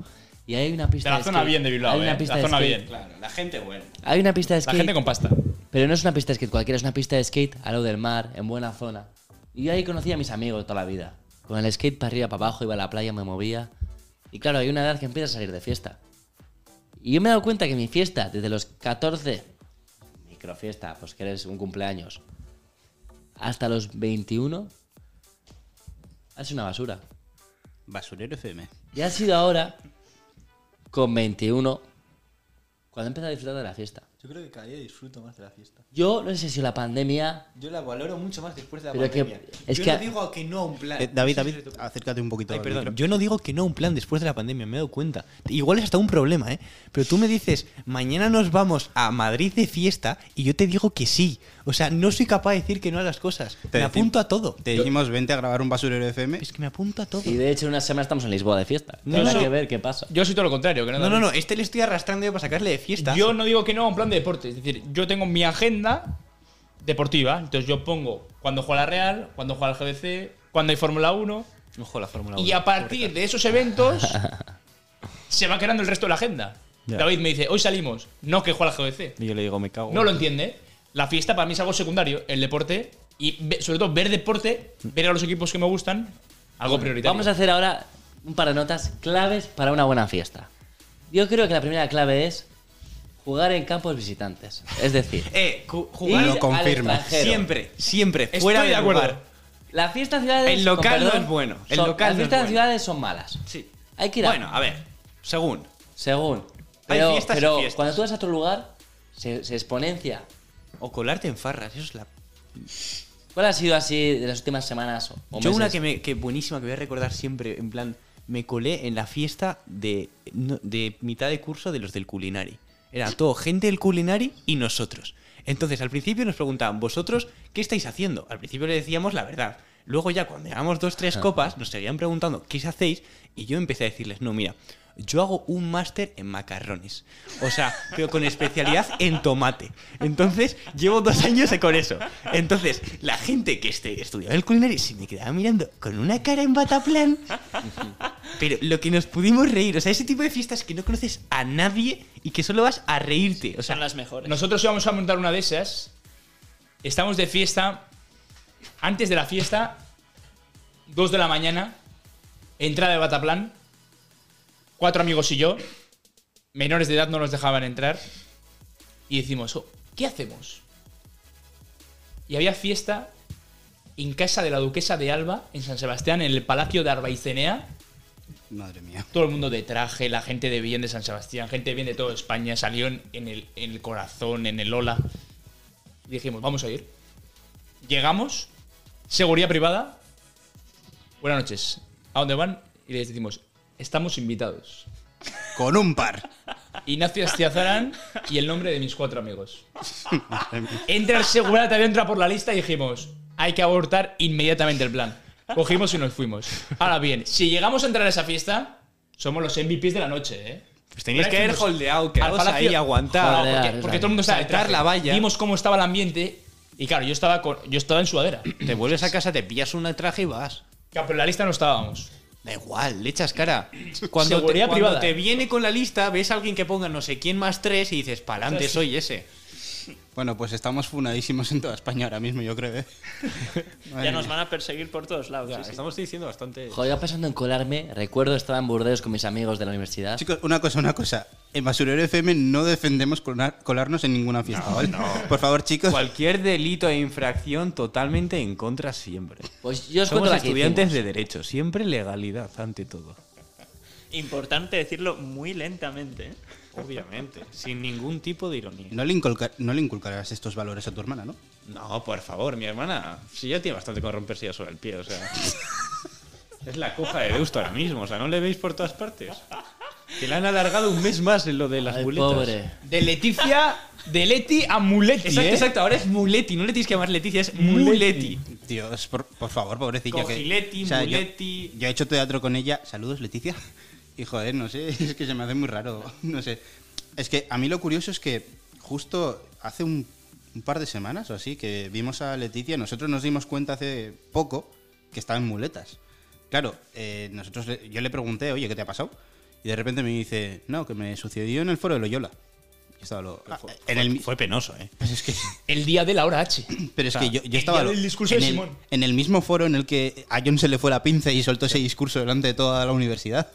[SPEAKER 5] Y hay una pista
[SPEAKER 4] De la
[SPEAKER 5] de
[SPEAKER 4] zona
[SPEAKER 5] skate-
[SPEAKER 4] bien de Bilbao,
[SPEAKER 5] hay una
[SPEAKER 4] eh.
[SPEAKER 5] pista
[SPEAKER 4] la
[SPEAKER 5] de
[SPEAKER 4] zona
[SPEAKER 5] skate-
[SPEAKER 4] bien.
[SPEAKER 6] Claro, la gente buena.
[SPEAKER 5] Hay una pista de
[SPEAKER 4] La
[SPEAKER 5] skate.
[SPEAKER 4] gente con pasta.
[SPEAKER 5] Pero no es una pista de skate cualquiera, es una pista de skate a lo del mar, en buena zona. Y yo ahí conocí a mis amigos toda la vida. Con el skate para arriba, para abajo, iba a la playa, me movía. Y claro, hay una edad que empieza a salir de fiesta. Y yo me he dado cuenta que mi fiesta, desde los 14, microfiesta, pues que eres un cumpleaños, hasta los 21, es una basura.
[SPEAKER 2] Basurero FM.
[SPEAKER 5] Y ha sido ahora, con 21, cuando he empezado a disfrutar de la fiesta.
[SPEAKER 10] Yo creo que cada día disfruto más de la fiesta.
[SPEAKER 5] Yo no sé si la pandemia
[SPEAKER 10] Yo la valoro mucho más después de la
[SPEAKER 5] Pero que-
[SPEAKER 10] pandemia.
[SPEAKER 5] es
[SPEAKER 10] Yo
[SPEAKER 5] que-
[SPEAKER 10] no digo que no a un plan.
[SPEAKER 11] Ah,
[SPEAKER 2] Eh, David,
[SPEAKER 10] No sé si
[SPEAKER 2] David,
[SPEAKER 10] le toca.
[SPEAKER 2] acércate un poquito.
[SPEAKER 11] Ay,
[SPEAKER 2] al
[SPEAKER 11] perdón,
[SPEAKER 2] micro.
[SPEAKER 11] yo no digo que no un plan después de la pandemia, me he dado cuenta. Igual es hasta un problema, ¿eh? Pero tú me dices, mañana nos vamos a Madrid de fiesta y yo te digo que sí. O sea, no soy capaz de decir que no a las cosas.
[SPEAKER 2] Te
[SPEAKER 11] me
[SPEAKER 2] decim-
[SPEAKER 11] apunto a todo.
[SPEAKER 2] Te dijimos, vente a grabar un basurero FM.
[SPEAKER 11] Es que me apunto a todo.
[SPEAKER 5] Y de hecho, en una semana estamos en Lisboa de fiesta.
[SPEAKER 11] No,
[SPEAKER 5] Habrá
[SPEAKER 11] no.
[SPEAKER 5] que ver qué pasa.
[SPEAKER 4] Yo soy todo lo contrario. Que no,
[SPEAKER 11] No, no, no, este le estoy arrastrando yo para sacarle de fiesta.
[SPEAKER 4] Yo no digo que no a un plan de deporte. Es decir, yo tengo mi agenda deportiva. Entonces yo pongo cuando juega la Real, cuando juega el GBC, cuando hay Fórmula 1.
[SPEAKER 11] Ojo, la Fórmula 1.
[SPEAKER 4] Y a partir de esos eventos se va creando el resto de la agenda.
[SPEAKER 11] Ya.
[SPEAKER 4] David me dice, hoy salimos. No, que juega el GBC.
[SPEAKER 11] Y yo le digo, me cago.
[SPEAKER 4] No lo entiende. La fiesta para mí es algo secundario. El deporte y ve- sobre todo ver deporte, ver a los equipos que me gustan, algo prioritario.
[SPEAKER 5] Vamos a hacer ahora un par de notas claves para una buena fiesta. Yo creo que la primera clave es jugar en campos visitantes. Es decir,
[SPEAKER 11] Eh, cu-
[SPEAKER 5] ir
[SPEAKER 11] jugar
[SPEAKER 2] lo
[SPEAKER 5] al
[SPEAKER 2] confirmo.
[SPEAKER 5] extranjero.
[SPEAKER 11] siempre, siempre,
[SPEAKER 4] Estoy
[SPEAKER 11] fuera
[SPEAKER 4] de
[SPEAKER 11] del
[SPEAKER 4] acuerdo.
[SPEAKER 11] lugar.
[SPEAKER 5] La fiesta en ciudades.
[SPEAKER 11] El local
[SPEAKER 5] con
[SPEAKER 11] no es bueno, el
[SPEAKER 5] son-
[SPEAKER 11] local
[SPEAKER 5] las
[SPEAKER 11] no
[SPEAKER 5] fiestas
[SPEAKER 11] es
[SPEAKER 5] en
[SPEAKER 11] bueno.
[SPEAKER 5] ciudades son malas.
[SPEAKER 11] Sí.
[SPEAKER 5] Hay que ir a-
[SPEAKER 11] Bueno, a ver, según.
[SPEAKER 5] según.
[SPEAKER 11] Hay
[SPEAKER 5] Pero,
[SPEAKER 11] fiestas y
[SPEAKER 5] pero
[SPEAKER 11] fiestas.
[SPEAKER 5] cuando tú vas a otro lugar, se, se exponencia.
[SPEAKER 11] O colarte en farras, eso es la
[SPEAKER 5] ¿Cuál ha sido así de las últimas semanas o o
[SPEAKER 11] Yo una
[SPEAKER 5] meses?
[SPEAKER 11] que, me, que buenísima que voy a recordar siempre, en plan, me colé en la fiesta de, no- de mitad de curso de los del culinari. Era todo gente del culinari y nosotros. Entonces al principio nos preguntaban, ¿vosotros qué estáis haciendo? Al principio le decíamos la verdad. Luego ya cuando llevamos dos, tres copas, nos seguían preguntando, ¿qué hacéis? Y yo empecé a decirles, no, mira, yo hago un máster en macarrones. O sea, pero con especialidad en tomate. Entonces, llevo dos años con eso. Entonces, la gente que este, estudiaba el culinario se me quedaba mirando con una cara en bataplan. Pero lo que nos pudimos reír, o sea, ese tipo de fiestas que no conoces a nadie y que solo vas a reírte. O sea,
[SPEAKER 3] Son las mejores.
[SPEAKER 4] Nosotros íbamos a montar una de esas. Estamos de fiesta. Antes de la fiesta, 2 de la mañana, entrada de Bataplan. Cuatro amigos y yo, menores de edad, no nos dejaban entrar. Y decimos, "Oh, ¿qué hacemos? Y había fiesta en casa de la duquesa de Alba, en San Sebastián, en el palacio de Arbaicenea.
[SPEAKER 2] Madre mía.
[SPEAKER 4] Todo el mundo de traje, la gente de bien de San Sebastián, gente de bien de toda España, salió en, en el, en el corazón, en el ola. Y dijimos, vamos a ir. Llegamos, seguridad privada. Buenas noches, ¿a dónde van? Y les decimos, estamos invitados.
[SPEAKER 2] Con un par.
[SPEAKER 4] Ignacio Estiazarán y el nombre de mis cuatro amigos. Entra el seguridad, también entra por la lista y dijimos, hay que abortar inmediatamente el plan. Cogimos y nos fuimos. Ahora bien, si llegamos a entrar a esa fiesta, somos los MVPs de la noche, ¿eh?
[SPEAKER 11] pues tenías que
[SPEAKER 4] Ahora
[SPEAKER 11] haber
[SPEAKER 4] decimos,
[SPEAKER 11] holdeado, quedaros
[SPEAKER 4] al palacio-
[SPEAKER 11] ahí, aguantar.
[SPEAKER 5] Joder,
[SPEAKER 4] Porque, porque todo el mundo estaba
[SPEAKER 11] Saltar
[SPEAKER 4] detrás.
[SPEAKER 11] la valla.
[SPEAKER 4] Vimos cómo estaba el ambiente y claro, yo estaba, con- yo estaba en sudadera.
[SPEAKER 11] Te vuelves a casa, te pillas un traje y vas.
[SPEAKER 4] Claro, pero en la lista no estábamos.
[SPEAKER 11] Da igual, le echas cara. Cuando, te,
[SPEAKER 4] Seguridad
[SPEAKER 11] cuando
[SPEAKER 4] privada.
[SPEAKER 11] te viene con la lista, ves a alguien que ponga no sé quién más tres y dices, pa'lante soy ese.
[SPEAKER 2] Bueno, pues estamos funadísimos en toda España ahora mismo, yo creo. ¿eh? Madre
[SPEAKER 3] Ya nos
[SPEAKER 2] mía.
[SPEAKER 3] van a perseguir por todos lados. sí, sí.
[SPEAKER 10] Estamos diciendo bastante.
[SPEAKER 5] Joder, yo pensando en colarme, recuerdo estaba en Burdeos con mis amigos de la universidad.
[SPEAKER 2] Chicos, una cosa, una cosa. En Basurero FM no defendemos colar- colarnos en ninguna fiesta, ¿vale? Por favor, chicos.
[SPEAKER 11] Cualquier delito e infracción totalmente en contra siempre.
[SPEAKER 5] Pues yo os
[SPEAKER 11] Somos
[SPEAKER 5] cuento la que
[SPEAKER 11] estudiantes de
[SPEAKER 5] hicimos.
[SPEAKER 11] derecho, siempre legalidad ante todo.
[SPEAKER 3] Importante decirlo muy lentamente. ¿eh?
[SPEAKER 11] Obviamente, sin ningún tipo de ironía.
[SPEAKER 2] No le, inculca- no le inculcarás estos valores a tu hermana, ¿no?
[SPEAKER 11] No, por favor, mi hermana, si ya tiene bastante con romperse ya sobre el pie, o sea. es la coja de Deusto ahora mismo, o sea, no le veis por todas partes. Que le han alargado un mes más en lo de las
[SPEAKER 5] Ay,
[SPEAKER 11] muletas.
[SPEAKER 5] pobre.
[SPEAKER 4] De Leticia, de Leti a Muletti,
[SPEAKER 11] Exacto,
[SPEAKER 4] ¿eh?
[SPEAKER 11] exacto. Ahora es Muletti. No le tienes que llamar Leticia, es Muletti.
[SPEAKER 2] Dios, por, por favor, pobrecilla. que-
[SPEAKER 11] Cogiletti,
[SPEAKER 2] o sea, yo-
[SPEAKER 11] Muletti.
[SPEAKER 2] Yo, he hecho teatro con ella. Saludos, Leticia. Y joder, no sé, es que se me hace muy raro. No sé. Es que a mí lo curioso es que justo hace un, un par de semanas o así que vimos a Leticia, nosotros nos dimos cuenta hace poco que estaba en muletas. Claro, eh, nosotros le- yo le pregunté, oye, ¿qué te ha pasado? Y de repente me dice, no, que me sucedió en el foro de Loyola. Yo estaba lo- ah, en el, mi-
[SPEAKER 11] Fue penoso, ¿eh?
[SPEAKER 2] pues es que
[SPEAKER 4] El día de la hora H.
[SPEAKER 2] pero es
[SPEAKER 11] O sea,
[SPEAKER 2] que yo, yo
[SPEAKER 4] el
[SPEAKER 2] estaba.
[SPEAKER 4] día del discurso
[SPEAKER 2] en
[SPEAKER 4] de
[SPEAKER 2] el,
[SPEAKER 4] Simón.
[SPEAKER 2] en el mismo foro en el que a John se le fue la pinza y soltó ese discurso delante de toda la universidad.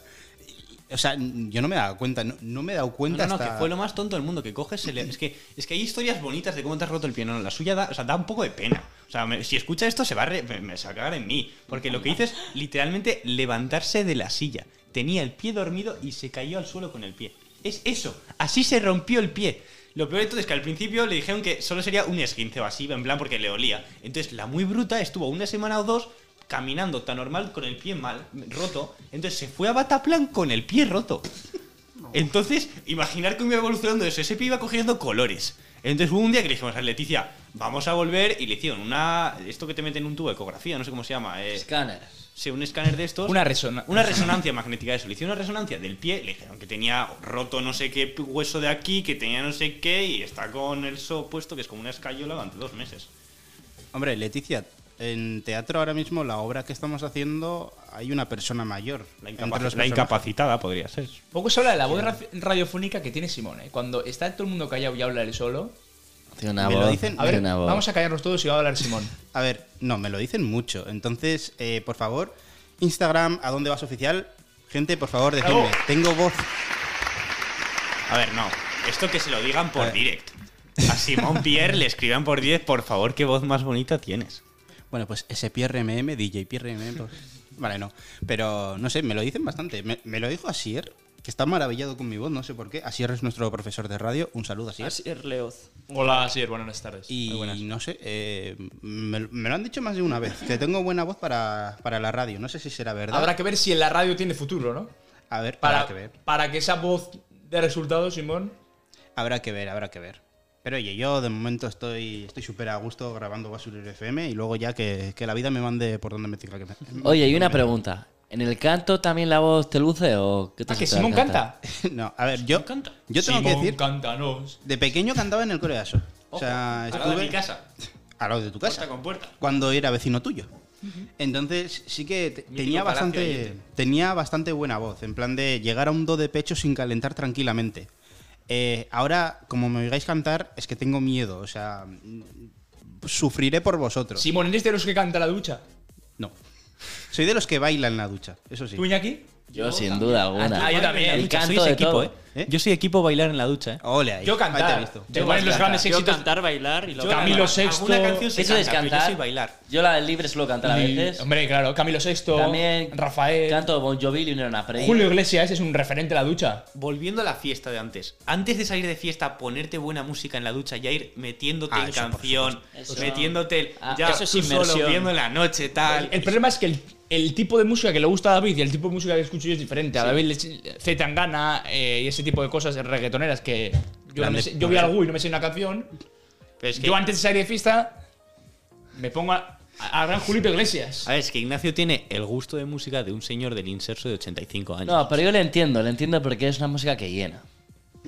[SPEAKER 2] O sea, yo no me he dado cuenta, no, no me he dado cuenta
[SPEAKER 6] No, no,
[SPEAKER 2] hasta...
[SPEAKER 6] que fue lo más tonto del mundo que coges. se le- es, que, es que hay historias bonitas de cómo te has roto el pie. No, no, la suya da, o sea, da un poco de pena. O sea, me- si escucha esto se va a re- me, me se va a cagar en mí. Porque lo que hizo es literalmente levantarse de la silla. Tenía el pie dormido y se cayó al suelo con el pie. Es eso. Así se rompió el pie. Lo peor de todo es que al principio le dijeron que solo sería un esguince o así, en plan porque le olía. Entonces la muy bruta estuvo una semana o dos caminando tan normal con el pie mal, roto. Entonces se fue a Bataplan con el pie roto. Entonces, imaginar cómo iba evolucionando eso. Ese pie iba cogiendo colores. Entonces hubo un día que le dijimos a Leticia, vamos a volver y le hicieron una... Esto que te meten en un tubo de ecografía, no sé cómo se llama. eh,
[SPEAKER 5] Escáner.
[SPEAKER 6] Sí, un escáner de estos.
[SPEAKER 4] Una resona-
[SPEAKER 6] Una resonancia magnética, eso. Le hicieron una resonancia del pie, le dijeron que tenía roto no sé qué hueso de aquí, que tenía no sé qué y está con el so puesto, que es como una escayola durante dos meses.
[SPEAKER 2] Hombre, Leticia, en teatro ahora mismo la obra que estamos haciendo hay una persona mayor. La,
[SPEAKER 6] Incapaci- la incapacitada podría ser.
[SPEAKER 4] Poco se habla de la voz ra- radiofónica que tiene Simone. Cuando está todo el mundo callado y habla él solo.
[SPEAKER 5] Tiene una
[SPEAKER 2] Me lo
[SPEAKER 5] voz,
[SPEAKER 2] dicen-
[SPEAKER 4] A ver,
[SPEAKER 5] tiene una voz.
[SPEAKER 4] vamos a callarnos todos y va a hablar Simón.
[SPEAKER 2] A ver, no, me lo dicen mucho. Entonces, eh, por favor, Instagram, ¿a dónde vas oficial? Gente, por favor, decidme.
[SPEAKER 6] Bravo.
[SPEAKER 2] Tengo voz.
[SPEAKER 6] A ver, no. Esto que se lo digan
[SPEAKER 2] A
[SPEAKER 6] por
[SPEAKER 2] ver.
[SPEAKER 6] direct. A Simón Pierre le escriban por direct, por favor, qué voz más bonita tienes.
[SPEAKER 2] Bueno, pues ese PRMM, DJ PRMM. pues- Vale, no. Pero no sé, me lo dicen bastante. Me, me lo dijo Asier, que está maravillado con mi voz, no sé por qué. Asier es nuestro profesor de radio. Un saludo, Asier.
[SPEAKER 3] Asier Leoz.
[SPEAKER 4] Hola, Sir, buenas tardes.
[SPEAKER 2] Y no sé, eh, me, me lo han dicho más de una vez, que tengo buena voz para, para la radio. No sé si será verdad.
[SPEAKER 4] Habrá que ver si en la radio tiene futuro, ¿no?
[SPEAKER 2] A ver,
[SPEAKER 4] Para,
[SPEAKER 2] habrá que ver.
[SPEAKER 4] para que esa voz de resultado, Simón.
[SPEAKER 2] Habrá que ver, habrá que ver. Pero oye, yo de momento estoy estoy súper a gusto grabando Basurero FM y luego ya que, que la vida me mande por donde me tenga que
[SPEAKER 5] Oye, y una pregunta. ¿En el canto también la voz te luce o qué te
[SPEAKER 4] Ah, que
[SPEAKER 5] hace
[SPEAKER 4] Simón
[SPEAKER 5] cantar?
[SPEAKER 4] canta.
[SPEAKER 2] No, a ver, yo, yo tengo que
[SPEAKER 4] Simón,
[SPEAKER 2] decir,
[SPEAKER 4] cántanos.
[SPEAKER 2] de pequeño cantaba en el coreaso. O sea,
[SPEAKER 6] Al lado de
[SPEAKER 2] Ah, estuve
[SPEAKER 6] mi casa.
[SPEAKER 2] al lado de tu casa.
[SPEAKER 6] Puerta con puerta.
[SPEAKER 2] cuando era vecino tuyo. Entonces sí que te- tenía
[SPEAKER 6] palacio
[SPEAKER 2] bastante,
[SPEAKER 6] oyente.
[SPEAKER 2] tenía bastante buena voz, en plan de llegar a un do de pecho sin calentar tranquilamente. Eh, ahora, como me oigáis cantar, es que tengo miedo, o sea, mm, sufriré por vosotros.
[SPEAKER 4] Simón, ¿eres de los que canta la ducha?
[SPEAKER 2] No. Soy de los que baila en la ducha, eso sí.
[SPEAKER 4] ¿Tú, Iñaki?
[SPEAKER 5] Yo, sin duda alguna.
[SPEAKER 4] Ah, yo también.
[SPEAKER 5] El
[SPEAKER 6] Yo soy
[SPEAKER 5] canto
[SPEAKER 6] ese
[SPEAKER 5] de
[SPEAKER 6] equipo,
[SPEAKER 5] todo.
[SPEAKER 6] ¿eh?
[SPEAKER 2] ¿Eh?
[SPEAKER 6] Yo soy equipo bailar en la ducha, ¿eh?
[SPEAKER 2] Ole ahí.
[SPEAKER 4] Yo
[SPEAKER 2] Ahí te
[SPEAKER 4] cantar.
[SPEAKER 2] he visto.
[SPEAKER 4] Te pones los grandes
[SPEAKER 3] Yo
[SPEAKER 4] éxitos.
[SPEAKER 3] cantar, bailar y luego...
[SPEAKER 4] Camilo Sexto.
[SPEAKER 6] Alguna canción se
[SPEAKER 5] Eso es
[SPEAKER 6] canta, pero Yo soy
[SPEAKER 5] cantar.
[SPEAKER 6] bailar.
[SPEAKER 5] Yo la del libre suelo cantar a
[SPEAKER 4] Y-
[SPEAKER 5] veces.
[SPEAKER 4] Hombre, claro, Camilo Sexto.
[SPEAKER 5] También
[SPEAKER 4] Rafael.
[SPEAKER 5] Canto Bon Jovi y Nerona Prey.
[SPEAKER 4] Julio Iglesias es un referente a la ducha.
[SPEAKER 6] Volviendo a la fiesta de antes. Antes de salir de fiesta, ponerte buena música en la ducha, ya ir metiéndote
[SPEAKER 2] Ah,
[SPEAKER 6] en
[SPEAKER 2] eso, por
[SPEAKER 6] canción,
[SPEAKER 5] Eso.
[SPEAKER 6] metiéndote
[SPEAKER 5] Ah,
[SPEAKER 6] ya
[SPEAKER 3] eso es
[SPEAKER 6] tú solo
[SPEAKER 3] inmersión.
[SPEAKER 6] viendo la noche, tal.
[SPEAKER 4] El, el problema es que el, el tipo de música que le gusta a David y el tipo de música que escucho yo es diferente. A David le- C. Tangana eh, y ese tipo de cosas reggaetoneras que yo, no me
[SPEAKER 2] Grande-
[SPEAKER 4] sé- yo vi algo y no me sé una canción.
[SPEAKER 6] Pero es que-
[SPEAKER 4] Yo antes de salir de fiesta me pongo a, a- a gran Julito Iglesias.
[SPEAKER 6] A ver, es que Ignacio tiene el gusto de música de un señor del inserso de 85 años.
[SPEAKER 5] No, pero yo le entiendo, le entiendo porque es una música que llena.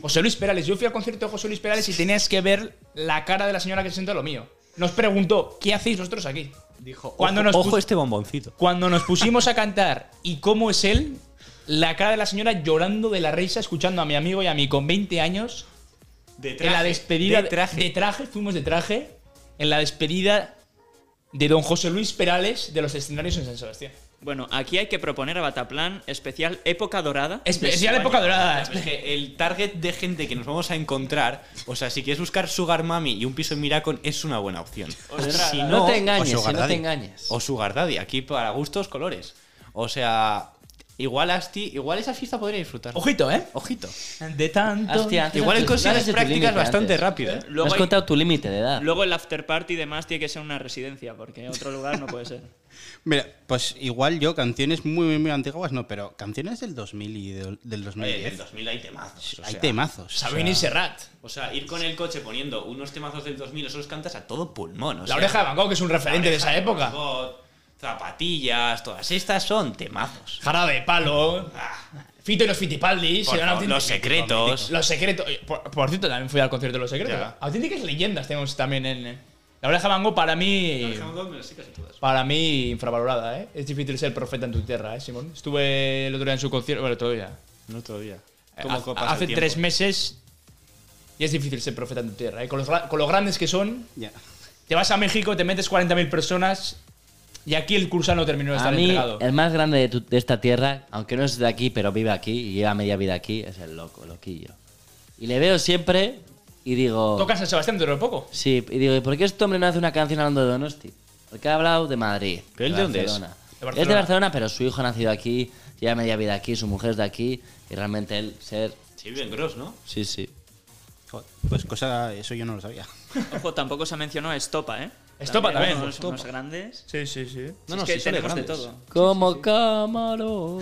[SPEAKER 4] José Luis Perales. Yo fui al concierto de José Luis Perales y tenías que ver la cara de la señora que se sentó a lo mío. Nos preguntó, ¿qué hacéis vosotros aquí? Dijo, cuando
[SPEAKER 6] ojo,
[SPEAKER 4] nos
[SPEAKER 6] ojo
[SPEAKER 4] pus-
[SPEAKER 6] este bomboncito.
[SPEAKER 4] Cuando nos pusimos a cantar y cómo es él, la cara de la señora llorando de la risa, escuchando a mi amigo y a mí con 20 años.
[SPEAKER 6] De
[SPEAKER 4] en la despedida
[SPEAKER 6] de traje.
[SPEAKER 4] de traje, fuimos de traje. En la despedida de don José Luis Perales de los escenarios en San Sebastián.
[SPEAKER 3] Bueno, aquí hay que proponer a Bataplan especial época dorada.
[SPEAKER 4] Especial
[SPEAKER 3] De
[SPEAKER 4] época
[SPEAKER 3] España.
[SPEAKER 4] dorada. eh.
[SPEAKER 6] Es que el target de gente que nos vamos a encontrar, o sea, si quieres buscar Sugar Mami y un piso en Miracon, es una buena opción. si
[SPEAKER 5] No,
[SPEAKER 6] no,
[SPEAKER 5] te engañes,
[SPEAKER 2] o
[SPEAKER 5] si no
[SPEAKER 2] Sugar
[SPEAKER 5] te
[SPEAKER 2] Daddy.
[SPEAKER 5] engañes.
[SPEAKER 6] o Sugar Daddy, aquí para gustos, colores. O sea, igual Asti, igual esa fiesta podría disfrutar.
[SPEAKER 4] Ojito, ¿eh?
[SPEAKER 6] Ojito.
[SPEAKER 4] De tanto.
[SPEAKER 5] Hostia, antes
[SPEAKER 6] Igual
[SPEAKER 5] has- no has
[SPEAKER 6] consigues
[SPEAKER 5] hecho tu
[SPEAKER 6] prácticas
[SPEAKER 5] límite
[SPEAKER 6] bastante
[SPEAKER 5] antes.
[SPEAKER 6] rápido. ¿eh?
[SPEAKER 5] No
[SPEAKER 3] Luego,
[SPEAKER 5] has
[SPEAKER 3] hay-
[SPEAKER 5] contado tu límite de edad.
[SPEAKER 3] luego el after party y demás tiene que ser una residencia, porque otro lugar no puede ser.
[SPEAKER 2] Mira, pues igual yo canciones muy, muy, muy antiguas no, pero canciones del 2000 y del, del
[SPEAKER 6] Oye, Eh, del
[SPEAKER 2] 2010.
[SPEAKER 6] 2000 hay temazos. o
[SPEAKER 2] Hay
[SPEAKER 6] sea,
[SPEAKER 2] temazos.
[SPEAKER 4] Sabini Serrat.
[SPEAKER 6] O sea, ir con el coche poniendo unos temazos del 2000, eso los cantas a todo pulmón. o
[SPEAKER 4] La
[SPEAKER 6] sea,
[SPEAKER 4] oreja de Van Gogh, que es un
[SPEAKER 6] La
[SPEAKER 4] referente de
[SPEAKER 6] Oreja
[SPEAKER 4] esa época.
[SPEAKER 6] Van Gogh, zapatillas, todas estas son temazos.
[SPEAKER 4] Jarabe de palo. Fito y los Fitipaldis.
[SPEAKER 6] Ah. Por
[SPEAKER 4] eran
[SPEAKER 6] favor, los
[SPEAKER 4] auténticos-
[SPEAKER 6] secretos.
[SPEAKER 4] Los secretos. Oye, Por, por cierto, también fui al concierto de los secretos.
[SPEAKER 6] Ya.
[SPEAKER 4] Auténticas leyendas tenemos también en. eh. La oreja mango para mí. Para mí, infravalorada, ¿eh? Es difícil ser profeta en tu tierra, ¿eh, Simón? Estuve el otro día en su concierto. Bueno, el otro día.
[SPEAKER 6] No otro día.
[SPEAKER 4] Ha- hace tres meses. Y es difícil ser profeta en tu tierra, ¿eh? Con los, gra- con los grandes que son.
[SPEAKER 2] Ya.
[SPEAKER 4] Te vas a México, te metes 40.000 personas. Y aquí el cursano terminó de
[SPEAKER 5] A
[SPEAKER 4] estar
[SPEAKER 5] mí,
[SPEAKER 4] entregado.
[SPEAKER 5] el más grande de, tu- de esta tierra, aunque no es de aquí, pero vive aquí y lleva media vida aquí, es el loco, loquillo. Y le veo siempre y digo...
[SPEAKER 4] Toca San Sebastián dentro de poco.
[SPEAKER 5] Sí, y digo, ¿y por qué este hombre no hace una canción hablando de Donosti? Porque ha hablado de Madrid.
[SPEAKER 6] ¿Pero él de dónde es?
[SPEAKER 5] Barcelona.
[SPEAKER 6] De
[SPEAKER 5] Él Es de
[SPEAKER 6] Barcelona.
[SPEAKER 5] Barcelona, pero su hijo ha nacido aquí, lleva media vida aquí, su mujer es de aquí, y realmente él ser...
[SPEAKER 6] Sí, bien gross, ¿no?
[SPEAKER 5] Sí, sí.
[SPEAKER 2] Joder, Pues cosa, eso yo no lo sabía.
[SPEAKER 3] Ojo, tampoco se ha mencionado Estopa, ¿eh?
[SPEAKER 4] Estopa también.
[SPEAKER 3] Unos,
[SPEAKER 4] Estopa.
[SPEAKER 3] unos grandes.
[SPEAKER 4] Sí, sí, sí.
[SPEAKER 3] No, no, es que tenemos de todo.
[SPEAKER 5] Como Camarón.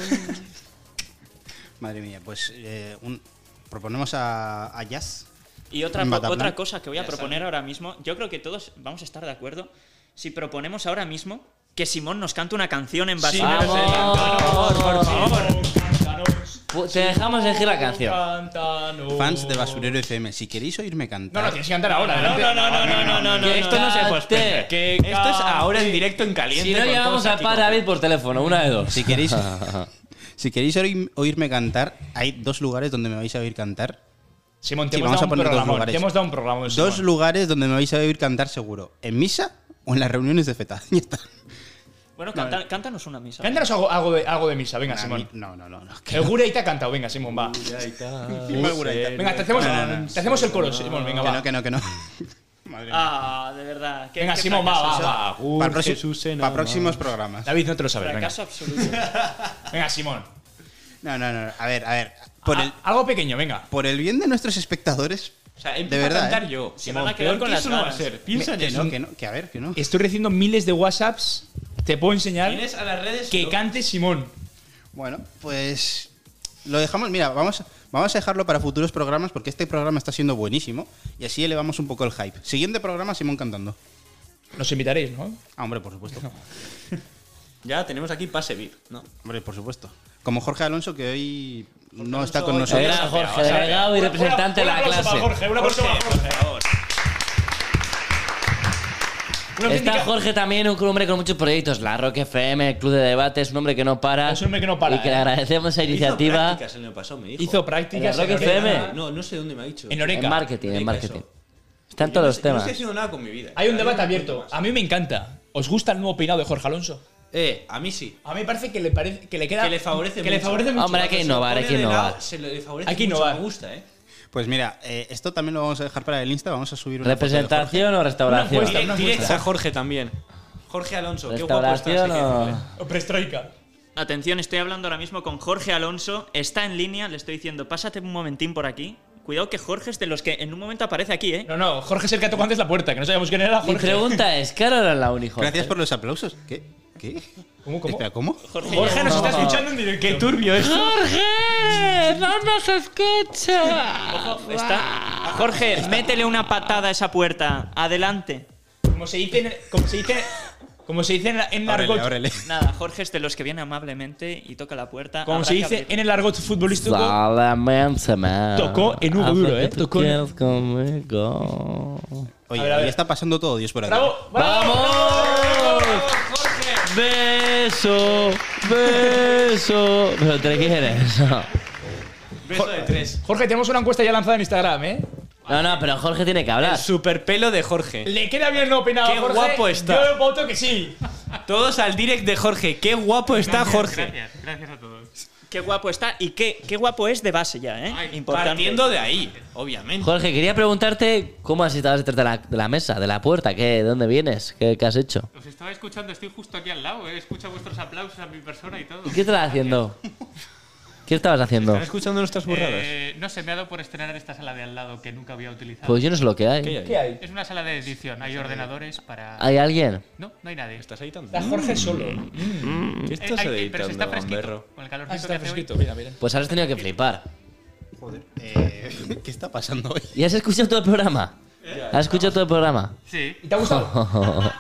[SPEAKER 2] Madre mía, pues eh, un- proponemos a, a Jazz.
[SPEAKER 3] Y otra,
[SPEAKER 2] en
[SPEAKER 3] po-
[SPEAKER 2] Bataplan.
[SPEAKER 3] otra cosa que voy a proponer ahora mismo, yo creo que todos vamos a estar de acuerdo si proponemos ahora mismo que Simón nos cante una canción en
[SPEAKER 4] Sí,
[SPEAKER 3] Basilea.
[SPEAKER 4] merece.
[SPEAKER 5] Por favor.
[SPEAKER 4] Cántanos,
[SPEAKER 5] Pu- Te dejamos elegir la canción.
[SPEAKER 4] cántanos.
[SPEAKER 2] Fans de Basurero FM, si queréis oírme cantar.
[SPEAKER 4] No, no, tienes que cantar ahora.
[SPEAKER 3] No, no, no,
[SPEAKER 4] adelante.
[SPEAKER 3] no, no, no, no, no.
[SPEAKER 5] Que esto no se postergue.
[SPEAKER 4] Que
[SPEAKER 6] Esto es ahora en directo en caliente.
[SPEAKER 5] Si no
[SPEAKER 6] con
[SPEAKER 5] llamamos
[SPEAKER 6] todos
[SPEAKER 5] a
[SPEAKER 6] aquí
[SPEAKER 5] Padre David por teléfono, una de dos.
[SPEAKER 2] Si queréis, si queréis oí- oírme cantar, hay dos lugares donde me vais a oír cantar.
[SPEAKER 4] Simón, te
[SPEAKER 2] Sí, vamos
[SPEAKER 4] hemos dado
[SPEAKER 2] a
[SPEAKER 4] un
[SPEAKER 2] poner dos
[SPEAKER 4] programa.
[SPEAKER 2] lugares.
[SPEAKER 4] Te hemos dado un programa.
[SPEAKER 2] Dos lugares donde me vais a oír cantar seguro. ¿En misa o en las reuniones de FETA? Ya está.
[SPEAKER 3] Bueno, canta- cántanos una misa.
[SPEAKER 4] Cántanos algo, algo de, algo de misa, venga, Simón.
[SPEAKER 2] No, no, no. no, que-
[SPEAKER 4] El Gurey te ha cantado, venga, Simón, va. Venga, te hacemos, te hacemos el coro, Simón, venga,
[SPEAKER 2] que
[SPEAKER 4] va.
[SPEAKER 2] no, que no, que no. Madre mía.
[SPEAKER 3] Ah, de verdad. qué-
[SPEAKER 4] Venga,
[SPEAKER 3] qué
[SPEAKER 4] Simón, va,
[SPEAKER 3] fracaso,
[SPEAKER 4] va,
[SPEAKER 3] o sea,
[SPEAKER 4] va.
[SPEAKER 2] Para, próxi- para próximos programas.
[SPEAKER 4] David, no te lo sabes, venga.
[SPEAKER 3] Fracaso absoluto.
[SPEAKER 4] Venga, Simón.
[SPEAKER 2] No, no, no. A ver, a ver. Por el,
[SPEAKER 4] A- Algo pequeño, venga.
[SPEAKER 2] por el bien de nuestros espectadores.
[SPEAKER 6] Ah. O sea,
[SPEAKER 2] de
[SPEAKER 6] empiezo a
[SPEAKER 2] verdad.
[SPEAKER 6] cantar
[SPEAKER 2] ¿eh?
[SPEAKER 6] yo.
[SPEAKER 3] Se
[SPEAKER 6] Simón,
[SPEAKER 3] van a quedar
[SPEAKER 6] peor
[SPEAKER 3] con
[SPEAKER 6] que
[SPEAKER 3] las
[SPEAKER 6] eso no va a
[SPEAKER 3] ganas.
[SPEAKER 6] ser.
[SPEAKER 2] Me-
[SPEAKER 6] Piensa en
[SPEAKER 2] que
[SPEAKER 6] eso.
[SPEAKER 2] no, que no, que a ver, que no.
[SPEAKER 4] Estoy recibiendo miles de WhatsApps. Te puedo enseñar
[SPEAKER 6] Vienes a las redes
[SPEAKER 4] que
[SPEAKER 6] no-
[SPEAKER 4] cante Simón.
[SPEAKER 2] Bueno, pues lo dejamos. Mira, vamos, vamos a dejarlo para futuros programas porque este programa está siendo buenísimo y así elevamos un poco el hype. Siguiente programa, Simón cantando.
[SPEAKER 4] Nos invitaréis, ¿no?
[SPEAKER 2] Ah, hombre, por supuesto.
[SPEAKER 6] Ya tenemos aquí pase VIP, ¿no?
[SPEAKER 2] Hombre, por supuesto. Como Jorge Alonso, que hoy no está con
[SPEAKER 5] El
[SPEAKER 2] nosotros.
[SPEAKER 5] gran Jorge, delegado y representante de la clase.
[SPEAKER 4] Jorge, una
[SPEAKER 6] Jorge,
[SPEAKER 4] persona
[SPEAKER 6] por favor.
[SPEAKER 5] Está Jorge también, un hombre con muchos proyectos. La Rock FM, el Club de Debates, un hombre que no para.
[SPEAKER 4] Es un hombre que no para,
[SPEAKER 5] Y que
[SPEAKER 4] eh.
[SPEAKER 5] le agradecemos esa iniciativa
[SPEAKER 6] Hizo prácticas el año pasado, me dijo.
[SPEAKER 4] Hizo
[SPEAKER 5] prácticas
[SPEAKER 4] prácticas
[SPEAKER 5] en Oreca. FM.
[SPEAKER 6] No, no sé dónde me ha dicho.
[SPEAKER 4] en
[SPEAKER 5] en
[SPEAKER 4] Oreca.
[SPEAKER 5] marketing, en
[SPEAKER 6] Oreca,
[SPEAKER 5] marketing.
[SPEAKER 6] eso.
[SPEAKER 5] Están
[SPEAKER 6] Yo no
[SPEAKER 5] todos los
[SPEAKER 6] sé-
[SPEAKER 5] temas.
[SPEAKER 6] No estoy haciendo nada con mi vida.
[SPEAKER 4] Hay un debate
[SPEAKER 6] Todavía no
[SPEAKER 4] abierto.
[SPEAKER 6] tengo
[SPEAKER 4] A mí me encanta. ¿Os gusta el nuevo peinado de Jorge Alonso?
[SPEAKER 6] más. Eh, a mí sí.
[SPEAKER 4] A mí me parece que le, parece, que le queda.
[SPEAKER 6] Que le favorece
[SPEAKER 4] que le
[SPEAKER 6] mucho.
[SPEAKER 4] favorece mucho.
[SPEAKER 5] Hombre, hay que
[SPEAKER 4] Cuando se
[SPEAKER 5] innovar, hay
[SPEAKER 6] Pone
[SPEAKER 5] que
[SPEAKER 6] de lado,
[SPEAKER 5] innovar.
[SPEAKER 6] Se le favorece
[SPEAKER 4] Hay que
[SPEAKER 6] mucho,
[SPEAKER 4] innovar.
[SPEAKER 6] Me gusta, ¿eh?
[SPEAKER 2] Pues mira, eh, esto también lo vamos a dejar para el Insta. Vamos a subir una foto de Jorge.
[SPEAKER 5] ¿Representación o restauración?
[SPEAKER 4] encuesta, una
[SPEAKER 6] Directa
[SPEAKER 4] encuesta.
[SPEAKER 6] a Jorge también. Jorge Alonso, qué guapo estás. hay
[SPEAKER 5] ¿Restauración
[SPEAKER 6] que decirle.
[SPEAKER 5] o.?
[SPEAKER 4] O Perestroika.
[SPEAKER 3] Atención, estoy hablando ahora mismo con Jorge Alonso. Está en línea, le estoy diciendo, pásate un momentín por aquí. Cuidado que Jorge es de los que en un momento aparece aquí, ¿eh?
[SPEAKER 4] No, no, Jorge es el que tocó antes la puerta, que no sabíamos quién era
[SPEAKER 5] Mi
[SPEAKER 4] Jorge.
[SPEAKER 5] pregunta es: ¿qué hora en la uni, Jorge?
[SPEAKER 2] Gracias por los aplausos. ¿Qué? ¿Qué?
[SPEAKER 4] ¿Cómo, cómo?
[SPEAKER 2] Espera, ¿cómo?
[SPEAKER 3] Jorge,
[SPEAKER 4] Jorge
[SPEAKER 3] ya-
[SPEAKER 4] nos está escuchando en directo. Qué turbio es.
[SPEAKER 5] ¡Jorge! ¡No nos escucha!
[SPEAKER 3] Ojo, está- Jorge, métele una patada a esa puerta. Adelante.
[SPEAKER 4] Como se dice en, como se dice, como se dice en, la- en
[SPEAKER 2] Órale,
[SPEAKER 4] argot.
[SPEAKER 2] órale.
[SPEAKER 3] Nada, Jorge es de los que viene amablemente y toca la puerta.
[SPEAKER 4] Como
[SPEAKER 3] Habrá
[SPEAKER 4] se
[SPEAKER 3] que
[SPEAKER 4] dice
[SPEAKER 3] abrir.
[SPEAKER 4] en el argot futbolístico.
[SPEAKER 5] Solamente me.
[SPEAKER 4] Tocó en Hugo
[SPEAKER 5] hace
[SPEAKER 4] Duro,
[SPEAKER 5] que
[SPEAKER 4] ¿eh?
[SPEAKER 5] tú
[SPEAKER 4] Tocó en-
[SPEAKER 5] quieras conmigo.
[SPEAKER 2] Oye,
[SPEAKER 4] A ver, a ver.
[SPEAKER 2] hoy está pasando todo Dios por aquí.
[SPEAKER 4] ¡Bravo!
[SPEAKER 5] ¡Vamos! Beso, beso. Pero te quieres. No,
[SPEAKER 6] Beso de tres.
[SPEAKER 4] Jorge, tenemos una encuesta ya lanzada en Instagram, ¿eh?
[SPEAKER 5] no, pero Jorge tiene que hablar.
[SPEAKER 6] Super pelo de Jorge.
[SPEAKER 4] ¿Le queda bien no peinado a
[SPEAKER 6] Qué
[SPEAKER 4] Jorge?
[SPEAKER 6] guapo está.
[SPEAKER 4] Yo voto que sí.
[SPEAKER 6] Todos al direct de Jorge. Qué guapo está Jorge.
[SPEAKER 3] Qué guapo está y qué, qué guapo es de base ya, ¿eh? Importante.
[SPEAKER 6] Partiendo de ahí, obviamente.
[SPEAKER 5] Jorge, quería preguntarte cómo has estado detrás de la, de la mesa, de la puerta, ¿qué? ¿De dónde vienes? ¿Qué, qué has hecho?
[SPEAKER 12] Os estaba escuchando, estoy justo aquí al lado, eh. escucho vuestros aplausos a mi persona y todo.
[SPEAKER 5] ¿Y qué estabas haciendo? ¿Qué estabas haciendo?
[SPEAKER 6] ¿Estás escuchando nuestras burradas?
[SPEAKER 12] Eh, no sé, me ha dado por estrenar esta sala de al lado que nunca había utilizado.
[SPEAKER 5] Pues yo no sé lo que
[SPEAKER 6] ¿Qué
[SPEAKER 5] hay.
[SPEAKER 6] hay?
[SPEAKER 4] ¿Qué hay?
[SPEAKER 12] Es una sala de edición, hay ordenadores para...
[SPEAKER 5] ¿Hay alguien?
[SPEAKER 12] No, no hay nadie.
[SPEAKER 6] ¿Estás editando?
[SPEAKER 4] Está Jorge solo.
[SPEAKER 6] ¿Qué
[SPEAKER 12] Eh,
[SPEAKER 6] estás
[SPEAKER 12] hay- eh, pero se está
[SPEAKER 6] editando,
[SPEAKER 12] fresquito.
[SPEAKER 6] gamberro?
[SPEAKER 12] Con el calor
[SPEAKER 4] Ah, está
[SPEAKER 12] que hace hoy.
[SPEAKER 4] fresquito, mira, mira.
[SPEAKER 5] Pues habrás tenido que flipar.
[SPEAKER 2] Joder. Eh, ¿Qué está pasando hoy?
[SPEAKER 5] ¿Y has escuchado todo el programa? ¿Has escuchado todo el programa?
[SPEAKER 12] Sí,
[SPEAKER 4] ¿Y te ha gustado?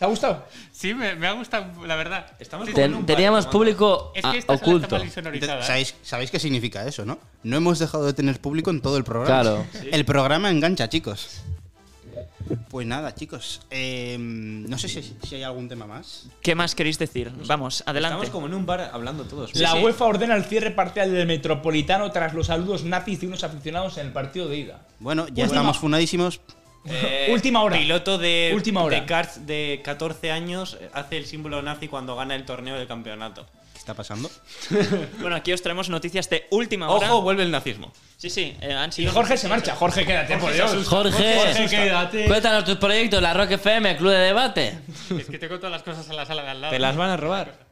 [SPEAKER 4] ¿Te ha gustado?
[SPEAKER 12] sí, me, me ha gustado, la verdad.
[SPEAKER 6] Estamos
[SPEAKER 12] Sí,
[SPEAKER 6] como
[SPEAKER 5] Ten-
[SPEAKER 6] en un bar
[SPEAKER 5] teníamos
[SPEAKER 6] tomando.
[SPEAKER 5] público
[SPEAKER 12] Es
[SPEAKER 5] a-
[SPEAKER 12] que esta sala está
[SPEAKER 5] oculto.
[SPEAKER 12] mal insonorizada.
[SPEAKER 2] Entonces,
[SPEAKER 12] ¿eh?
[SPEAKER 2] ¿sabéis, sabéis qué significa eso, ¿no? No hemos dejado de tener público en todo el programa.
[SPEAKER 5] Claro. Sí.
[SPEAKER 2] El programa engancha, chicos. Pues nada, chicos. eh, no sé si, si hay algún tema más.
[SPEAKER 3] ¿Qué más queréis decir? Vamos,
[SPEAKER 12] ¿eh?
[SPEAKER 3] adelante.
[SPEAKER 6] Estamos como en un bar hablando todos.
[SPEAKER 4] La UEFA ordena el cierre parcial del Metropolitano tras los saludos nazis de unos aficionados en el partido de ida.
[SPEAKER 2] Bueno, ya
[SPEAKER 4] Última.
[SPEAKER 2] estamos funadísimos.
[SPEAKER 6] Eh,
[SPEAKER 4] Última hora.
[SPEAKER 6] Piloto de,
[SPEAKER 4] Última hora.
[SPEAKER 6] de karts de 14 años eh, hace el símbolo nazi cuando gana el torneo del campeonato.
[SPEAKER 2] ¿Qué está pasando?
[SPEAKER 3] Bueno, aquí os traemos noticias de última
[SPEAKER 6] Ojo,
[SPEAKER 3] hora.
[SPEAKER 6] vuelve el nazismo.
[SPEAKER 3] Sí, sí, eh, han
[SPEAKER 4] Y
[SPEAKER 3] sido
[SPEAKER 4] Jorge se marcha. Jorge, quédate, por Dios.
[SPEAKER 5] Jorge, Pues-
[SPEAKER 4] Jorge, quédate.
[SPEAKER 5] cuéntanos tus proyectos, la Rock FM, Club de Debate.
[SPEAKER 12] Es que tengo todas las cosas en la sala de al lado.
[SPEAKER 6] van a robar.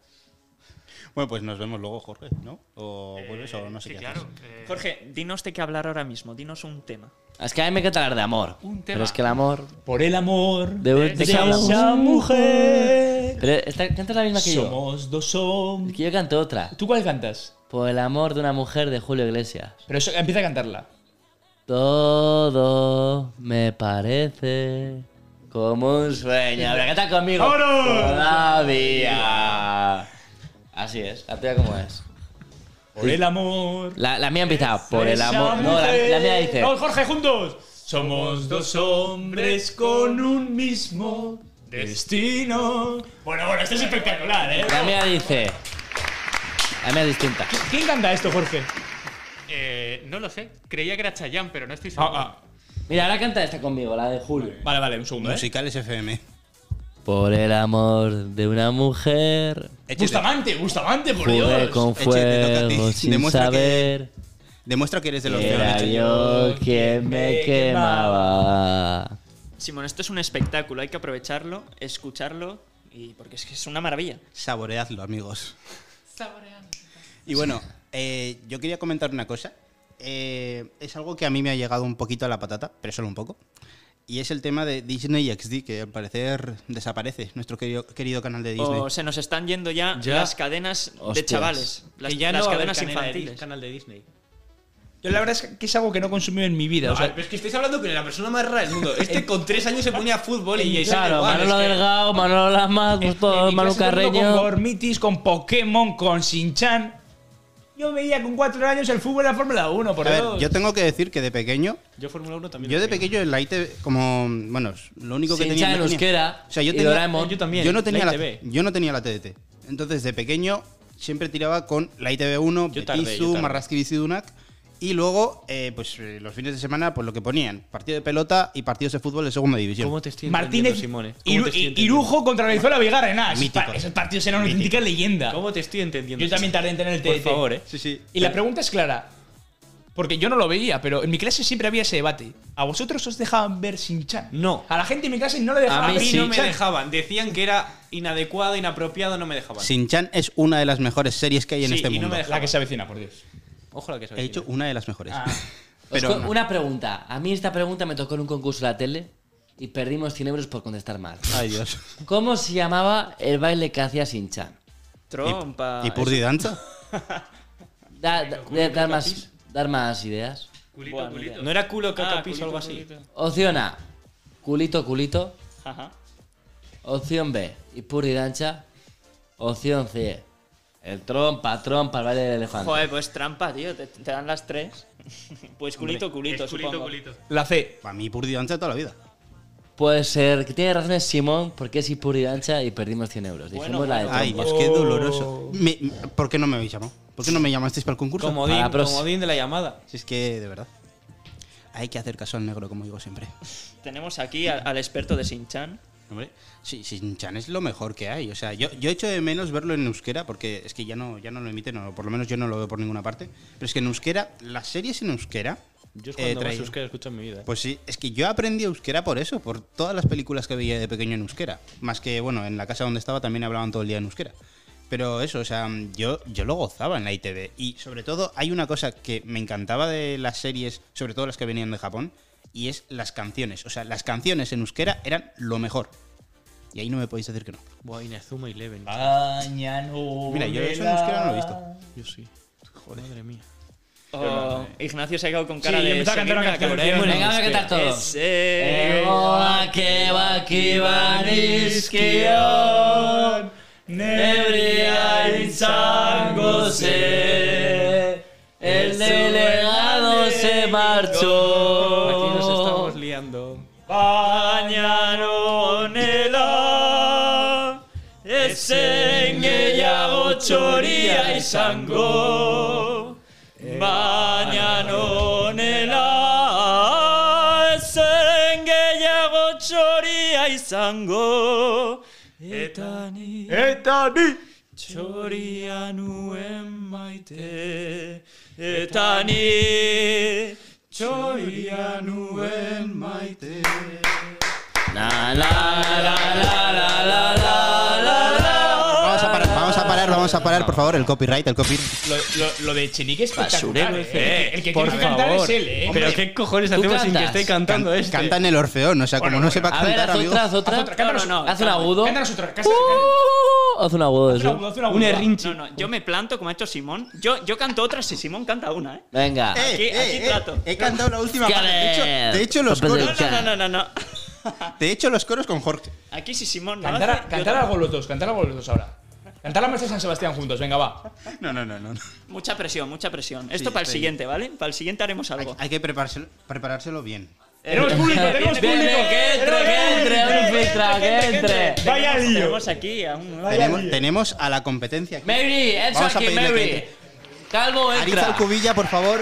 [SPEAKER 2] Bueno, pues nos vemos luego, Jorge, ¿no? O vuelves o no sé
[SPEAKER 12] sí,
[SPEAKER 2] qué
[SPEAKER 12] claro.
[SPEAKER 2] haces.
[SPEAKER 12] eh,
[SPEAKER 3] Jorge, dinos de qué hablar ahora mismo, dinos un tema.
[SPEAKER 5] Es que a mí me encanta hablar de amor.
[SPEAKER 12] Un tema.
[SPEAKER 5] Pero es que el amor.
[SPEAKER 4] Por el amor
[SPEAKER 5] ¿De, de qué
[SPEAKER 4] esa
[SPEAKER 5] hablamos?
[SPEAKER 4] mujer.
[SPEAKER 5] Pero esta, canta la misma que yo.
[SPEAKER 4] Somos dos
[SPEAKER 5] Es
[SPEAKER 4] hombres.
[SPEAKER 5] que yo canto otra.
[SPEAKER 4] ¿Tú cuál cantas?
[SPEAKER 5] Por el amor de una mujer de Julio Iglesias.
[SPEAKER 4] Pero eso, empieza a cantarla.
[SPEAKER 5] Todo me parece como un sueño. Pero canta conmigo. Todavía. Así es, la tuya como es.
[SPEAKER 4] Por el amor.
[SPEAKER 5] La, la mía empieza por el
[SPEAKER 4] Esa
[SPEAKER 5] amor. No, la,
[SPEAKER 4] mujer.
[SPEAKER 5] la mía dice.
[SPEAKER 4] ¡No, Jorge, juntos! Somos dos hombres con un mismo destino. Bueno, bueno, esto es espectacular, ¿eh?
[SPEAKER 5] La mía dice. La mía es distinta.
[SPEAKER 4] ¿Quién canta esto, Jorge?
[SPEAKER 12] eh, no lo sé, creía que era Chayanne, pero no estoy seguro.
[SPEAKER 5] Mira, ahora canta esta conmigo, la de Julio.
[SPEAKER 4] Ah, Vale, vale, un segundo, ¿eh?
[SPEAKER 2] Musicales FM.
[SPEAKER 5] Por el amor de una mujer.
[SPEAKER 4] Bustamante, Bustamante, por
[SPEAKER 5] Jugué
[SPEAKER 4] Dios.
[SPEAKER 5] con
[SPEAKER 2] Eche, te toca a ti.
[SPEAKER 5] fuego sin
[SPEAKER 2] Demuestra que-
[SPEAKER 5] saber.
[SPEAKER 2] Demuestra que eres de los
[SPEAKER 5] que Era
[SPEAKER 2] peores.
[SPEAKER 5] yo quien me quemaba.
[SPEAKER 3] Simón, esto es un espectáculo, hay que aprovecharlo, escucharlo, y porque es que es una maravilla.
[SPEAKER 2] Saboreadlo, amigos. Y bueno, eh, yo quería comentar una cosa. Eh, es algo que a mí me ha llegado un poquito a la patata, pero solo un poco. Y es el tema de Disney XD, que al parecer desaparece, nuestro querido, querido canal de Disney.
[SPEAKER 3] O
[SPEAKER 5] Oh,
[SPEAKER 3] se nos están yendo ya,
[SPEAKER 6] Ya.
[SPEAKER 3] las cadenas de
[SPEAKER 5] Hostias.
[SPEAKER 3] chavales, las,
[SPEAKER 6] Que ya
[SPEAKER 3] las
[SPEAKER 6] no va a haber
[SPEAKER 3] cadenas
[SPEAKER 6] canela de Dis-
[SPEAKER 3] infantiles.
[SPEAKER 6] canal de Disney.
[SPEAKER 4] Yo la verdad es que es algo que no he consumido en mi vida. o sea,
[SPEAKER 6] es que estáis hablando con la persona más rara del mundo. Este con tres años se ponía a fútbol y
[SPEAKER 5] Claro, Manolo Delgado, Manolo Lamas, pues todo,
[SPEAKER 4] en mi
[SPEAKER 5] Manu
[SPEAKER 4] clase todo el mundo Con
[SPEAKER 5] Carreño.
[SPEAKER 4] Gormitis, con Pokémon, con Shinchan. Yo veía con cuatro años el fútbol en la Fórmula 1, por
[SPEAKER 2] a ver,
[SPEAKER 4] Dios.
[SPEAKER 2] yo tengo que decir que de pequeño,
[SPEAKER 6] Yo Fórmula 1 también.
[SPEAKER 2] yo
[SPEAKER 6] lo
[SPEAKER 2] de
[SPEAKER 6] tenía.
[SPEAKER 2] pequeño en la IT, como, bueno, lo único que tenía...
[SPEAKER 5] Shinchan en
[SPEAKER 2] no tenía-
[SPEAKER 5] euskera.
[SPEAKER 2] O sea, yo
[SPEAKER 5] y
[SPEAKER 2] tenía-
[SPEAKER 5] Doraemon.
[SPEAKER 6] yo también.
[SPEAKER 2] Yo no, tenía
[SPEAKER 6] la
[SPEAKER 2] la,
[SPEAKER 6] ITV.
[SPEAKER 2] yo no tenía la TDT. Entonces, de pequeño, siempre tiraba con la ITV1,
[SPEAKER 6] Yo tardé, yo
[SPEAKER 2] Betizu,
[SPEAKER 6] tardé.
[SPEAKER 2] Marraski Bizidunak. Y luego, eh, pues eh, los fines de semana, pues lo que ponían: partido de pelota y partidos de fútbol de segunda división.
[SPEAKER 6] ¿Cómo te estoy
[SPEAKER 4] Martínez,
[SPEAKER 6] entendiendo, Simone? ¿Cómo
[SPEAKER 4] Iru-
[SPEAKER 6] te estoy
[SPEAKER 4] I-
[SPEAKER 6] entendiendo?
[SPEAKER 4] Irujo contra Venezuela Vigarrenás.
[SPEAKER 2] Mítico.
[SPEAKER 4] Pa- Esos partidos eran una auténtica leyenda.
[SPEAKER 6] ¿Cómo te estoy entendiendo?
[SPEAKER 4] Yo también tardé en tener el
[SPEAKER 6] Por
[SPEAKER 4] TDT.
[SPEAKER 6] favor, eh.
[SPEAKER 2] Sí, sí.
[SPEAKER 4] Y la pregunta es clara. Porque yo no lo veía, pero en mi clase siempre había ese debate. ¿A vosotros os dejaban ver Shinchan?
[SPEAKER 6] No.
[SPEAKER 4] A la gente en mi clase no le dejaban
[SPEAKER 6] A mí
[SPEAKER 4] ver
[SPEAKER 6] sí. no me
[SPEAKER 4] Shinchan.
[SPEAKER 6] dejaban. Decían que era inadecuado, inapropiado, no me dejaban.
[SPEAKER 2] Sinchan es una de las mejores series que hay en
[SPEAKER 6] Sí,
[SPEAKER 2] este
[SPEAKER 6] y no
[SPEAKER 2] mundo.
[SPEAKER 6] me dejaban.
[SPEAKER 4] La que se avecina, por Dios.
[SPEAKER 6] Ojo la que se
[SPEAKER 2] He dicho una de las mejores.
[SPEAKER 6] Ah,
[SPEAKER 5] Os
[SPEAKER 2] Pero
[SPEAKER 5] cu-
[SPEAKER 2] no.
[SPEAKER 5] Una pregunta. A mí esta pregunta me tocó en un concurso de la tele y perdimos 100 euros por contestar mal.
[SPEAKER 2] Ay, Dios.
[SPEAKER 5] ¿Cómo se llamaba el baile que hacía Shinchan?
[SPEAKER 6] ah,
[SPEAKER 3] Trompa.
[SPEAKER 2] ¿Y Purdi Danza?
[SPEAKER 5] Da- da- de- dar, más, dar más ideas.
[SPEAKER 12] Culito,
[SPEAKER 3] Buah,
[SPEAKER 12] culito.
[SPEAKER 6] ¿No era culo, caca,
[SPEAKER 12] Ah,
[SPEAKER 6] piso
[SPEAKER 12] culito,
[SPEAKER 6] o algo así?
[SPEAKER 12] culito.
[SPEAKER 5] Opción A, culito, culito.
[SPEAKER 3] Ajá.
[SPEAKER 5] Opción B, y puri dancha. Opción C, el trompa, trompa, el baile del elefante.
[SPEAKER 3] Joder, pues trampa, tío, te, te dan las tres. Pues culito, culito,
[SPEAKER 12] Es culito,
[SPEAKER 3] supongo.
[SPEAKER 12] culito.
[SPEAKER 4] La C.
[SPEAKER 2] Para mí, Purdi Danza toda la vida.
[SPEAKER 5] Puede ser que tiene razón Simón, porque es y puri dancha y perdimos 100 euros.
[SPEAKER 3] Bueno,
[SPEAKER 5] Dijimos la de
[SPEAKER 3] bueno.
[SPEAKER 5] trompa.
[SPEAKER 2] Ay, Dios, qué doloroso. Me- me- ¿Por qué no me habéis llamado? ¿Por qué no me llamasteis para el concurso?
[SPEAKER 6] Comodín,
[SPEAKER 5] Para la próxima.
[SPEAKER 6] comodín de la llamada.
[SPEAKER 2] Si es que, de verdad. Hay que hacer caso al negro, como digo siempre.
[SPEAKER 3] Tenemos aquí a- al experto de Sinchan.
[SPEAKER 2] Hombre, sí, Shinchan es lo mejor que hay. O sea, yo, yo echo de menos verlo en euskera, porque es que ya no, ya no lo emiten, o por lo menos yo no lo veo por ninguna parte. Pero es que en euskera, las series en euskera.
[SPEAKER 6] Yo es
[SPEAKER 2] eh,
[SPEAKER 6] cuando
[SPEAKER 2] traen-
[SPEAKER 6] más euskera escucho en mi vida. eh.
[SPEAKER 2] Pues sí, es que yo aprendí euskera por eso, por todas las películas que veía de pequeño en euskera. Más que, bueno, en la casa donde estaba también hablaban todo el día en euskera. Pero eso, o sea, yo, yo lo gozaba en la ITV. Y sobre todo, hay una cosa que me encantaba de las series, sobre todo las que venían de Japón, y es las canciones. O sea, las canciones en euskera eran lo mejor. Y ahí no me podéis decir que no.
[SPEAKER 6] Buah, Inazuma Eleven.
[SPEAKER 2] Mira, yo eso en euskera no lo he visto.
[SPEAKER 6] Yo sí. Madre mía.
[SPEAKER 3] Oh, Ignacio se ha quedado con cara
[SPEAKER 4] Sí,
[SPEAKER 3] de.
[SPEAKER 4] empezó a cantar una
[SPEAKER 3] seguirme
[SPEAKER 4] canción.
[SPEAKER 3] la
[SPEAKER 5] Venga,
[SPEAKER 3] corriente.
[SPEAKER 5] vamos a cantar todos.
[SPEAKER 3] Es, eh,
[SPEAKER 5] Egoa, keba, kiban, izkion, nebria izango ze, el delegado se
[SPEAKER 6] Aquí nos
[SPEAKER 5] marchó.
[SPEAKER 6] estamos liando.
[SPEAKER 3] Baina honela ez zen gehiago txoria izango Baina honela ez zen gehiago choria y sango. Etani. Etani. Choria nuen maite. Etani. Choria nuen maite.
[SPEAKER 5] La, la, la, la, la, la, la, la,
[SPEAKER 2] Vamos a parar, vamos a parar, vamos a parar, por favor, el copyright, el copyright.
[SPEAKER 4] Lo, lo- lo de Chenique es espectacular.
[SPEAKER 2] Basurero
[SPEAKER 4] ¿eh?
[SPEAKER 2] ese.
[SPEAKER 4] El que
[SPEAKER 2] Por
[SPEAKER 4] tiene que cantar es
[SPEAKER 2] favor.
[SPEAKER 4] él, ¿eh?
[SPEAKER 2] Hombre, Pero ¿qué
[SPEAKER 6] cojones
[SPEAKER 2] hacemos sin que esté cantando
[SPEAKER 6] este?
[SPEAKER 2] Canta en el Orfeón, o sea, como no sepa
[SPEAKER 5] A ver,
[SPEAKER 2] cantar,
[SPEAKER 5] haz
[SPEAKER 2] amigo.
[SPEAKER 5] otra, haz otra.
[SPEAKER 3] cántanos-
[SPEAKER 5] No, no, no,
[SPEAKER 3] haz
[SPEAKER 5] haz
[SPEAKER 3] un
[SPEAKER 5] un agudo. Uh, Haz un agudo de eso.
[SPEAKER 3] Un No, no, yo me planto como ha hecho Simón. Yo, yo canto otra si Simón canta una, ¿eh?
[SPEAKER 5] Venga.
[SPEAKER 3] Aquí, aquí trato.
[SPEAKER 2] eh, He cantado la última parte. De hecho,
[SPEAKER 5] Dale.
[SPEAKER 2] de hecho, los
[SPEAKER 5] Papel del
[SPEAKER 2] coros.
[SPEAKER 5] can.
[SPEAKER 3] No, no, no, no.
[SPEAKER 2] De hecho, los coros con Jorge.
[SPEAKER 3] Aquí si Simón no
[SPEAKER 4] Cantar,
[SPEAKER 3] hace,
[SPEAKER 4] a-
[SPEAKER 3] yo
[SPEAKER 4] cantar
[SPEAKER 3] tampoco.
[SPEAKER 4] algo los dos, cantar algo los dos ahora. Cantar la marcha de San Sebastián juntos, venga, va.
[SPEAKER 2] No, no, no, no. no.
[SPEAKER 3] Mucha presión, mucha presión. Esto
[SPEAKER 2] Sí,
[SPEAKER 3] para el
[SPEAKER 2] estoy-
[SPEAKER 3] siguiente, ¿vale? Para el siguiente haremos algo. Eh,
[SPEAKER 2] Hay que preparárselo, preparárselo bien.
[SPEAKER 3] Tenemos público, tenemos
[SPEAKER 5] Viene,
[SPEAKER 3] público.
[SPEAKER 5] que entre, que entre, un infiltrado, que entre.
[SPEAKER 4] Vaya lío.
[SPEAKER 3] Tenemos aquí a un.
[SPEAKER 2] Tenemos, tenemos a la competencia aquí.
[SPEAKER 5] Mary, entra
[SPEAKER 2] Vamos a
[SPEAKER 5] aquí,
[SPEAKER 2] pedirle que
[SPEAKER 5] Mary.
[SPEAKER 2] entre.
[SPEAKER 5] Calvo,
[SPEAKER 2] Ariza
[SPEAKER 5] entra.
[SPEAKER 2] Alcubilla, por favor.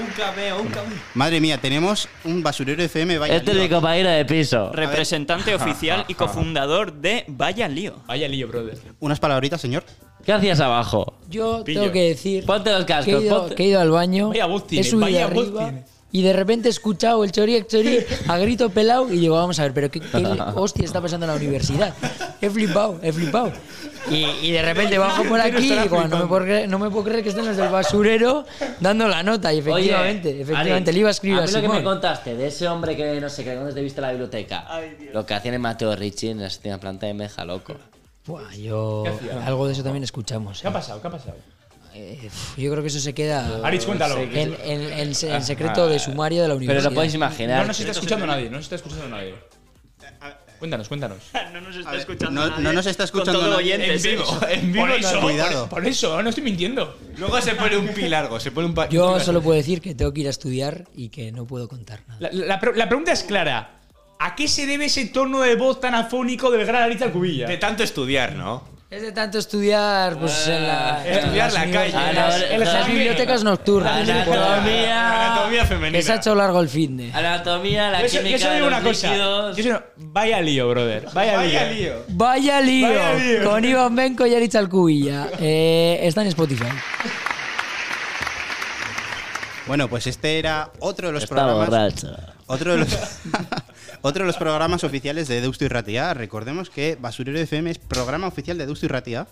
[SPEAKER 13] Un cameo, un cameo.
[SPEAKER 2] Madre mía, tenemos un basurero FM. Vaya
[SPEAKER 5] Este es
[SPEAKER 2] lío.
[SPEAKER 5] mi compañero de piso.
[SPEAKER 3] Representante oficial y cofundador de Vaya Lío.
[SPEAKER 4] Vaya lío, brother.
[SPEAKER 2] Unas palabritas, señor.
[SPEAKER 5] ¿Qué hacías abajo?
[SPEAKER 11] Yo
[SPEAKER 5] Pillo.
[SPEAKER 11] tengo que decir
[SPEAKER 5] Ponte los
[SPEAKER 11] que
[SPEAKER 5] cascos,
[SPEAKER 11] he, ido,
[SPEAKER 5] ponte.
[SPEAKER 11] que he ido al baño,
[SPEAKER 5] Vaya voz
[SPEAKER 11] he
[SPEAKER 5] tiene,
[SPEAKER 11] subido
[SPEAKER 5] vaya voz
[SPEAKER 11] arriba
[SPEAKER 5] tiene.
[SPEAKER 11] y de repente he escuchado el choriek choriek a grito pelado y digo, vamos a ver, pero qué, qué hostia está pasando en la universidad. He flipado, he flipado. Y, y de repente bajo
[SPEAKER 5] Pero
[SPEAKER 11] por aquí y
[SPEAKER 5] estará
[SPEAKER 11] digo, "Ah, no me,
[SPEAKER 5] flipando.
[SPEAKER 11] puedo creer, no me puedo creer que estén los del basurero dando la nota. Y efectivamente,
[SPEAKER 5] Oye,
[SPEAKER 11] efectivamente,
[SPEAKER 5] Ari,
[SPEAKER 11] le iba a escribir
[SPEAKER 5] mí
[SPEAKER 11] a,
[SPEAKER 5] lo que me
[SPEAKER 11] Simón.
[SPEAKER 5] contaste de ese hombre que no sé, que alguna vez te viste en la biblioteca. Lo que hacían en Mateo Ricci en la séptima planta de Meja, loco.
[SPEAKER 11] Buah, yo...
[SPEAKER 4] ¿Qué hacía?
[SPEAKER 11] Algo de eso también escuchamos.
[SPEAKER 4] ¿Qué ha pasado? ¿Qué ha pasado?
[SPEAKER 11] Eh, pf, yo creo que eso se queda
[SPEAKER 4] Aritz, cuéntalo.
[SPEAKER 11] en, en- en se- en secreto de sumario de la
[SPEAKER 5] Ah, Pero
[SPEAKER 11] universidad.
[SPEAKER 5] lo podéis imaginar.
[SPEAKER 4] No nos está escuchando nadie, no nos está escuchando nadie. Cuéntanos, cuéntanos.
[SPEAKER 3] No nos está escuchando.
[SPEAKER 2] no-
[SPEAKER 3] nadie.
[SPEAKER 2] no nos está
[SPEAKER 3] Con
[SPEAKER 2] escuchando
[SPEAKER 3] todo
[SPEAKER 2] nadie.
[SPEAKER 3] oyentes,
[SPEAKER 2] En vivo,
[SPEAKER 3] ¿eh?
[SPEAKER 2] en vivo
[SPEAKER 4] por
[SPEAKER 2] no,
[SPEAKER 4] eso, por-
[SPEAKER 2] cuidado.
[SPEAKER 4] Por, eso, no estoy mintiendo.
[SPEAKER 6] Luego se pone un pi largo, se pone un pa-
[SPEAKER 11] Yo solo puedo decir que tengo que ir a estudiar y que no puedo contar nada.
[SPEAKER 4] La, la pre- la pregunta es clara. ¿A qué se debe ese tono de voz tan afónico del gran Aritz Alcubilla?
[SPEAKER 6] De tanto estudiar, ¿no?
[SPEAKER 11] Es de tanto estudiar, pues en
[SPEAKER 5] Eh,
[SPEAKER 11] la, en
[SPEAKER 6] Estudiar la
[SPEAKER 11] las
[SPEAKER 6] calle.
[SPEAKER 4] eh,
[SPEAKER 11] universidades,
[SPEAKER 5] Ana-
[SPEAKER 11] en las
[SPEAKER 5] Ana-
[SPEAKER 11] bibliotecas nocturnas.
[SPEAKER 5] Anatomía.
[SPEAKER 6] Anatomía
[SPEAKER 11] Que se ha
[SPEAKER 6] femenina.
[SPEAKER 11] hecho largo el fin de.
[SPEAKER 5] Anatomía, la
[SPEAKER 4] Yo so- yo
[SPEAKER 5] química
[SPEAKER 4] solo
[SPEAKER 5] de
[SPEAKER 4] digo
[SPEAKER 5] los
[SPEAKER 4] una cosa.
[SPEAKER 5] líquidos.
[SPEAKER 4] Yo solo- vaya lío, brother. Vaya,
[SPEAKER 6] Vaya
[SPEAKER 4] lío.
[SPEAKER 6] lío.
[SPEAKER 11] Vaya lío,
[SPEAKER 4] Vaya lío.
[SPEAKER 11] con Iván Benco y Aritz Alcubilla. Eh, está en Spotify.
[SPEAKER 2] Bueno, pues este era otro de los
[SPEAKER 5] Está
[SPEAKER 2] programas.
[SPEAKER 5] borracho.
[SPEAKER 2] Otro de los, otro de los programas oficiales de Deusto y Ratia. Recordemos que Basurero FM es programa oficial de Deusto y Ratia.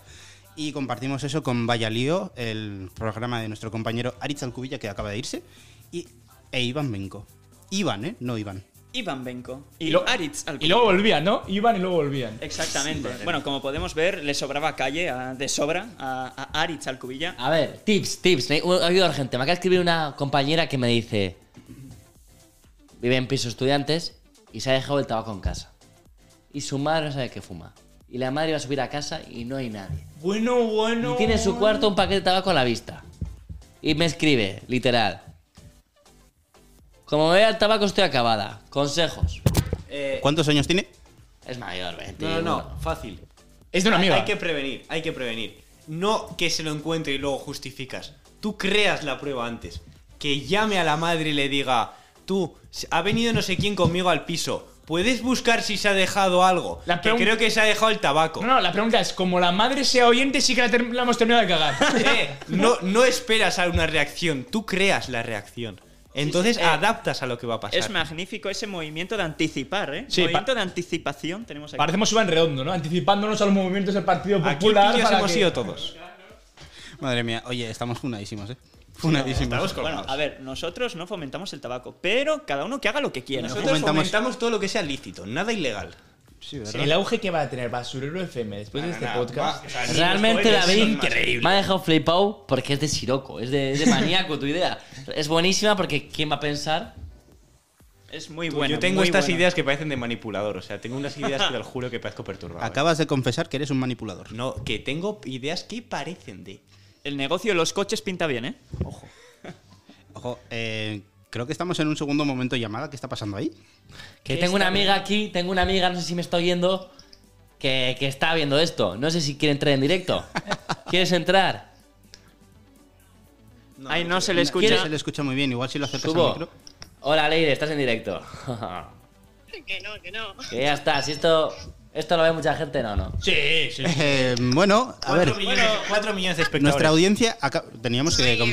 [SPEAKER 2] Y compartimos eso con Vaya Lío, el programa de nuestro compañero Aritz Alcubilla, que acaba de irse, y, e Iván Benco. Iván, ¿eh? No Iván.
[SPEAKER 3] Iván Benko y,
[SPEAKER 4] Y lo-
[SPEAKER 3] Aritz al
[SPEAKER 4] Y luego volvían, ¿no? Iban y luego volvían.
[SPEAKER 3] Exactamente. bueno, como podemos ver, le sobraba calle a- de sobra a, a Aritz Alcubilla.
[SPEAKER 5] A ver, tips, tips. Me, ha habido gente. Me acaba de escribir una compañera que me dice: Vive en piso estudiantes y se ha dejado el tabaco en casa. Y su madre no sabe qué fuma. Y la madre va a subir a casa y no hay nadie.
[SPEAKER 4] Bueno, bueno.
[SPEAKER 5] Y tiene en su cuarto un paquete de tabaco a la vista. Y me escribe, literal. Como vea el tabaco estoy acabada. Consejos.
[SPEAKER 4] eh,
[SPEAKER 2] ¿Cuántos años tiene?
[SPEAKER 5] Es mayor, 20.
[SPEAKER 6] No, no, no, fácil.
[SPEAKER 4] Es de una
[SPEAKER 6] Hay-
[SPEAKER 4] amiga.
[SPEAKER 6] Hay que prevenir, hay que prevenir. No que se lo encuentre y luego justificas. Tú creas la prueba antes. Que llame a la madre y le diga, tú, ha venido no sé quién conmigo al piso. ¿Puedes buscar si se ha dejado algo?
[SPEAKER 4] La
[SPEAKER 6] que
[SPEAKER 4] pregun-
[SPEAKER 6] creo que se ha dejado el tabaco.
[SPEAKER 4] No, no, la pregunta es, como la madre sea oyente, sí que la, ter- la hemos terminado de cagar.
[SPEAKER 6] Eh, no, no esperas a una reacción, tú creas la reacción. Entonces
[SPEAKER 3] sí, eh,
[SPEAKER 6] adaptas a lo que va a pasar.
[SPEAKER 3] Es magnífico ese movimiento de anticipar, ¿eh?
[SPEAKER 4] Sí,
[SPEAKER 3] movimiento de anticipación tenemos aquí.
[SPEAKER 4] Parecemos Iván Redondo, ¿no? Anticipándonos a los movimientos del Partido
[SPEAKER 6] Aquí
[SPEAKER 4] Popular.
[SPEAKER 6] pillos
[SPEAKER 4] para
[SPEAKER 6] hemos
[SPEAKER 4] que-
[SPEAKER 6] sido todos.
[SPEAKER 2] Madre mía, oye, estamos funadísimos, ¿eh? Funadísimos.
[SPEAKER 3] bueno, a ver, nosotros no fomentamos el tabaco, pero cada uno que haga lo que quiera.
[SPEAKER 6] Nosotros
[SPEAKER 2] fomentamos-
[SPEAKER 6] fomentamos... todo lo que sea lícito, nada ilegal.
[SPEAKER 2] Sí, ¿verdad?
[SPEAKER 4] El auge que va a tener Basurero FM después de este podcast.
[SPEAKER 5] Realmente la vi
[SPEAKER 6] increíble.
[SPEAKER 5] Me ha dejado flipado porque es de Siroco, es de, es de maníaco tu idea. Es buenísima porque ¿quién va a pensar?
[SPEAKER 3] Es muy bueno.
[SPEAKER 6] Yo tengo
[SPEAKER 3] muy
[SPEAKER 6] estas
[SPEAKER 3] bueno.
[SPEAKER 6] ideas que parecen de manipulador, o sea, tengo unas ideas que te lo juro que parezco perturbado.
[SPEAKER 2] Acabas de confesar que eres un manipulador.
[SPEAKER 6] No, que tengo ideas que parecen de.
[SPEAKER 3] El negocio de los coches pinta bien, ¿eh?
[SPEAKER 6] Ojo.
[SPEAKER 2] Ojo, eh, creo que estamos en un segundo momento de llamada. ¿Qué está pasando ahí?
[SPEAKER 5] Que tengo una amiga aquí, tengo una amiga, no sé si me está oyendo, que, que está viendo esto. No sé si quiere entrar en directo. ¿Quieres entrar?
[SPEAKER 3] Ahí no se le
[SPEAKER 2] No
[SPEAKER 3] escucha.
[SPEAKER 2] Se le escucha muy bien, igual si lo acercas al
[SPEAKER 5] Subo.
[SPEAKER 2] micro.
[SPEAKER 5] Hola, Leire, estás en directo. Que ya está, si esto, esto lo ve mucha gente, no, no.
[SPEAKER 4] Sí, sí.
[SPEAKER 2] Eh, bueno, a ver.
[SPEAKER 6] millones de espectadores.
[SPEAKER 2] Nuestra audiencia. aca- Teníamos que. com-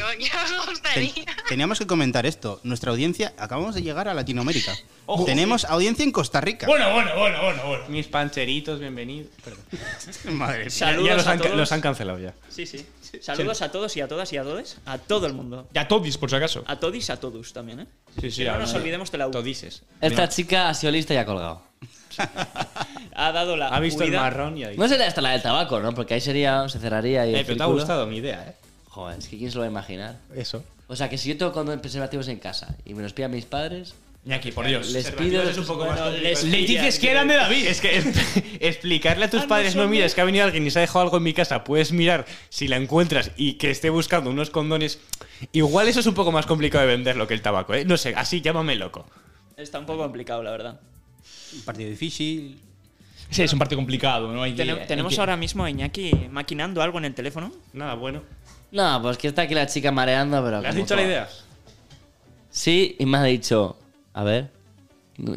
[SPEAKER 2] ten- teníamos que comentar esto. Nuestra audiencia. Acabamos de llegar a Latinoamérica.
[SPEAKER 6] Ojo.
[SPEAKER 2] Tenemos audiencia en Costa Rica.
[SPEAKER 4] Bueno, bueno, bueno, bueno,
[SPEAKER 6] Mis pancheritos, bienvenidos. Perdón.
[SPEAKER 2] Madre mía.
[SPEAKER 3] Saludos
[SPEAKER 6] Ya los
[SPEAKER 3] a
[SPEAKER 6] han-
[SPEAKER 3] todos.
[SPEAKER 6] los han cancelado ya.
[SPEAKER 3] Sí, sí. Saludos a todos y a todas y a todos. A todo el mundo.
[SPEAKER 4] Y a todis, por si acaso.
[SPEAKER 3] A todis, a todos también, ¿eh?
[SPEAKER 4] Sí, sí,
[SPEAKER 3] Que no
[SPEAKER 4] a-
[SPEAKER 3] nos olvidemos de la
[SPEAKER 6] Todises.
[SPEAKER 5] Esta chica ha sido lista y ha colgado.
[SPEAKER 3] Ha dado la.
[SPEAKER 5] Ha visto el
[SPEAKER 3] huida.
[SPEAKER 5] marrón No sería hasta la del tabaco, ¿no? Porque ahí sería, se cerraría y.
[SPEAKER 6] Eh,
[SPEAKER 5] el
[SPEAKER 6] pero te ha
[SPEAKER 5] círculo.
[SPEAKER 6] gustado mi idea, ¿eh?
[SPEAKER 5] Joder, es que quién se lo va a imaginar.
[SPEAKER 6] Eso.
[SPEAKER 5] O sea, que si yo tengo con preservativos en casa y me los pidan mis padres.
[SPEAKER 4] Iñaki, por Dios.
[SPEAKER 5] Les
[SPEAKER 4] Preservativos
[SPEAKER 5] pido.
[SPEAKER 4] es un poco más complicado.
[SPEAKER 5] les
[SPEAKER 4] Le
[SPEAKER 5] pido-
[SPEAKER 4] dices que eran de David.
[SPEAKER 6] Es que es- explicarle a tus
[SPEAKER 4] Ah, no,
[SPEAKER 6] padres,
[SPEAKER 4] son
[SPEAKER 6] no,
[SPEAKER 4] míos".
[SPEAKER 6] mira, es que ha venido alguien y se ha dejado algo en mi casa, puedes mirar si la encuentras y que esté buscando unos condones. Igual eso es un poco más complicado de venderlo que el tabaco, ¿eh? No sé, así llámame loco.
[SPEAKER 3] Está un poco complicado, la verdad.
[SPEAKER 2] Un partido difícil.
[SPEAKER 4] Sí, es un partido complicado, ¿no? Hay que-
[SPEAKER 3] Tenem-
[SPEAKER 4] hay
[SPEAKER 3] tenemos
[SPEAKER 4] que-
[SPEAKER 3] ahora mismo a Iñaki maquinando algo en el teléfono.
[SPEAKER 6] Nada, bueno.
[SPEAKER 5] No, pues que está aquí la chica mareando, pero.
[SPEAKER 3] ¿Le has
[SPEAKER 5] como
[SPEAKER 3] dicho la
[SPEAKER 5] todo.
[SPEAKER 3] idea?
[SPEAKER 5] Sí, y me ha dicho. A ver.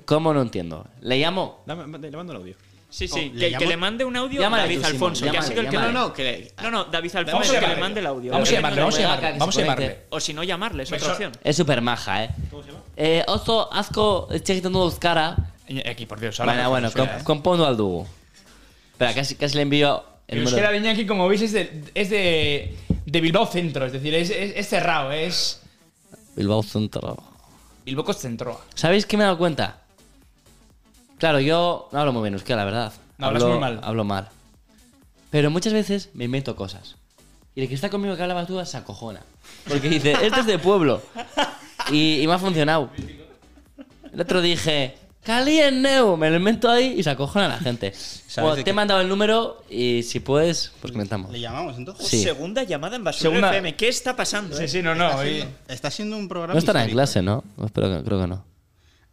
[SPEAKER 5] ¿Cómo no entiendo? Le llamo.
[SPEAKER 6] Dame, le mando el audio.
[SPEAKER 3] Sí,
[SPEAKER 5] Oh, ¿le
[SPEAKER 3] sí. que- que,
[SPEAKER 5] llamo?
[SPEAKER 3] le mande un audio
[SPEAKER 5] Llámale
[SPEAKER 3] David
[SPEAKER 5] tú, Simón,
[SPEAKER 3] Alfonso. que ha
[SPEAKER 5] llámale,
[SPEAKER 3] sido el que
[SPEAKER 5] llámale.
[SPEAKER 3] No, no, no, no, David Alfonso
[SPEAKER 5] Vamos a
[SPEAKER 3] que le
[SPEAKER 5] llamarle.
[SPEAKER 3] mande el audio.
[SPEAKER 5] Vamos a llamarle, vamos a llamarle,
[SPEAKER 3] Que
[SPEAKER 5] vamos
[SPEAKER 3] se
[SPEAKER 5] a llamarle.
[SPEAKER 3] conecte. O si no, llamarle, es otra opción.
[SPEAKER 5] Es súper maja, ¿eh? ¿Cómo se llama? Eh, oso, asco, chequitando dos cara.
[SPEAKER 4] Aquí, por Dios, ahora
[SPEAKER 5] Bueno,
[SPEAKER 4] mejor
[SPEAKER 5] bueno,
[SPEAKER 4] nos suena,
[SPEAKER 5] com-
[SPEAKER 4] ¿eh?
[SPEAKER 5] compondo al dúo. Espera, casi, casi le envío el
[SPEAKER 4] Pero es
[SPEAKER 5] número.
[SPEAKER 4] que la de Iñaki, como veis, es de, es de, de Bilbao Centro. Es decir, es, es- es cerrado, es
[SPEAKER 5] Bilbao Centro.
[SPEAKER 4] Bilbao Centro.
[SPEAKER 5] ¿Sabéis qué me he dado cuenta? Claro, yo no hablo muy bien euskera, la verdad.
[SPEAKER 4] No, hablas
[SPEAKER 5] Hablo-
[SPEAKER 4] muy mal.
[SPEAKER 5] Hablo mal. Pero muchas veces me invento cosas. Y el que está conmigo que habla basura se acojona. Porque dice, este es de pueblo. Y, y me ha funcionado. El otro dije, Calien Neu. Me lo invento ahí y se acojona la gente. Bueno,
[SPEAKER 2] de
[SPEAKER 5] te he
[SPEAKER 2] qué-
[SPEAKER 5] mandado el número y si puedes, pues comentamos.
[SPEAKER 2] ¿Le llamamos entonces?
[SPEAKER 5] Sí.
[SPEAKER 3] Segunda llamada en Basura
[SPEAKER 5] Segunda-
[SPEAKER 3] FM. ¿Qué está pasando?
[SPEAKER 4] Sí,
[SPEAKER 3] eh?
[SPEAKER 4] sí, no, no.
[SPEAKER 2] Está
[SPEAKER 4] oye.
[SPEAKER 2] siendo, está siendo un programa.
[SPEAKER 5] No estará en
[SPEAKER 2] histórico.
[SPEAKER 5] clase, ¿no? Espero que- creo que no.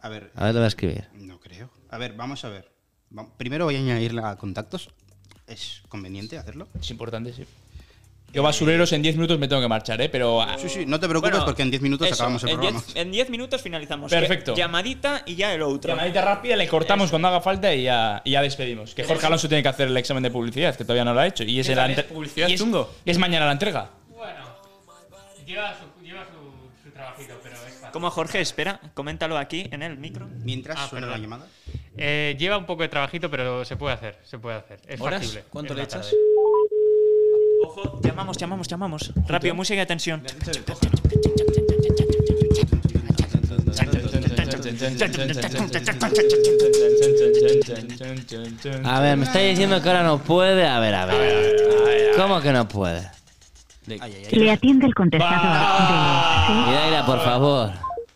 [SPEAKER 2] A ver,
[SPEAKER 5] A ver, lo voy a escribir.
[SPEAKER 2] No creo. A ver, vamos a ver. Va- Primero voy a añadirla a contactos. ¿Es conveniente hacerlo?
[SPEAKER 4] Es importante, sí. Yo basureros en 10 minutos me tengo que marchar, ¿eh? Pero... ah,
[SPEAKER 2] Sí, sí, no te preocupes
[SPEAKER 3] Bueno,
[SPEAKER 2] porque en 10 minutos
[SPEAKER 3] eso,
[SPEAKER 2] acabamos el
[SPEAKER 3] en
[SPEAKER 2] programa.
[SPEAKER 3] diez- en 10 minutos finalizamos.
[SPEAKER 4] Perfecto.
[SPEAKER 3] Eh, Llamadita y ya el otro.
[SPEAKER 4] Llamadita rápida, le cortamos cuando haga falta y ya, y ya despedimos. Que Jorge Alonso tiene que hacer el examen de publicidad, que todavía no lo ha hecho. Y es,
[SPEAKER 12] ¿Qué
[SPEAKER 4] la
[SPEAKER 12] tal es?
[SPEAKER 4] entre-
[SPEAKER 12] ¿Publicidad
[SPEAKER 4] y es-
[SPEAKER 12] chungo?
[SPEAKER 4] y es mañana la entrega.
[SPEAKER 12] Lleva su, lleva su, su trabajito, pero es fácil.
[SPEAKER 3] Como Jorge, espera, coméntalo aquí en el micro.
[SPEAKER 2] Mientras
[SPEAKER 12] Ah,
[SPEAKER 2] suena la
[SPEAKER 12] perdón.
[SPEAKER 2] llamada.
[SPEAKER 12] Eh, lleva un poco de trabajito, pero se puede hacer, se puede hacer. Es
[SPEAKER 3] ¿Horas?
[SPEAKER 12] factible.
[SPEAKER 3] ¿Cuánto
[SPEAKER 12] Es
[SPEAKER 3] le
[SPEAKER 12] la
[SPEAKER 3] echas?
[SPEAKER 12] tarde.
[SPEAKER 3] Ojo, llamamos, llamamos, llamamos. Rápido, música de tensión.
[SPEAKER 5] A ver, me está diciendo que ahora no puede. A ver, a ver. ¿Cómo que no puede?
[SPEAKER 14] Le atiende el contestador.
[SPEAKER 5] Miraira, por favor.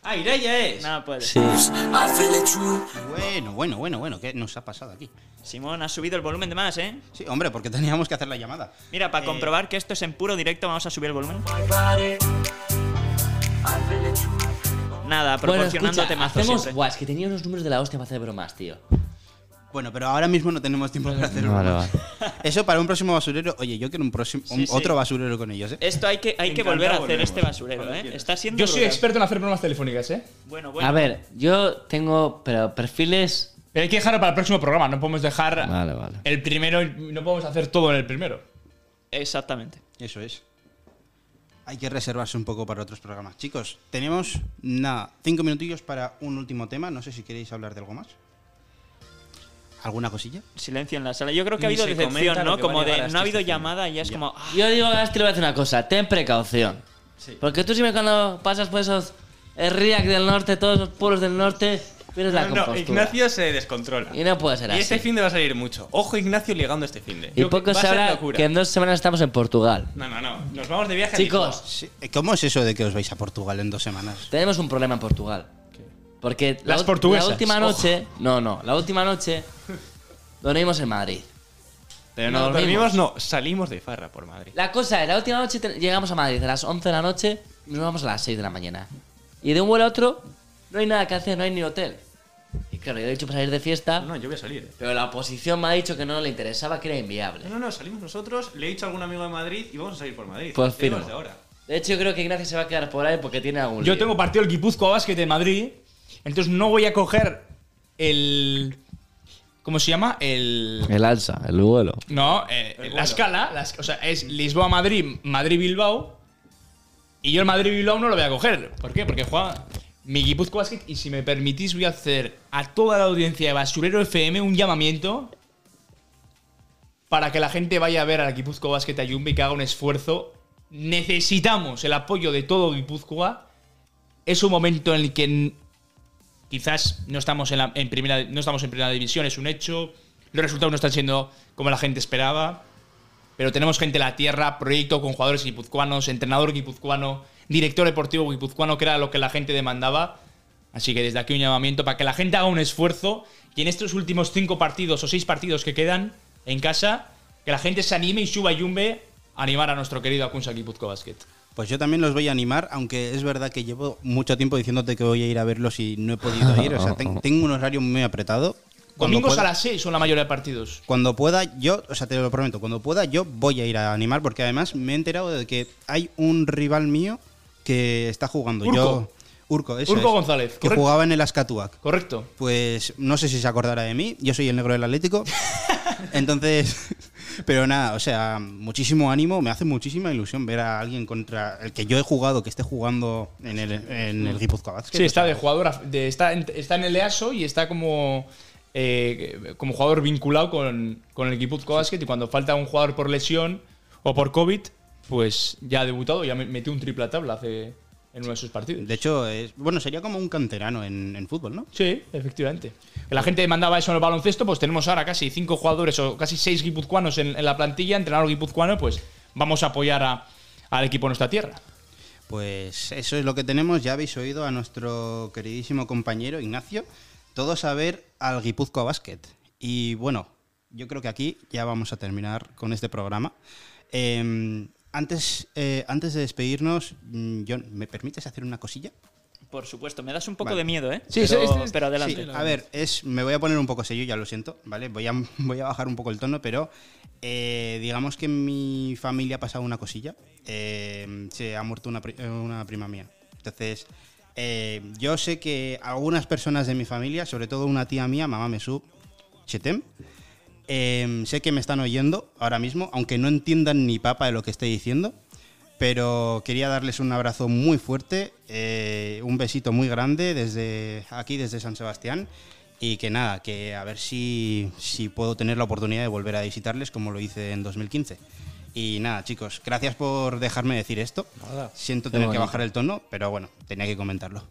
[SPEAKER 3] Ah, Iraya es. Nada puede.
[SPEAKER 5] Sí.
[SPEAKER 2] Bueno, bueno, bueno, bueno, ¿qué nos ha pasado aquí?
[SPEAKER 3] Simón, has subido el volumen de más, ¿eh?
[SPEAKER 2] Sí, hombre, porque teníamos que hacer la llamada.
[SPEAKER 3] Mira,
[SPEAKER 5] Eh.
[SPEAKER 3] para comprobar que esto es en puro directo, vamos a subir el volumen. Nada,
[SPEAKER 5] Bueno,
[SPEAKER 3] proporcionando
[SPEAKER 5] escucha,
[SPEAKER 3] temazos
[SPEAKER 5] hacemos...
[SPEAKER 3] siempre.
[SPEAKER 5] Buah, es que tenía unos números de la hostia para hacer bromas, tío.
[SPEAKER 2] Bueno, pero ahora mismo no tenemos tiempo para hacer
[SPEAKER 5] Vale,
[SPEAKER 2] bromas. Eso para un próximo basurero. Oye, yo quiero un próximo, un-
[SPEAKER 3] Sí, sí.
[SPEAKER 2] otro basurero con ellos, ¿eh?
[SPEAKER 3] Esto hay que, hay que
[SPEAKER 2] Encantado,
[SPEAKER 3] volver a hacer
[SPEAKER 2] volvemos.
[SPEAKER 3] este basurero, ¿eh? Está siendo
[SPEAKER 4] Yo soy
[SPEAKER 3] brutal.
[SPEAKER 4] experto en hacer bromas telefónicas, ¿eh?
[SPEAKER 3] Bueno, bueno.
[SPEAKER 5] A ver, yo tengo pero perfiles...
[SPEAKER 4] Pero hay que dejarlo para el próximo programa, no podemos dejar
[SPEAKER 5] Vale, vale.
[SPEAKER 4] el primero, no podemos hacer todo en el primero.
[SPEAKER 3] Exactamente.
[SPEAKER 2] Eso es. Hay que reservarse un poco para otros programas. Chicos, tenemos nada, cinco minutillos para un último tema. No sé si queréis hablar de algo más. ¿Alguna cosilla?
[SPEAKER 3] Silencio en la sala. Yo creo que ha
[SPEAKER 2] Ni
[SPEAKER 3] habido
[SPEAKER 2] se
[SPEAKER 3] decepción,
[SPEAKER 2] comenta lo
[SPEAKER 3] ¿no?
[SPEAKER 2] que va a
[SPEAKER 3] Como
[SPEAKER 2] llegar
[SPEAKER 3] de
[SPEAKER 2] a
[SPEAKER 3] no ha habido
[SPEAKER 2] esta
[SPEAKER 3] llamada y ya es como. ah,
[SPEAKER 5] Yo digo, Gasti, le voy a decir una cosa. Ten precaución. Porque tú siempre cuando pasas por esos... El Riak del norte, todos los pueblos del norte, pierdes la
[SPEAKER 6] No, no,
[SPEAKER 5] compostura.
[SPEAKER 6] Ignacio se descontrola.
[SPEAKER 5] Y no puede ser
[SPEAKER 6] Y este
[SPEAKER 5] así.
[SPEAKER 6] fin de va a salir mucho. Ojo, Ignacio ligando este fin de.
[SPEAKER 5] Y poco se habla que en dos semanas estamos en Portugal.
[SPEAKER 6] No, no, no. Nos vamos de viaje.
[SPEAKER 5] Chicos.
[SPEAKER 2] Sí, ¿Cómo es eso de que os vais a Portugal en dos semanas?
[SPEAKER 5] Tenemos un problema en Portugal. Porque la,
[SPEAKER 4] Las
[SPEAKER 5] ul-
[SPEAKER 4] portuguesas.
[SPEAKER 5] la última noche. No, no. La última noche dormimos en Madrid. Pero no,
[SPEAKER 6] no,
[SPEAKER 5] dormimos.
[SPEAKER 6] dormimos, no. Salimos de farra por Madrid.
[SPEAKER 5] La cosa es, la última noche te- llegamos a Madrid a las 11 de la noche y nos vamos a las 6 de la mañana. Y de un vuelo a otro no hay nada que hacer, no hay ni hotel. Y claro, yo he dicho para salir de fiesta.
[SPEAKER 6] No, yo voy a salir. eh.
[SPEAKER 5] Pero la oposición me ha dicho que no le interesaba, que era inviable.
[SPEAKER 6] No, no, no. Salimos nosotros. Le he dicho a algún amigo de Madrid y vamos a salir por Madrid.
[SPEAKER 5] Pues
[SPEAKER 6] Salimos
[SPEAKER 5] firmo.
[SPEAKER 6] de ahora.
[SPEAKER 5] De hecho, yo creo que Ignacio se va a quedar por ahí porque tiene algún.
[SPEAKER 4] Yo
[SPEAKER 5] lío.
[SPEAKER 4] tengo partido el Guipúzcoa Basket de Madrid, entonces no voy a coger el. ¿Cómo se llama? El.
[SPEAKER 5] El alza, el vuelo.
[SPEAKER 4] No, eh, la escala, la es- o sea, es Lisboa-Madrid, Madrid-Bilbao. Y yo el Madrid-Bilbao no lo voy a coger. ¿Por qué? Porque juega mi Guipúzcoa Basket. Y si me permitís, voy a hacer a toda la audiencia de Basurero FM un llamamiento para que la gente vaya a ver al Guipúzcoa Basket Ayumbe y que haga un esfuerzo. Necesitamos el apoyo de todo Guipúzcoa. Es un momento en el que n- quizás no estamos en, la- en primera, no estamos en primera división, es un hecho. Los resultados no están siendo como la gente esperaba. Pero tenemos gente en la tierra, proyecto con jugadores guipuzcoanos, entrenador guipuzcoano, director deportivo guipuzcoano, que era lo que la gente demandaba. Así que desde aquí un llamamiento para que la gente haga un esfuerzo y en estos últimos cinco partidos o seis partidos que quedan en casa, que la gente se anime y suba a Yumbe a animar a nuestro querido Akunsa Guipuzco Basket.
[SPEAKER 2] Pues yo también los voy a animar, aunque es verdad que llevo mucho tiempo diciéndote que voy a ir a verlos y no he podido ir. O sea, ten- tengo un horario muy apretado. Cuando
[SPEAKER 4] Domingos
[SPEAKER 2] pueda-
[SPEAKER 4] a las seis son la mayoría de partidos.
[SPEAKER 2] Cuando pueda, yo, o sea, te lo prometo, cuando pueda, yo voy a ir a animar, porque además me he enterado de que hay un rival mío que está jugando.
[SPEAKER 4] Urco.
[SPEAKER 2] Yo, Urco, eso
[SPEAKER 4] Urco
[SPEAKER 2] es,
[SPEAKER 4] González,
[SPEAKER 2] Que
[SPEAKER 4] correcto.
[SPEAKER 2] jugaba en el Ascatuac.
[SPEAKER 4] Correcto.
[SPEAKER 2] Pues no sé si se acordará de mí, yo soy el negro del Atlético. Entonces, pero nada, o sea, muchísimo ánimo, me hace muchísima ilusión ver a alguien contra el que yo he jugado, que esté jugando en el, en el Guipúzcoa Basket.
[SPEAKER 4] Sí, está de jugador, af- de- está, en, está en el EASO y está como, eh, como jugador vinculado con, con el Guipuzcoa Basket y cuando falta un jugador por lesión o por COVID, pues ya ha debutado, ya me- metió un triple a tabla hace, en uno de sus partidos.
[SPEAKER 2] De hecho, es, bueno, sería como un canterano en, en fútbol, ¿no?
[SPEAKER 4] Sí, efectivamente. Que la gente demandaba eso en el baloncesto, pues tenemos ahora casi cinco jugadores o casi seis guipuzcoanos en, en la plantilla, entrenador guipuzcoano, pues vamos a apoyar a- al equipo de nuestra tierra.
[SPEAKER 2] Pues eso es lo que tenemos. Ya habéis oído a nuestro queridísimo compañero Ignacio. Todos a ver al Guipúzcoa Basket. Y bueno, yo creo que aquí ya vamos a terminar con este programa. Eh, antes, eh, antes de despedirnos, mm, John, ¿me permites hacer una cosilla?
[SPEAKER 3] Por supuesto, me das un poco
[SPEAKER 2] Vale.
[SPEAKER 3] de miedo, ¿eh? pero, pero adelante.
[SPEAKER 2] Sí, A ver, es, me voy a poner un poco sello, ya lo siento, ¿vale? Voy a, voy a bajar un poco el tono, pero eh, digamos que en mi familia ha pasado una cosilla. Eh, se ha muerto una, pri- eh, una prima mía. Entonces, eh, yo sé que algunas personas de mi familia, sobre todo una tía mía, mamá Mesú Chetem, eh, sé que me están oyendo ahora mismo, aunque no entiendan ni papa de lo que estoy diciendo. Pero quería darles un abrazo muy fuerte, eh, un besito muy grande desde aquí, desde San Sebastián. Y que nada, que a ver si, si puedo tener la oportunidad de volver a visitarles como lo hice en 2015. Y nada, chicos, gracias por dejarme decir esto.
[SPEAKER 5] Nada.
[SPEAKER 2] Siento
[SPEAKER 5] Qué
[SPEAKER 2] tener que
[SPEAKER 5] bonito.
[SPEAKER 2] bajar el tono, pero bueno, tenía que comentarlo.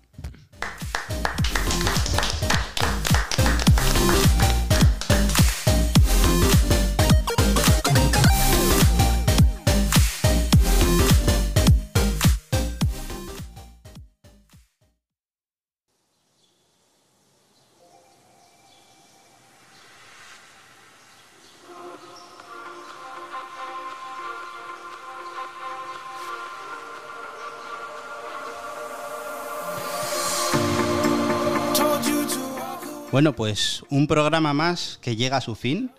[SPEAKER 8] Told you to
[SPEAKER 2] Bueno, pues un programa más que llega a su fin.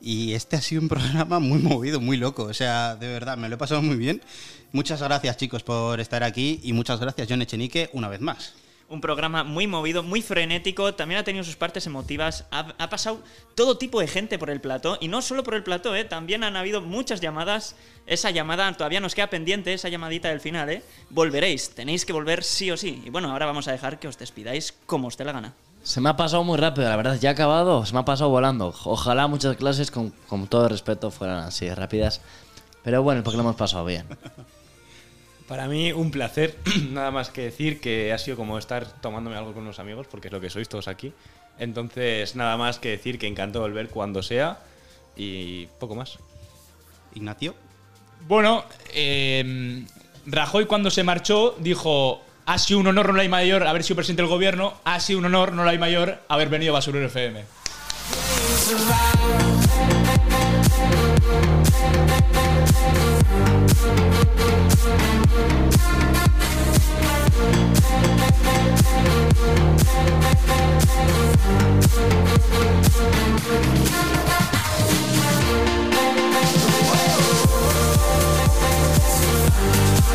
[SPEAKER 2] Y este ha sido un programa muy movido, muy loco. O sea, de verdad, me lo he pasado muy bien. Muchas gracias, chicos, por estar aquí. Y muchas gracias, John Echenique, una vez más.
[SPEAKER 3] Un programa muy movido, muy frenético, también ha tenido sus partes emotivas, ha, ha pasado todo tipo de gente por el plató, y no solo por el plató, ¿eh? también han habido muchas llamadas, esa llamada todavía nos queda pendiente, esa llamadita del final, ¿eh? volveréis, tenéis que volver sí o sí, y bueno, ahora vamos a dejar que os despidáis como os dé la gana.
[SPEAKER 5] Se me ha pasado muy rápido, la verdad, ya ha acabado, se me ha pasado volando. Ojalá muchas clases, con, con todo respeto, fueran así de rápidas. Pero bueno, porque lo hemos pasado bien.
[SPEAKER 6] Para mí un placer, nada más que decir que ha sido como estar tomándome algo con unos amigos, porque es lo que sois todos aquí. Entonces, nada más que decir que encanto volver cuando sea y poco más.
[SPEAKER 2] Ignacio.
[SPEAKER 4] Bueno, eh, Rajoy cuando se marchó dijo, ha sido un honor no la hay mayor haber sido presidente del gobierno, ha sido un honor no la hay mayor haber venido a Basurero FM.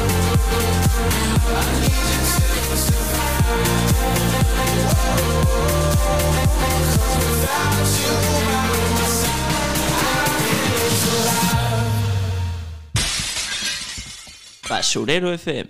[SPEAKER 8] Thank
[SPEAKER 3] Basurero FM.